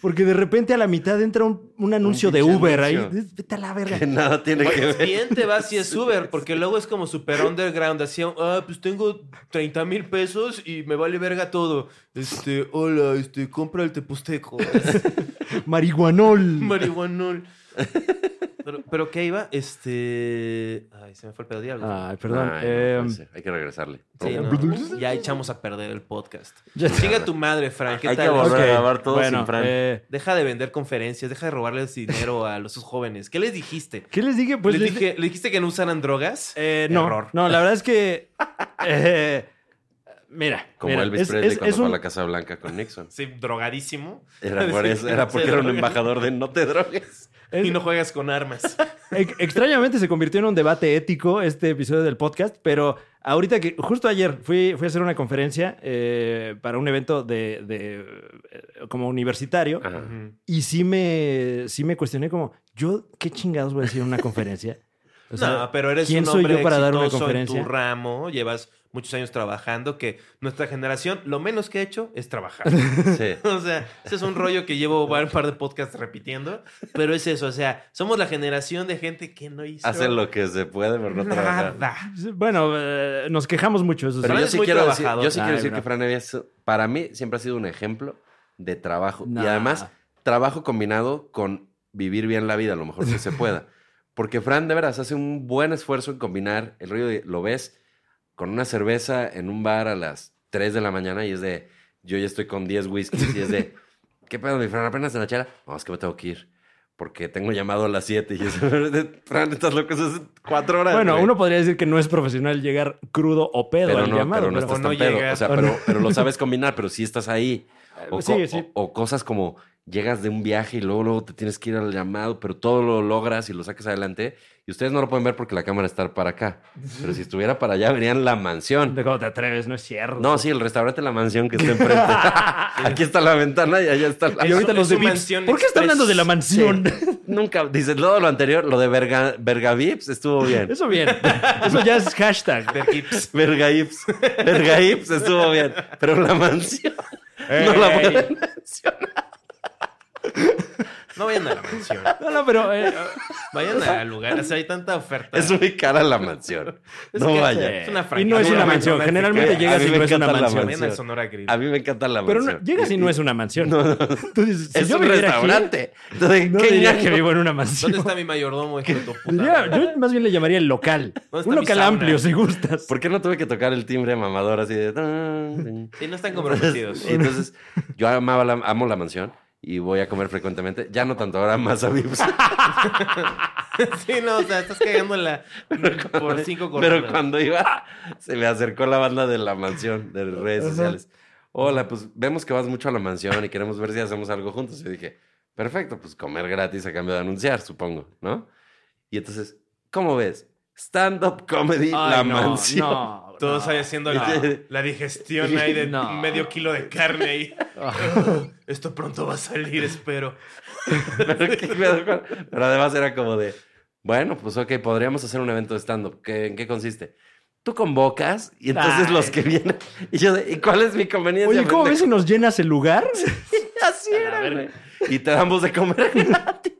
S1: porque de repente a la mitad entra un, un anuncio de
S2: pinche
S1: Uber ahí.
S2: anuncio.
S1: Vete a la verga.
S2: Que nada tiene que ver.
S3: Bien te va si es Uber, porque luego es como super underground, así, ah, pues tengo 30 mil pesos y me vale verga todo. Este, hola, este, compra el teposteco.
S1: Marihuanol.
S3: Marihuanol. Pero, pero ¿qué iba? Este... Ay, se me fue el pedo de algo.
S2: Ah.
S1: Ay, perdón.
S2: Ay, no
S1: eh,
S2: puede ser. hay que regresarle.
S3: Sí, no, ya echamos a perder el podcast.
S1: Ya-
S3: Chinga tu madre, Frank. ¿Qué
S2: Hay que
S3: tal?
S2: volver a
S1: Ok,
S2: grabar todo sin Fran.
S1: eh,
S3: Deja de vender conferencias, deja de robarles dinero a los jóvenes. ¿Qué les dijiste?
S1: ¿Qué les dije? Pues
S3: ¿Les
S1: les-
S3: dije, ¿Le dijiste que no usaran drogas?
S1: eh, no,
S3: Error.
S1: no, la verdad es que. eh, mira.
S2: Como
S1: mira,
S2: Elvis
S1: es-
S2: Presley
S1: es-
S2: cuando
S1: es
S2: fue
S1: un-
S2: a la Casa Blanca con Nixon.
S3: Sí, drogadísimo.
S2: Era, por eso, era porque era un embajador de no te drogues.
S1: es-
S3: Y no juegas con armas.
S1: Ex- Extrañamente se convirtió en un debate ético este episodio del podcast, pero ahorita que justo ayer fui, fui a hacer una conferencia eh, para un evento de, de, eh, como universitario
S2: Ajá.
S1: y sí me, sí me cuestioné como, yo qué chingados voy a decir en una conferencia. O sea,
S3: no, pero eres
S1: ¿quién
S3: un
S1: soy
S3: hombre
S1: yo para dar una
S3: exitoso
S1: conferencia?
S3: en tu ramo, llevas muchos años trabajando, que nuestra generación lo menos que ha hecho es trabajar.
S2: Sí.
S3: O sea, ese es un rollo que llevo un par de podcasts repitiendo, pero es eso, o sea, somos la generación de gente que no hizo
S2: Hacen lo que se puede, pero no trabajan.
S3: nada.
S1: Bueno, eh, nos quejamos mucho. Eso sí.
S2: Pero yo
S3: pues, Fran es
S2: sí,
S3: muy
S2: quiero decir,
S3: trabajador.
S2: yo sí
S1: Ay,
S2: quiero decir
S1: bro.
S2: que Fran Evia es- para mí siempre ha sido un ejemplo de trabajo. Y
S1: Nah.
S2: además, trabajo combinado con vivir bien la vida, lo mejor que se pueda. Porque Fran, de veras, hace un buen esfuerzo en combinar el rollo de, lo ves con una cerveza en un bar a las 3 de la mañana y es de, yo ya estoy con 10 whiskies y es de, ¿qué pedo, mi Fran? ¿Apenas en la chela? No, es que me tengo que ir. Porque tengo llamado a las 7 y es, Fran, estás loco, eso es 4 horas.
S1: Bueno,
S2: güey".
S1: uno podría decir que no es profesional llegar crudo o pedo
S2: Pero
S1: al
S2: no,
S1: llamado.
S2: pero no
S1: pero-
S2: estás
S3: no
S2: tan pedo.
S3: llegas.
S2: O sea,
S1: O
S2: pero,
S1: no.
S2: pero lo sabes combinar, pero sí estás ahí. O,
S1: Sí,
S2: co-
S1: sí.
S2: o- o cosas como llegas de un viaje y luego, luego te tienes que ir al llamado, pero todo lo logras y lo sacas adelante. Y ustedes no lo pueden ver porque la cámara está para acá. Pero si estuviera para allá, verían la mansión.
S1: De cómo te atreves, no es cierto.
S2: No, sí, el restaurante La Mansión que está enfrente. Aquí está la ventana y allá está la...
S1: Y ahorita
S3: Es-
S1: los
S3: es
S1: de
S3: su
S1: Vips.
S3: mansión
S1: ¿Por qué está
S3: express.
S1: hablando de la mansión?
S2: Nunca, dices, todo lo anterior, lo de Verga, Vergavips estuvo bien.
S1: Eso bien. Eso ya es hashtag.
S3: Vergips.
S2: Vergaips. Vergaips estuvo bien. Pero la mansión. No la
S3: Ey.
S2: pueden
S3: No vayan a la mansión,
S1: No, no, pero eh,
S3: vayan al lugar, o sea, hay tanta oferta.
S2: Es muy cara la mansión.
S3: Es
S2: no
S3: que-
S2: vaya.
S3: Es
S1: y
S3: una franquicia.
S1: no es una
S3: Vayan
S1: mansión.
S3: a-
S1: Generalmente
S2: A
S1: llegas
S2: mí
S1: y
S2: me
S1: no es una
S2: encanta la
S1: mansión.
S3: Vayan al Sonora Grill.
S2: A mí me encanta la
S1: Pero no-
S2: mansión.
S1: llegas y no es una mansión. Tú dices, si
S2: es
S1: yo
S2: un
S1: viviera aquí,
S2: restaurante. Entonces,
S1: no
S2: ¿qué
S1: diría
S2: ñaño?
S1: que vivo en una mansión.
S3: ¿Dónde está mi mayordomo? hijo de tu puta
S1: Diría-
S3: madre?
S1: yo más bien le llamaría el local.
S3: está
S1: Un
S3: mi
S1: local
S3: sauna?
S1: amplio, si gustas.
S2: ¿Por qué no tuve que tocar el timbre mamador así de... tan,
S3: Sí, no están
S2: tan?
S3: comprometidos.
S2: Y Entonces, yo amaba la- amo la mansión y voy a comer frecuentemente. Ya no tanto, ahora más a pues, Vips.
S3: Sí, no, o sea, estás cagándola por cinco coronas.
S2: Pero cuando iba, se me acercó la banda de la mansión, de las redes sociales. Hola, pues vemos que vas mucho a la mansión y queremos ver si hacemos algo juntos. Yo dije, perfecto, pues comer gratis a cambio de anunciar, supongo, ¿no? Y entonces, ¿cómo ves? Stand-up comedy,
S1: Ay,
S2: la
S1: no,
S2: mansión.
S1: no,
S3: Todos
S1: no.
S3: ahí haciendo la, la digestión ahí de
S1: No.
S3: medio kilo de carne ahí. Esto pronto va a salir, espero.
S2: Pero, qué pedo con- pero además era como de, bueno, pues ok, podríamos hacer un evento de stand-up. ¿Qué- ¿En qué consiste? Tú convocas y entonces
S1: Ay.
S2: los que vienen. Y yo, de, ¿y cuál es mi conveniencia?
S1: Oye, ¿cómo
S2: pendejo?
S1: ves si nos llenas el lugar?
S2: Así era, güey. Y te damos de comer gratis.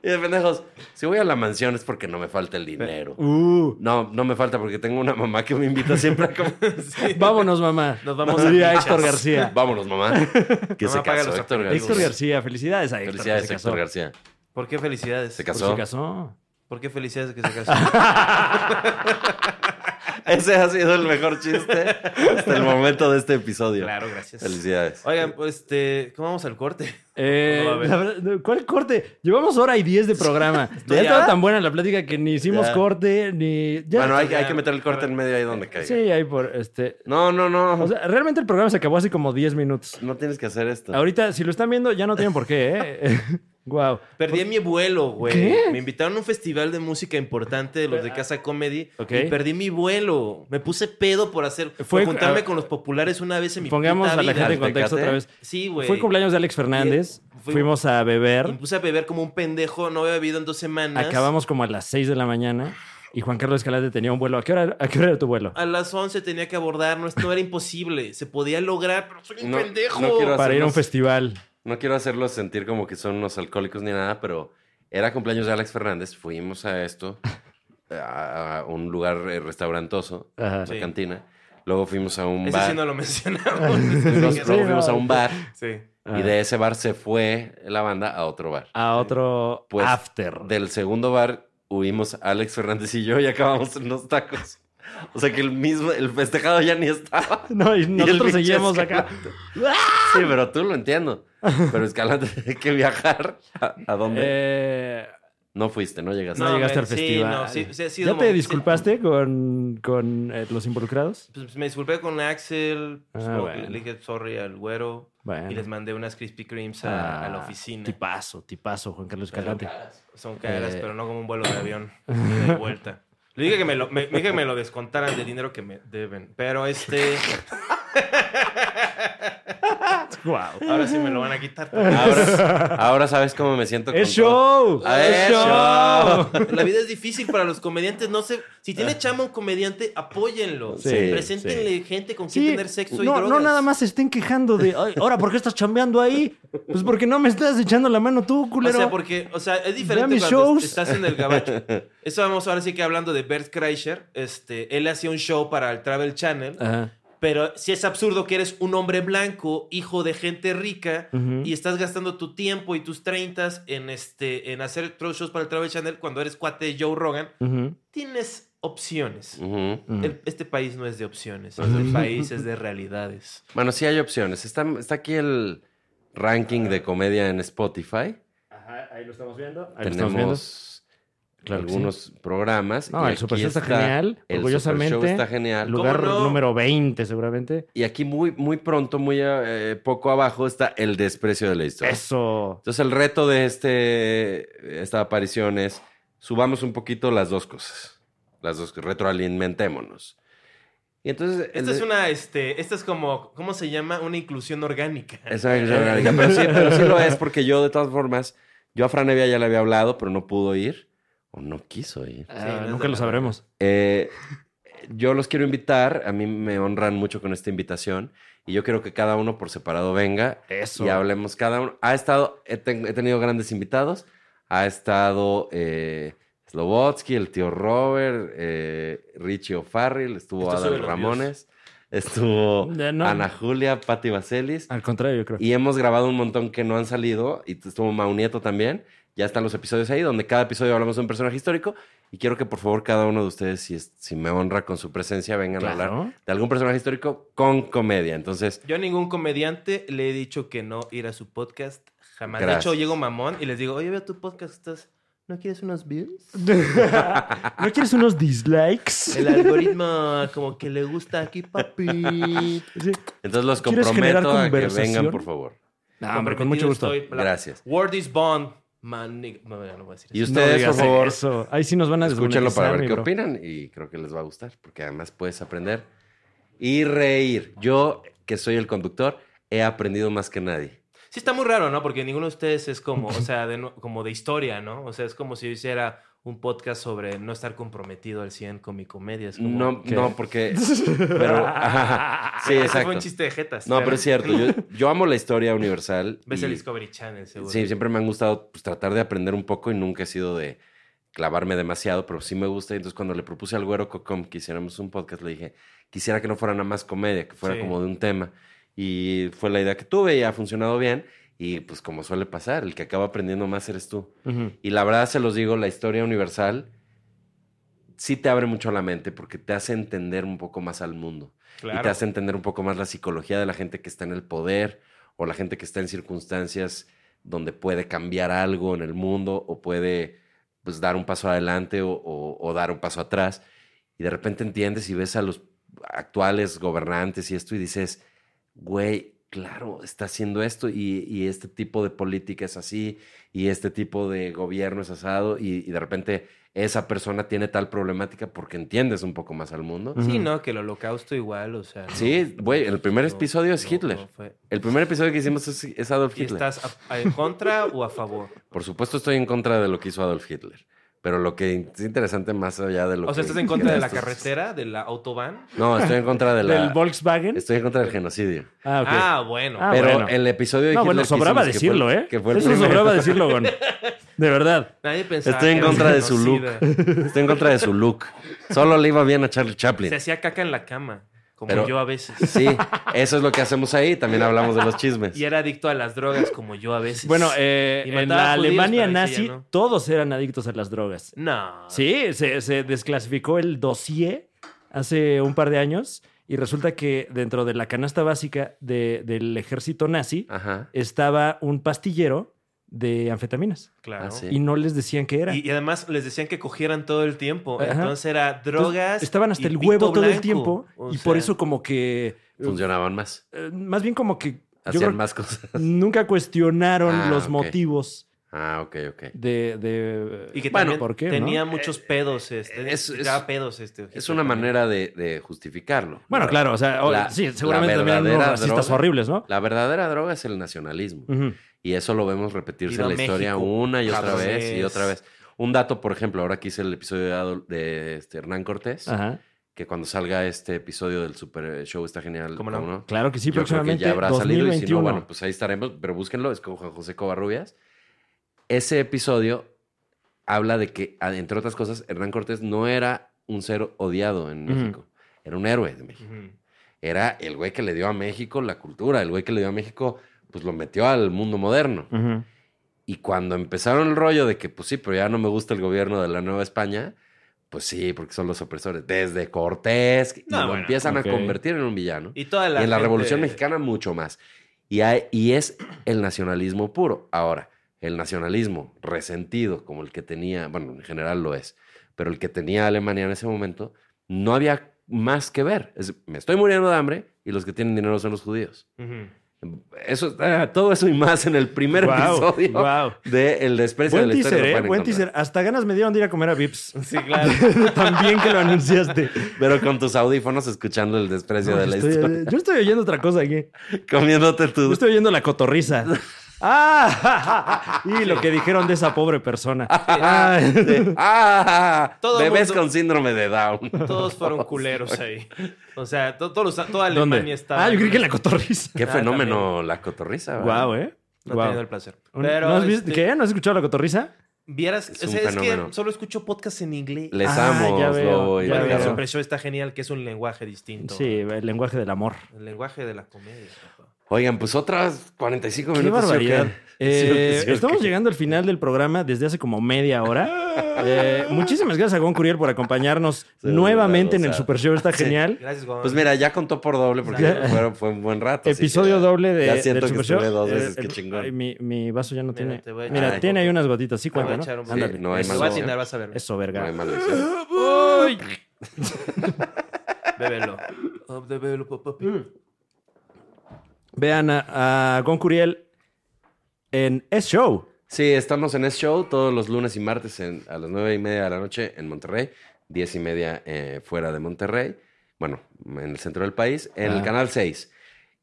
S2: Y de pendejos, si voy a la mansión es porque no me falta el dinero.
S1: Uh,
S2: No, no me falta porque tengo una mamá que me invita siempre a comer.
S1: vámonos, mamá.
S3: Nos vamos a
S1: Diría
S3: Pinchas.
S1: Héctor García.
S2: Vámonos, mamá. Que se
S3: Mamá, paga
S2: casó
S3: los
S2: Héctor García.
S1: Héctor García, felicidades a Héctor. que
S2: Felicidades,
S1: se
S2: Héctor
S1: casó.
S2: García.
S3: ¿Por qué felicidades?
S2: Se
S1: Por
S2: casó.
S1: si casó.
S3: ¿Por qué felicidades que se casó?
S2: Ese ha sido el mejor chiste hasta el momento de este episodio.
S3: claro, gracias.
S2: Felicidades.
S3: Oigan, pues, este, ¿cómo vamos al corte?
S1: Eh,
S3: No, a ver.
S1: la verdad, ¿Cuál corte? Llevamos hora y diez de programa. ya
S2: ¿Ya?
S1: estaba tan buena la plática que ni hicimos
S2: Ya.
S1: corte, ni. ya-
S2: bueno, hay,
S3: ya.
S2: hay que meter el corte en medio ahí donde caiga.
S1: sí, ahí por este.
S2: No, no, no.
S1: O sea, realmente el programa se acabó hace como 10 minutos.
S2: no tienes que hacer esto.
S1: Ahorita, si lo están viendo, ya no tienen por qué, ¿eh? wow.
S3: Perdí a mi vuelo, güey.
S1: Pues, ¿Qué? Ah.
S3: Me invitaron a un festival de música importante de los de Casa Comedy.
S1: Ok.
S3: Y perdí mi vuelo. Me puse pedo por hacer
S1: Fue-
S3: por juntarme
S1: a-
S3: con los populares una vez en mi
S1: Pongamos
S3: puta
S1: a la
S3: vida.
S1: gente en contexto
S2: Tecate.
S1: otra vez.
S3: Sí, güey.
S1: Fue el cumpleaños de Alex Fernández.
S3: Fui-
S1: Fuimos a
S3: Y me
S1: beber.
S3: puse a beber como un pendejo, no había bebido en dos semanas.
S1: Acabamos como a las 6 de la mañana. Y Juan Carlos Escalante tenía un vuelo. ¿A qué hora, a qué hora era tu vuelo?
S3: A las 11 tenía que abordar, no, no era imposible, se podía lograr, pero soy un
S2: No,
S3: pendejo.
S2: no quiero
S1: Para ir a un
S2: hacemos-
S1: festival.
S2: No quiero hacerlos sentir como que son unos alcohólicos ni nada, pero era cumpleaños de Alex Fernández. Fuimos a esto, a, a un lugar eh, restaurantoso,
S1: Ajá.
S2: una
S3: Sí.
S2: cantina. Luego fuimos a un
S3: Ese
S2: bar.
S3: sí no lo mencionamos.
S2: Nos-
S1: Sí,
S2: luego
S1: no.
S2: fuimos a un bar
S3: sí.
S1: Ajá.
S2: y de ese bar se fue la banda a otro bar.
S1: A otro
S2: Pues,
S1: after.
S2: Del segundo bar huimos Alex Fernández y yo y acabamos en los tacos. O sea que el mismo, el festejado ya ni estaba.
S1: No, y
S2: Y el
S1: nosotros
S2: pinche
S1: seguimos acá.
S2: Escalante. Sí, pero tú lo entiendo. Pero Escalante tiene que viajar. ¿A, a dónde?
S1: Eh,
S2: No fuiste, no llegaste.
S1: no,
S3: No,
S1: llegaste
S3: me-
S1: al
S3: sí,
S1: festival.
S3: no, sí, sí, ha sido
S1: ¿Ya te
S3: mom-
S1: disculpaste con, con, eh, los involucrados?
S3: Pues me disculpé con Axel, pues,
S1: Ah,
S3: como
S1: bueno.
S3: que le dije sorry al güero.
S1: Bueno.
S3: y les mandé unas Krispy Kremes a, a la
S1: Ah,
S3: oficina.
S1: Tipazo, tipazo, Juan Carlos
S3: Pero
S1: Escalante.
S3: caras, Son caras,
S1: Eh.
S3: pero no como un vuelo de avión. Ni de vuelta. Le dije que me lo, me, me dije que me lo descontaran del dinero que me deben. Pero este.
S1: Wow.
S3: Ahora sí me lo van a quitar.
S1: Ah.
S2: Ahora, ahora sabes cómo me siento.
S1: ¡Es
S2: todo.
S1: show!
S2: Ah,
S1: ¡Es
S2: es
S1: show!
S3: La vida es difícil para los comediantes. No sé. Si
S1: Ah.
S3: tiene chama un comediante, apóyenlo.
S2: Sí,
S3: Preséntenle gente con quien tener sexo y
S1: no,
S3: drogas.
S1: no nada más se estén quejando de, "Ay, ahora, ¿por qué estás chambeando ahí? Pues porque no me estás echando la mano tú,
S3: O
S1: culero.
S3: sea, porque, o sea, es diferente
S1: mis
S3: cuando
S1: shows.
S3: estás en el gabacho. Eso vamos ahora sí que hablando de Bert Kreischer. Este, él hacía un show para el Travel Channel.
S1: Ajá.
S3: Pero si es absurdo que eres un hombre blanco, hijo de gente rica,
S1: Ujú.
S3: y estás gastando tu tiempo y tus treintas en, este, en hacer otros shows para el Travel Channel cuando eres cuate de Joe Rogan,
S1: Ujú,
S3: tienes opciones.
S2: Ujú.
S1: ujú.
S3: El- este país no es de opciones, este país es de realidades.
S2: Bueno, sí hay opciones. Está, está aquí el ranking de comedia en Spotify.
S1: ahí lo estamos viendo.
S2: Tenemos
S1: Claro que
S2: algunos programas.
S1: No,
S2: y
S1: el
S2: aquí
S1: Super Show está genial,
S2: El
S1: orgullosamente.
S2: Super Show está genial.
S1: Lugar
S3: ¿Cómo no?
S1: número 20, seguramente.
S2: Y aquí muy, muy pronto, muy eh, poco abajo, está el desprecio de la historia.
S1: Eso.
S2: Entonces el reto de este, esta aparición es subamos un poquito las dos cosas. Las dos, retroalimentémonos. Y entonces... el
S3: Esta es
S2: de-
S3: una, este, esta es como, ¿cómo se llama? Una inclusión orgánica.
S2: es una inclusión orgánica, Eh, pero sí, pero sí lo es porque yo de todas formas, yo a Fran Evia ya le había hablado, pero no pudo ir o no quiso ir.
S1: Ah,
S3: no es
S1: nunca
S3: de
S1: lo
S3: la-
S1: sabremos.
S2: Eh, yo los quiero invitar, a mí me honran mucho con esta invitación y yo quiero que cada uno por separado venga
S1: Eso.
S2: y hablemos cada uno. Ha estado, he, ten- he tenido grandes invitados, ha estado eh, Slobotsky, el tío Robert, eh, Richie O'Farrell, estuvo
S3: Esto sube
S2: Adal
S3: los
S2: Ramones, estuvo
S1: Ya, no.
S2: Ana Julia, Patti Vaselis
S1: Al contrario, yo creo.
S2: y hemos grabado un montón que no han salido y estuvo Maunieto también. Ya están los episodios ahí, donde cada episodio hablamos de un personaje histórico. Y quiero que por favor cada uno de ustedes, si, es- si me honra con su presencia, vengan a hablar
S1: Claro.
S2: de algún personaje histórico con comedia. Entonces,
S3: Yo a ningún comediante le he dicho que no ir a su podcast jamás.
S2: Gracias.
S3: De hecho, llego mamón y les digo, oye, veo tu podcast, estás... ¿No quieres unos views?
S1: ¿No quieres unos dislikes?
S3: El algoritmo como que le gusta aquí, papi.
S1: Sí.
S2: entonces los
S1: ¿Quieres generar
S2: comprometo a que
S1: conversación?
S2: vengan, por favor.
S1: No, hombre, con mucho gusto.
S3: Estoy, la-
S2: Gracias.
S3: Word is bond, man. nigga. No, no voy a decir
S2: Y
S3: eso.
S1: No
S2: ustedes,
S1: digas
S2: por favor,
S1: eso. Ahí sí nos van a
S2: escúchenlo para
S1: desmonetizar,
S2: ver
S1: mi
S2: qué
S1: bro.
S2: opinan. Y creo que les va a gustar, porque además puedes aprender y reír. Yo, que soy el conductor, he aprendido más que nadie.
S3: Sí está muy raro, ¿no? Porque ninguno de ustedes es como, o sea, de, no- como de historia, ¿no? O sea, es como si yo hiciera un podcast sobre no estar comprometido al 100 con mi comedia. Es como,
S2: No,
S1: ¿Qué?
S2: no, porque... Pero, ajá, sí,
S3: Ah, Ese fue
S2: exacto.
S3: un chiste de jetas.
S2: No, pero es cierto. Yo, yo amo la historia universal.
S3: Ves
S2: y-
S3: el Discovery Channel, seguro.
S2: Sí, siempre me han gustado pues, tratar de aprender un poco y nunca he sido de clavarme demasiado, pero sí me gusta. Y entonces cuando le propuse al güero Cocom que hiciéramos un podcast, le dije, quisiera que no fuera nada más comedia, que fuera
S3: Sí.
S2: como de un tema. Y fue la idea que tuve y ha funcionado bien. Y pues como suele pasar, el que acaba aprendiendo más eres tú.
S1: Ujú.
S2: Y la verdad se los digo, la historia universal sí te abre mucho la mente porque te hace entender un poco más al mundo y te
S3: claro.
S2: hace entender un poco más la psicología de la gente que está en el poder o la gente que está en circunstancias donde puede cambiar algo en el mundo o puede pues, dar un paso adelante o, o- o dar un paso atrás. Y de repente entiendes y ves a los actuales gobernantes y esto y dices, güey, claro, está haciendo esto y, y este tipo de política es así y este tipo de gobierno es asado y, y de repente esa persona tiene tal problemática porque entiendes un poco más al mundo.
S3: Sí, no, que el holocausto igual, o sea. no.
S2: Sí, güey, el primer episodio es Hitler.
S3: fue.
S2: El primer episodio que hicimos es, es Adolf
S3: ¿Y
S2: Hitler.
S3: estás a- a- en contra o a favor?
S2: Por supuesto estoy en contra de lo que hizo Adolf Hitler. Pero lo que es interesante más allá de lo que...
S3: O sea, ¿estás en contra
S2: que
S3: de la
S2: estos-
S3: carretera, de la autobahn?
S2: No, estoy en contra de
S1: ¿Del
S2: la...
S1: Volkswagen?
S2: Estoy en contra del genocidio.
S1: Ah, ok.
S3: Ah, bueno.
S1: Ah,
S2: pero
S1: bueno.
S2: el episodio de
S1: no,
S2: Hitler
S1: bueno,
S2: que
S1: sobraba
S2: hicimos, que fue-
S1: decirlo, ¿eh?
S2: Que fue el
S1: Eso
S2: primero.
S1: sobraba decirlo, Gon. De verdad.
S3: Nadie pensaba
S2: Estoy en
S3: que era
S2: contra de su
S3: genocida.
S2: Estoy en contra de su look. Solo le iba bien a Charlie Chaplin.
S3: Se hacía caca en la cama, como
S2: Pero-
S3: yo a veces.
S2: Sí, eso es lo que hacemos ahí. También hablamos de los chismes.
S3: Y era adicto a las drogas, como yo a veces.
S1: Bueno, eh,
S3: Y
S1: en
S3: mataba
S1: la
S3: judíos,
S1: Alemania
S3: pero ese ya
S1: nazi
S3: no.
S1: todos eran adictos a las drogas.
S3: No.
S1: Sí, se, se desclasificó el dossier hace un par de años y resulta que dentro de la canasta básica de- del ejército nazi
S2: Ajá.
S1: estaba un pastillero de anfetaminas
S3: Claro.
S2: Ah, sí.
S1: y no les decían qué era.
S3: Y, y además les decían que cogieran todo el tiempo.
S1: Ajá.
S3: Entonces era drogas.
S1: Entonces, estaban hasta
S3: y
S1: el
S3: pito
S1: huevo todo el
S3: blanco.
S1: tiempo
S3: O
S1: y por
S3: sea,
S1: eso como que...
S2: Funcionaban más.
S1: eh, más bien como que
S2: pues Hacían
S1: creo-
S2: más cosas.
S1: Nunca cuestionaron
S2: Ah,
S1: los
S2: ok.
S1: motivos
S2: Ah, ok, ok.
S1: de... de-
S3: Y que
S1: Bueno,
S3: también
S1: ¿por qué, no?
S3: tenía muchos pedos. Este,
S2: Eh, es-
S3: tiraba
S2: es-
S3: pedos este. ojito
S2: Es una
S3: también.
S2: manera de, de justificarlo.
S1: Bueno,
S2: La-
S1: claro, o sea, o-
S2: La-
S1: sí, seguramente
S2: la
S1: también eran unos
S2: verdadera
S1: racistas
S2: droga.
S1: horribles, ¿no?
S2: La verdadera droga es el nacionalismo.
S1: Ujú.
S2: Y eso lo vemos repetirse
S3: Viva
S2: en la historia
S3: México,
S2: una y otra
S3: cabrones.
S2: vez y otra vez. Un dato, por ejemplo, ahora que hice el episodio de Adol- de este, Hernán Cortés,
S1: Ajá.
S2: que cuando salga este episodio del Super eh, Show está genial.
S3: ¿Cómo no?
S1: Claro que sí,
S2: Yo creo que
S1: próximamente
S2: ya habrá salido y si no,
S1: 2021.
S2: bueno, pues ahí estaremos, pero búsquenlo, es con Juan José Covarrubias. Ese episodio habla de que, a- entre otras cosas, Hernán Cortés no era un ser odiado en
S1: Ujú.
S2: México, era un héroe de México.
S3: Ujú.
S2: Era el güey que le dio a México la cultura, el güey que le dio a México, pues lo metió al mundo moderno.
S1: Ujú.
S2: Y cuando empezaron el rollo de que, pues sí, pero ya no me gusta el gobierno de la Nueva España, pues sí, porque son los opresores. Desde Cortés, y
S3: No,
S2: lo
S3: bueno,
S2: empiezan
S1: ok.
S2: a convertir en un villano. Y,
S3: Y toda la
S2: en la
S3: gente-
S2: Revolución Mexicana, mucho más. Y, hay- y es el nacionalismo puro. Ahora, el nacionalismo resentido, como el que tenía, bueno, en general lo es, pero el que tenía Alemania en ese momento, no había más que ver. Es, me estoy muriendo de hambre y los que tienen dinero son los judíos.
S3: Ujú.
S2: Eso, ah, todo eso y más en el primer
S1: Guau,
S2: episodio
S1: guau.
S2: de El desprecio
S1: Buen
S2: de la historia.
S1: teaser,
S2: lo
S1: ¿eh?
S2: pueden
S1: Buen
S2: encontrar.
S1: teaser. Hasta ganas me dieron de ir a comer a Vips.
S3: Sí, claro.
S1: También que lo anunciaste.
S2: Pero con tus audífonos escuchando El desprecio de la
S1: Estoy-
S2: historia.
S1: yo estoy oyendo otra cosa aquí.
S2: Comiéndote
S1: Yo
S2: tu...
S1: estoy oyendo la cotorriza. ¡Ah! ja, ja, ja. Y lo que dijeron de esa pobre persona. Ah,
S2: de- ah,
S3: Todo
S2: bebés
S3: mundo-
S2: con síndrome de Down.
S1: Ah,
S3: Todos fueron culeros ahí. O sea, to- todos los- toda Alemania
S1: ¿Dónde?
S3: estaba.
S1: Ah, yo creí
S3: ahí.
S1: que en la cotorriza.
S2: Qué
S3: Ah,
S2: fenómeno la cotorriza. ¿verdad?
S1: Guau, ¿eh?
S3: No he
S1: Guau.
S3: tenido el placer.
S1: Un-
S3: Pero,
S1: ¿no has visto-
S3: este,
S1: ¿Qué? ¿No has escuchado la cotorriza?
S3: Vieras,
S2: Es
S3: o
S2: un
S3: sea, es que
S2: fenómeno.
S3: solo escucho podcast en inglés.
S2: Les
S1: Ah,
S2: amo,
S1: ya veo,
S2: Slobo y
S1: ya
S3: Bueno,
S1: veo.
S3: el
S2: Ricardo.
S3: Super Show está genial, que es un lenguaje distinto.
S1: Sí, el lenguaje del amor.
S3: El lenguaje de la comedia. papá.
S2: Oigan, pues otras 45
S1: Qué
S2: minutos. ¿sí o
S1: barbaridad. Eh,
S2: ¿Sí o qué? ¿Sí o qué?
S1: estamos llegando al final del programa desde hace como media hora. Eh, muchísimas gracias a Juan Curiel por acompañarnos
S2: Sí,
S1: nuevamente en
S2: una
S1: el
S2: gozada.
S1: Super Show. Está genial.
S3: Gracias, Juan.
S2: Pues mira, ya contó por doble porque
S1: Ya.
S2: fueron- fue un buen rato. así que
S1: Episodio
S2: ya-
S1: doble de,
S2: Ya
S1: del
S2: siento que
S1: Super Show.
S2: estuve dos
S1: Eh,
S2: veces, qué
S1: el-
S2: chingón.
S1: ay, mi, mi vaso ya no tiene.
S3: te voy a
S1: Mira,
S3: echar un
S1: tiene ahí
S3: poco.
S1: unas gotitas. Sí,
S3: Te voy a
S1: cuenta, ¿no?
S3: echar un poco.
S1: Ándale.
S2: Sí, no hay
S3: Te
S2: más
S3: voy a
S2: opción.
S3: atinar, vas a ver.
S1: Eso,
S2: No hay
S1: verga.
S2: maldición.
S3: Bébelo. Oh, bébelo, papi.
S1: Mm. Vean a, a Gon Curiel en Es Show.
S2: Sí, estamos en S Show todos los lunes y martes en- a las nueve y media de la noche en Monterrey, diez y media eh, fuera de Monterrey, bueno, en el centro del país, en
S1: Ah.
S2: el canal 6.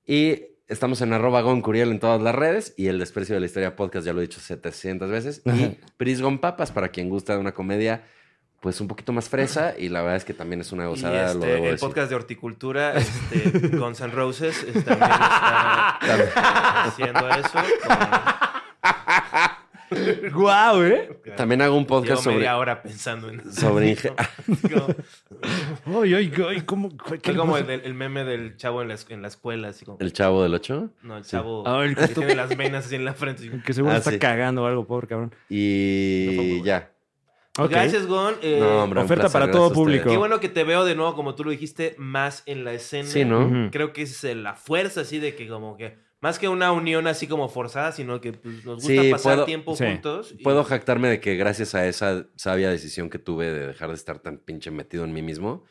S2: Y estamos en arroba goncuriel en todas las redes y el desprecio de la historia podcast, ya lo he dicho 700 veces. Y Prisgon Papas, para quien gusta de una comedia, pues un poquito más fresa y la verdad es que también es una
S3: Y
S2: gozada, lo
S3: este,
S2: debo
S3: el
S2: decir.
S3: podcast de horticultura, este, Guns N' Roses, es- también está haciendo eso. con-
S1: ¡Guau, eh!
S2: También hago un podcast
S3: Llevo
S2: sobre...
S3: media hora pensando en eso.
S2: Sobre inge-
S3: Como-
S1: ¡Ay, ay, ay! ¿Cómo?
S3: Fue como el, el meme del chavo en la, es- en la escuela, así como...
S2: ¿El chavo del 8?
S3: no, el chavo
S1: Ah, el
S3: que
S1: que-
S3: tiene las venas así en la frente. así.
S1: Que seguro
S2: Ah,
S1: está
S2: sí.
S1: cagando o algo, pobre cabrón.
S2: Y ya.
S1: Ok.
S3: Gracias, Gon. Eh,
S2: No, hombre, un
S1: oferta
S2: placer,
S1: para
S2: gracias
S1: todo
S2: a ustedes.
S1: público.
S3: Qué bueno que te veo de nuevo, como tú lo dijiste, más en la escena.
S2: Sí, ¿no?
S1: Ujú.
S3: Creo que es eh, la fuerza así de que como que... Más que una unión así como forzada, sino que pues, nos gusta
S2: Sí,
S3: pasar
S2: puedo-
S3: tiempo
S1: sí.
S3: juntos. y-
S2: Puedo jactarme de que gracias a esa sabia decisión que tuve de dejar de estar tan pinche metido en mí mismo,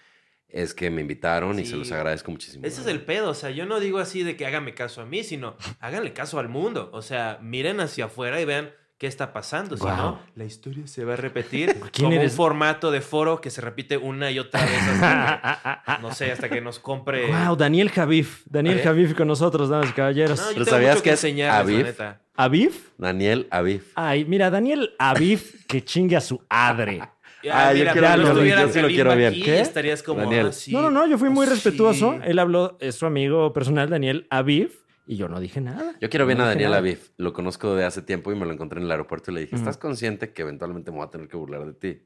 S2: es que me invitaron y
S3: Sí.
S2: se los agradezco muchísimo.
S3: Ese es el pedo, o sea, yo no digo así de que háganme caso a mí, sino háganle caso al mundo. O sea, miren hacia afuera y vean qué está pasando. Si
S1: Guau.
S3: no, la historia se va a repetir
S1: ¿Quién
S3: como
S1: eres?
S3: un formato de foro que se repite una y otra vez.
S1: Ah,
S3: hasta que, no sé, hasta que nos compre.
S1: ¡Wow! Daniel Javif. Daniel
S3: ¿Eh?
S1: Javif con nosotros, damas y caballeros.
S3: No, yo
S2: ¿Pero
S3: tengo
S2: sabías
S3: mucho
S2: que
S3: que
S2: es
S3: enseñarles,
S2: Aviv?
S3: la neta.
S1: ¿Avif?
S2: Daniel Aviv.
S1: Ay, mira, Daniel Avif que chingue a su adre.
S2: Ah, yo
S3: pues,
S2: quiero-
S1: yo lo-
S3: tuvieras
S2: yo sí lo
S3: Aviv
S2: quiero bien.
S3: aquí,
S2: ¿Qué?
S3: Estarías como
S2: Daniel.
S3: ah, sí.
S1: No, no, no, yo fui muy
S3: Sí.
S1: respetuoso. Él habló, es su amigo personal, Daniel Avif, y yo no dije nada.
S2: Yo quiero bien
S1: No
S2: a
S1: dije
S2: Daniel
S1: nada.
S2: Aviv. Lo conozco de hace tiempo y me lo encontré en el aeropuerto y le dije,
S1: Ujú.
S2: ¿estás consciente que eventualmente me voy a tener que burlar de ti?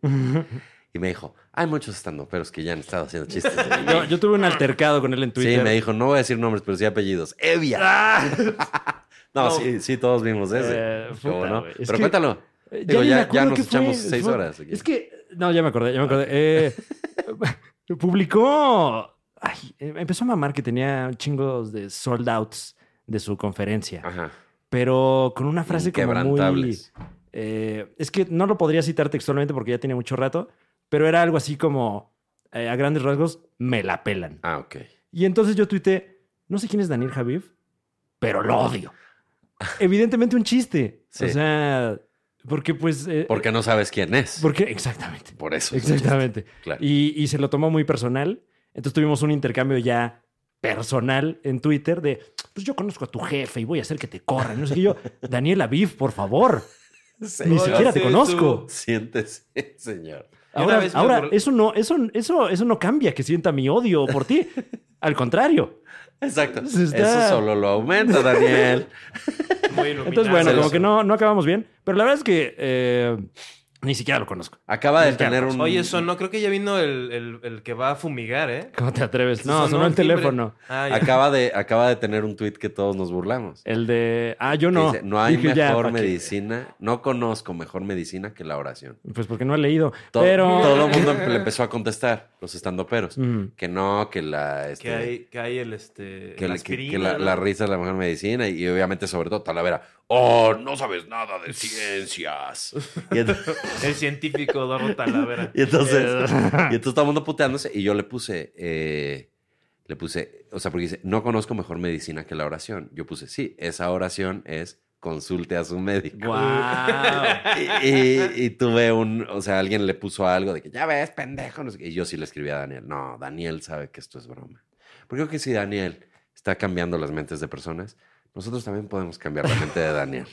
S2: Y me dijo, hay muchos estandoperos que ya han estado haciendo chistes. de mí".
S1: Yo, yo tuve un altercado con él en Twitter.
S2: sí, me dijo, no voy a decir nombres, pero sí apellidos. ¡Evia! no,
S3: Ah. No.
S2: sí, sí, todos vimos ese.
S1: Eh,
S2: ¿Cómo
S1: puta,
S2: no?
S1: güey. Es
S2: Pero
S1: que-
S2: cuéntalo.
S1: Eh,
S2: Digo,
S1: ni me
S2: ya-
S1: acuerdo
S2: ya nos
S1: qué fue.
S2: echamos seis
S1: Fue-
S2: horas aquí.
S1: Es que, no, ya me acordé, ya me acordé. Eh, publicó, ay, eh, empezó a mamar que tenía chingos de sold outs de su conferencia,
S2: Ajá.
S1: pero con una frase como muy...
S2: Ah. Inquebrantables.
S1: eh, es que no lo podría citar textualmente porque ya tiene mucho rato, pero era algo así como, eh, a grandes rasgos, me la pelan.
S2: Ah, ok.
S1: Y entonces yo tuité, no sé quién es Daniel Javif, pero lo odio. Evidentemente un chiste.
S2: Sí.
S1: O sea, porque pues... eh,
S2: Porque no sabes quién es.
S1: porque exactamente.
S2: Por eso. es un
S1: Exactamente.
S2: chiste, Claro.
S1: Y, y se lo tomó muy personal. Entonces tuvimos un intercambio ya personal en Twitter de, pues yo conozco a tu jefe y voy a hacer que te corran. No sé qué yo, Daniel Aviv, por favor, ni
S3: Hola,
S1: siquiera te
S3: sí,
S1: conozco.
S2: Siéntese, señor.
S3: Y una
S1: Ahora,
S3: vez me
S1: ahora,
S3: acordé-
S1: eso no, eso, eso, eso no cambia que sienta mi odio por ti. Al contrario.
S2: Exacto.
S1: Se está-
S2: Eso solo lo aumenta, Daniel.
S3: Muy iluminado.
S1: Entonces, bueno,
S2: Se
S1: como
S2: los-
S1: que no, no acabamos bien. Pero la verdad es que eh, ni siquiera lo conozco.
S2: Acaba de
S3: Pues
S1: Mis
S2: tener un.
S3: Oye, sonó, creo que ya vino el, el- el que va a fumigar, ¿eh?
S1: ¿Cómo te atreves? No, sonó,
S3: un
S1: el
S3: timbre.
S1: teléfono.
S3: Ah, ya.
S2: Acaba de, acaba de tener un tuit que todos nos burlamos.
S1: El de, ah, yo
S2: Que
S1: no.
S2: dice, no hay
S1: Dije, ya,
S2: mejor
S1: ¿pa' qué?
S2: medicina, no conozco mejor medicina que la oración.
S1: Pues porque no he leído.
S2: To-
S1: pero...
S2: Todo el mundo le empezó a contestar, los estandoperos.
S1: Mm.
S2: Que no, que la. este,
S3: Que hay, que hay el este.
S2: que la,
S3: la
S2: que-
S3: aspirina,
S2: que la-
S3: ¿no?
S2: la risa es la mejor medicina y, y obviamente sobre todo Talavera, oh, no sabes nada de ciencias. Y ent-
S3: El científico Eduardo Talavera.
S2: y entonces, y entonces todo el mundo puteándose y yo le puse, eh, le puse, o sea, porque dice, no conozco mejor medicina que la oración. Yo puse, sí, esa oración es consulte a su médico.
S1: Guau.
S2: Y, y- y tuve un, o sea, alguien le puso algo de que ya ves, pendejo. no sé qué. Y yo sí le escribí a Daniel, no, Daniel sabe que esto es broma. Porque creo que si Daniel está cambiando las mentes de personas, nosotros también podemos cambiar la mente de Daniel.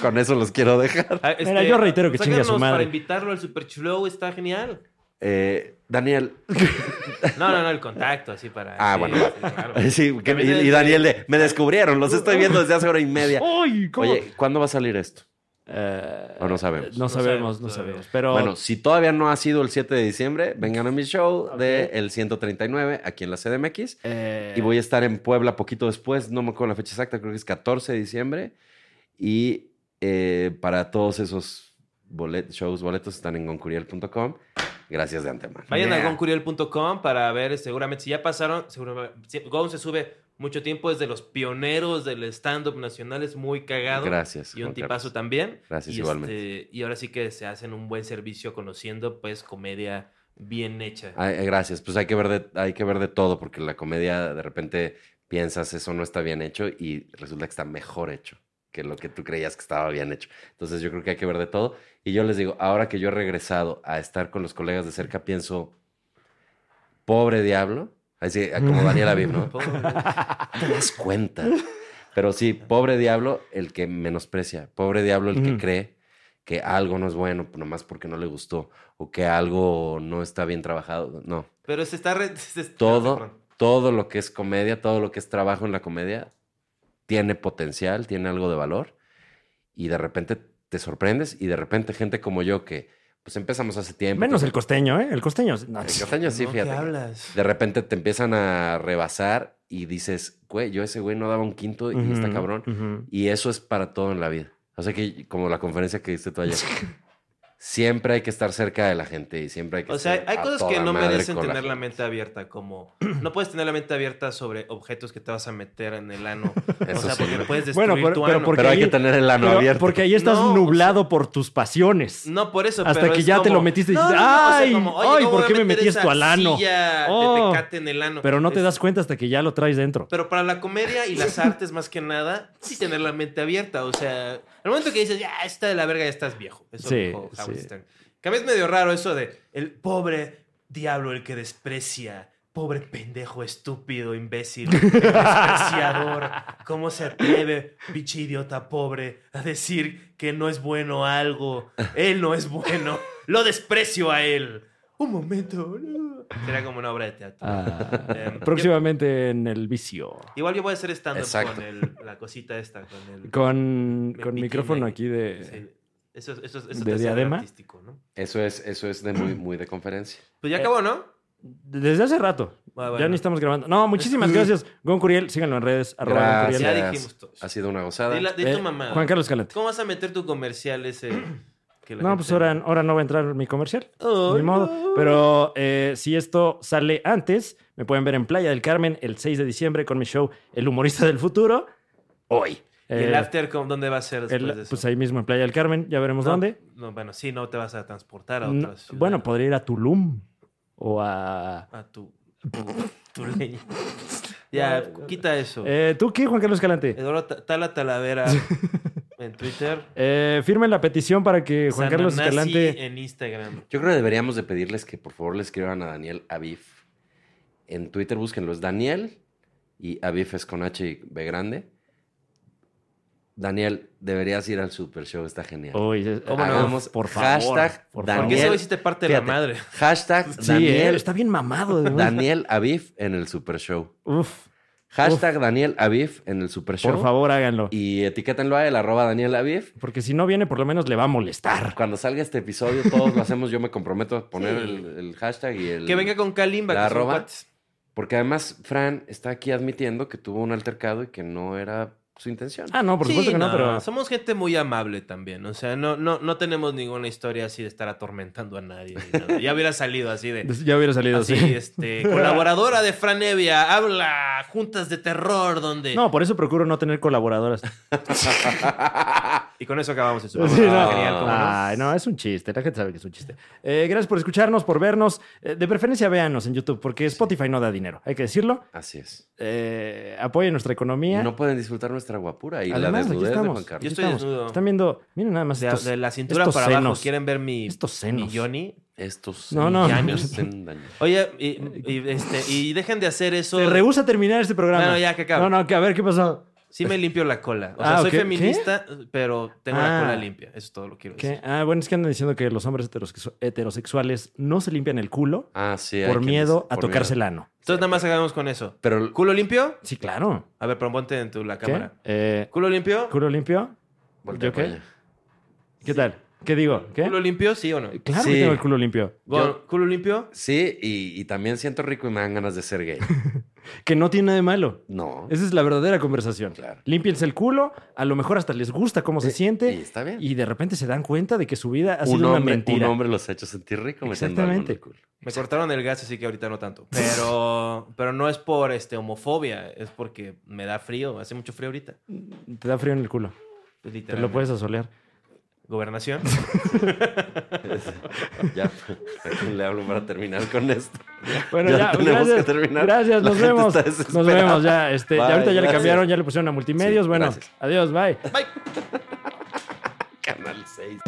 S2: Con eso los quiero dejar.
S3: Ah, este,
S1: Mira, yo reitero que chingue a su
S3: sácanos Para
S1: madre.
S3: invitarlo al Super Show está genial.
S2: Eh, Daniel,
S3: No, no, no, el contacto, así para.
S2: Ah,
S3: sí,
S2: bueno,
S3: sí,
S2: va.
S3: claro.
S2: sí, que-
S3: También
S2: y,
S3: debe
S2: y
S3: ser-
S2: Daniel de, me descubrieron, los estoy viendo desde hace hora y media.
S1: Ay, ¿cómo?
S2: Oye, ¿cuándo va a salir esto?
S1: Eh,
S2: O no sabemos.
S1: No sabemos,
S3: sabemos
S1: no
S3: todavía.
S1: sabemos. Pero
S2: Bueno, si todavía no ha sido el 7 de diciembre, vengan a mi show de el 139 aquí en la CDMX.
S1: eh,
S2: Y voy a estar en Puebla poquito después, no me acuerdo la fecha exacta, creo que es 14 de diciembre. Y eh, para todos esos bolet- shows, boletos están en goncuriel.com. Gracias de antemano.
S3: Vayan a
S1: Yeah.
S3: goncuriel.com para ver, este, seguramente, si ya pasaron, seguramente, si- Gon se sube mucho tiempo, es de los pioneros del stand-up nacional, es muy cagado.
S2: Gracias.
S3: Y un
S2: Juan
S3: tipazo
S2: Carlos.
S3: también.
S2: Gracias,
S3: y
S2: igualmente.
S3: este, y ahora sí que se hacen un buen servicio conociendo, pues, comedia bien hecha.
S2: Ay, eh, gracias. Pues hay que, ver de, hay que ver de todo, porque la comedia de repente piensas eso no está bien hecho y resulta que está mejor hecho que lo que tú creías que estaba bien hecho. Entonces yo creo que hay que ver de todo. Y yo les digo, ahora que yo he regresado a estar con los colegas de cerca, pienso, pobre diablo. Así como Daniel Aviv, ¿no? "Ah,
S3: Pobre.
S2: te das cuenta. Pero sí, pobre diablo el que menosprecia, pobre diablo el que
S1: Ujú.
S2: cree que algo no es bueno, nomás porque no le gustó, o que algo no está bien trabajado. No,
S3: Pero se está. re- se está-
S2: todo,
S3: perdón.
S2: todo lo que es comedia, todo lo que es trabajo en la comedia, tiene potencial, tiene algo de valor, y de repente te sorprendes, y de repente gente como yo que, pues empezamos hace tiempo.
S1: menos el costeño, ¿eh? El costeño. no,
S2: El costeño sí,
S3: No, ¿qué
S2: fíjate.
S3: hablas?
S2: De repente te empiezan a rebasar y dices, güey, yo ese güey no daba un quinto y está
S1: Ujú,
S2: cabrón.
S1: ujú.
S2: Y eso es para todo en la vida. O sea que, como la conferencia que diste tú ayer, siempre hay que estar cerca de la gente y siempre hay que
S3: O sea,
S2: estar
S3: hay
S2: a
S3: cosas
S2: toda
S3: que no
S2: madre
S3: merecen
S2: con
S3: tener la
S2: gente.
S3: mente abierta, como no puedes tener la mente abierta sobre objetos que te vas a meter en el ano. o
S2: Eso
S3: sea,
S2: sí.
S3: porque puedes destruir
S1: Bueno, pero-
S3: tu
S1: pero
S3: ano.
S1: porque
S2: Pero hay
S1: ahí-
S2: que tener el ano
S1: Pero-
S2: abierto.
S1: porque ahí estás
S3: No, o sea-
S1: nublado por tus pasiones.
S3: No, por eso.
S1: Hasta
S3: pero
S1: que
S3: es
S1: ya te
S3: como-
S1: lo metiste y
S3: No,
S1: dices,
S3: no, no, o sea,
S1: "Ay,
S3: como,
S1: ay,
S3: ¿cómo
S1: ¿por
S3: voy a
S1: qué me
S3: meter
S1: metí esto
S3: esa
S1: al ano?"
S3: silla de
S1: Oh.
S3: tecate en el ano.
S1: Pero no te
S3: Es-
S1: das cuenta hasta que ya lo traes dentro.
S3: Pero para la comedia y las artes, más que nada, sí tener la mente abierta. O sea, al momento que dices, ya, está de la verga, ya estás viejo. Eso
S1: Sí,
S3: dijo Howard
S1: sí.
S3: Stern. Que a mí es medio raro eso de el pobre diablo, el que desprecia. Pobre pendejo, estúpido, imbécil, el despreciador. ¿Cómo se atreve, pinche idiota pobre, a decir que no es bueno algo? Él no es bueno. Lo desprecio a él. Un momento. Será como una obra de teatro.
S1: Ah,
S3: Em,
S1: próximamente en el vicio.
S3: Igual yo voy a hacer stand-up
S2: Exacto.
S3: con el- la cosita esta, con el...
S1: Con,
S3: Me
S1: con
S3: piqué
S1: micrófono
S3: la-
S1: aquí de.
S3: sí. Eso, eso, eso
S1: ¿De
S3: te hace
S1: diadema?
S3: artístico, ¿no?
S2: Eso es, eso es de muy, muy de conferencia.
S3: Pues ya
S1: Eh,
S3: acabó, ¿no?
S1: Desde hace rato.
S3: Ah, bueno.
S1: Ya ni estamos grabando. No, muchísimas gracias. Gon Curiel, síganlo en redes. arroba Gon
S2: Gracias.
S1: Curiel.
S3: Ya dijimos todos.
S2: Ha sido una gozada.
S3: De, la- de tu
S1: Eh,
S3: mamá.
S1: Juan Carlos Calante.
S3: ¿Cómo vas a meter tu comercial ese? que la
S1: No,
S3: gente-
S1: pues ahora, ahora no va a entrar mi comercial.
S3: Oh,
S1: Ni modo.
S3: no.
S1: Pero eh, si esto sale antes, me pueden ver en Playa del Carmen el 6 de diciembre con mi show El Humorista del Futuro. Hoy.
S3: ¿Y el
S1: Eh,
S3: after com, dónde va a ser después
S1: el-
S3: de eso?
S1: pues ahí mismo en Playa del Carmen, ya veremos
S3: No,
S1: dónde.
S3: No, bueno, sí, no te vas a transportar a
S1: No,
S3: otras ciudades.
S1: bueno, pues, podría ir a Tulum o a...
S3: A tu... tu leña. Ya, quita eso.
S1: Eh, ¿Tú qué, Juan Carlos Calante?
S3: Eduardo Ta- Tala Talavera en Twitter.
S1: Eh, firmen la petición para que Juan
S3: San
S1: Carlos
S3: Nanasi
S1: Escalante.
S3: en Instagram.
S2: Yo creo que deberíamos de pedirles que por favor le escriban a Daniel Avif. En Twitter búsquenlo, es Daniel y Avif es con H y B grande. Daniel, deberías ir al Super Show, está genial.
S1: Oye,
S3: ¿Cómo no?
S2: Hagamos
S1: ah, por favor.
S2: hashtag
S1: por favor.
S3: Porque ese
S2: Daniel.
S3: hoy sí te parte la
S2: Fíjate,
S3: madre.
S2: Hashtag
S1: Sí, eh,
S2: Daniel,
S1: está bien mamado. además.
S2: Daniel Aviv en el Super Show.
S1: Uf,
S2: Hashtag Daniel Aviv en el Super Show.
S1: por favor, háganlo.
S2: Y etiquétenlo a él, arroba Daniel Aviv.
S1: Porque si no viene, por lo menos le va a molestar.
S2: Cuando salga este episodio, todos lo hacemos. Yo me comprometo a poner el, el hashtag y el.
S3: Que venga con Kalimba.
S2: la
S3: que son
S2: arroba.
S3: cuates.
S2: Porque además, Fran está aquí admitiendo que tuvo un altercado y que no era su intención.
S1: Ah, no, por
S3: Sí,
S1: supuesto que no,
S3: no,
S1: pero.
S3: Somos gente muy amable también. O sea, no, no, no tenemos ninguna historia así de estar atormentando a nadie. ni nada. Ya hubiera salido así de.
S1: Ya hubiera salido
S3: así,
S1: así.
S3: este, colaboradora de Fran Evia, habla juntas de terror donde...
S1: No, por eso procuro no tener colaboradoras.
S3: Y con eso acabamos el
S1: Sí,
S3: super.
S1: no.
S3: Ah,
S1: Ah,
S3: Genial, ¿cómo no?
S1: Ay, no, es un chiste. La gente sabe que es un chiste. Eh, gracias por escucharnos, por vernos. Eh, de preferencia, véanos en YouTube, porque Spotify no da dinero. Hay que decirlo.
S2: Así es.
S1: Eh, apoye nuestra economía.
S2: No pueden disfrutar nuestra guapura y la
S1: Además, aquí
S2: desnudez de
S1: estamos.
S2: Juan
S1: aquí
S2: Carlos.
S3: Yo estoy
S1: estamos.
S3: desnudo.
S1: Están viendo, miren nada más
S3: De,
S1: estos,
S3: de la cintura
S1: estos
S3: para
S1: senos.
S3: abajo, ¿quieren ver mi,
S1: Estos senos.
S3: mi Johnny?
S2: Estos
S1: No, no.
S2: niños hacen daño.
S3: Oye, y, y, este, y dejen de hacer eso.
S1: Se rehúsa a terminar este programa.
S3: Bueno, ya, que acabe.
S1: No, no, que a ver qué pasó.
S3: Sí me limpio la cola. O sea,
S1: Pues- Ah,
S3: soy
S1: ok. ¿Qué?
S3: feminista, pero tengo
S1: Ah.
S3: la cola limpia. Eso es todo lo que quiero
S1: ¿Qué?
S3: decir.
S1: Ah, bueno, es que andan diciendo que los hombres heterosexu- heterosexuales no se limpian el culo
S2: Ah, sí. hay
S1: por
S2: quienes-
S1: miedo a
S2: por
S1: tocarse el
S2: miedo.
S1: ano.
S3: Entonces nada más acabamos con eso.
S2: Pero
S3: ¿Culo limpio?
S1: Sí, claro.
S3: A ver, pero ponte en tu, la
S1: ¿Qué?
S3: cámara.
S1: Eh,
S3: ¿Culo limpio?
S1: ¿Culo limpio?
S2: Voltea
S1: ¿Yo qué?
S2: para allá.
S1: ¿Qué tal? ¿Qué digo? ¿Qué?
S3: ¿Culo limpio? Sí o no.
S1: Claro
S2: Sí.
S1: que tengo el culo limpio.
S3: Yo- ¿Culo limpio?
S2: Sí, y, y también siento rico y me dan ganas de ser gay.
S1: Que no tiene nada de malo.
S2: No.
S1: Esa es la verdadera conversación.
S2: Claro.
S1: Límpiense el culo, a lo mejor hasta les gusta cómo se siente
S2: y está bien.
S1: y de repente se dan cuenta de que su vida ha sido
S2: un,
S1: una
S2: hombre,
S1: mentira.
S2: un hombre los ha hecho sentir rico metiendo algo en
S1: Exactamente.
S2: el culo.
S3: Me cortaron el gas, así que ahorita no tanto. Pero, pero no es por este, homofobia, es porque me da frío. Hace mucho frío ahorita. Pues,
S1: Te da frío en el culo. Te lo
S3: Literalmente.
S1: puedes asolear.
S3: Gobernación.
S2: Ya, ¿a quién le hablo para terminar con esto?
S1: Bueno,
S2: Ya
S1: ya,
S2: tenemos
S1: gracias,
S2: que terminar.
S1: Gracias,
S2: La
S1: nos
S2: gente
S1: vemos.
S2: está
S1: Nos
S2: desesperada.
S1: vemos ya. Este, ya
S2: Bye,
S1: ahorita ya le
S2: gracias.
S1: cambiaron, ya le pusieron a multimedios.
S2: Sí,
S1: bueno,
S2: gracias.
S1: adiós, bye.
S2: Canal 6.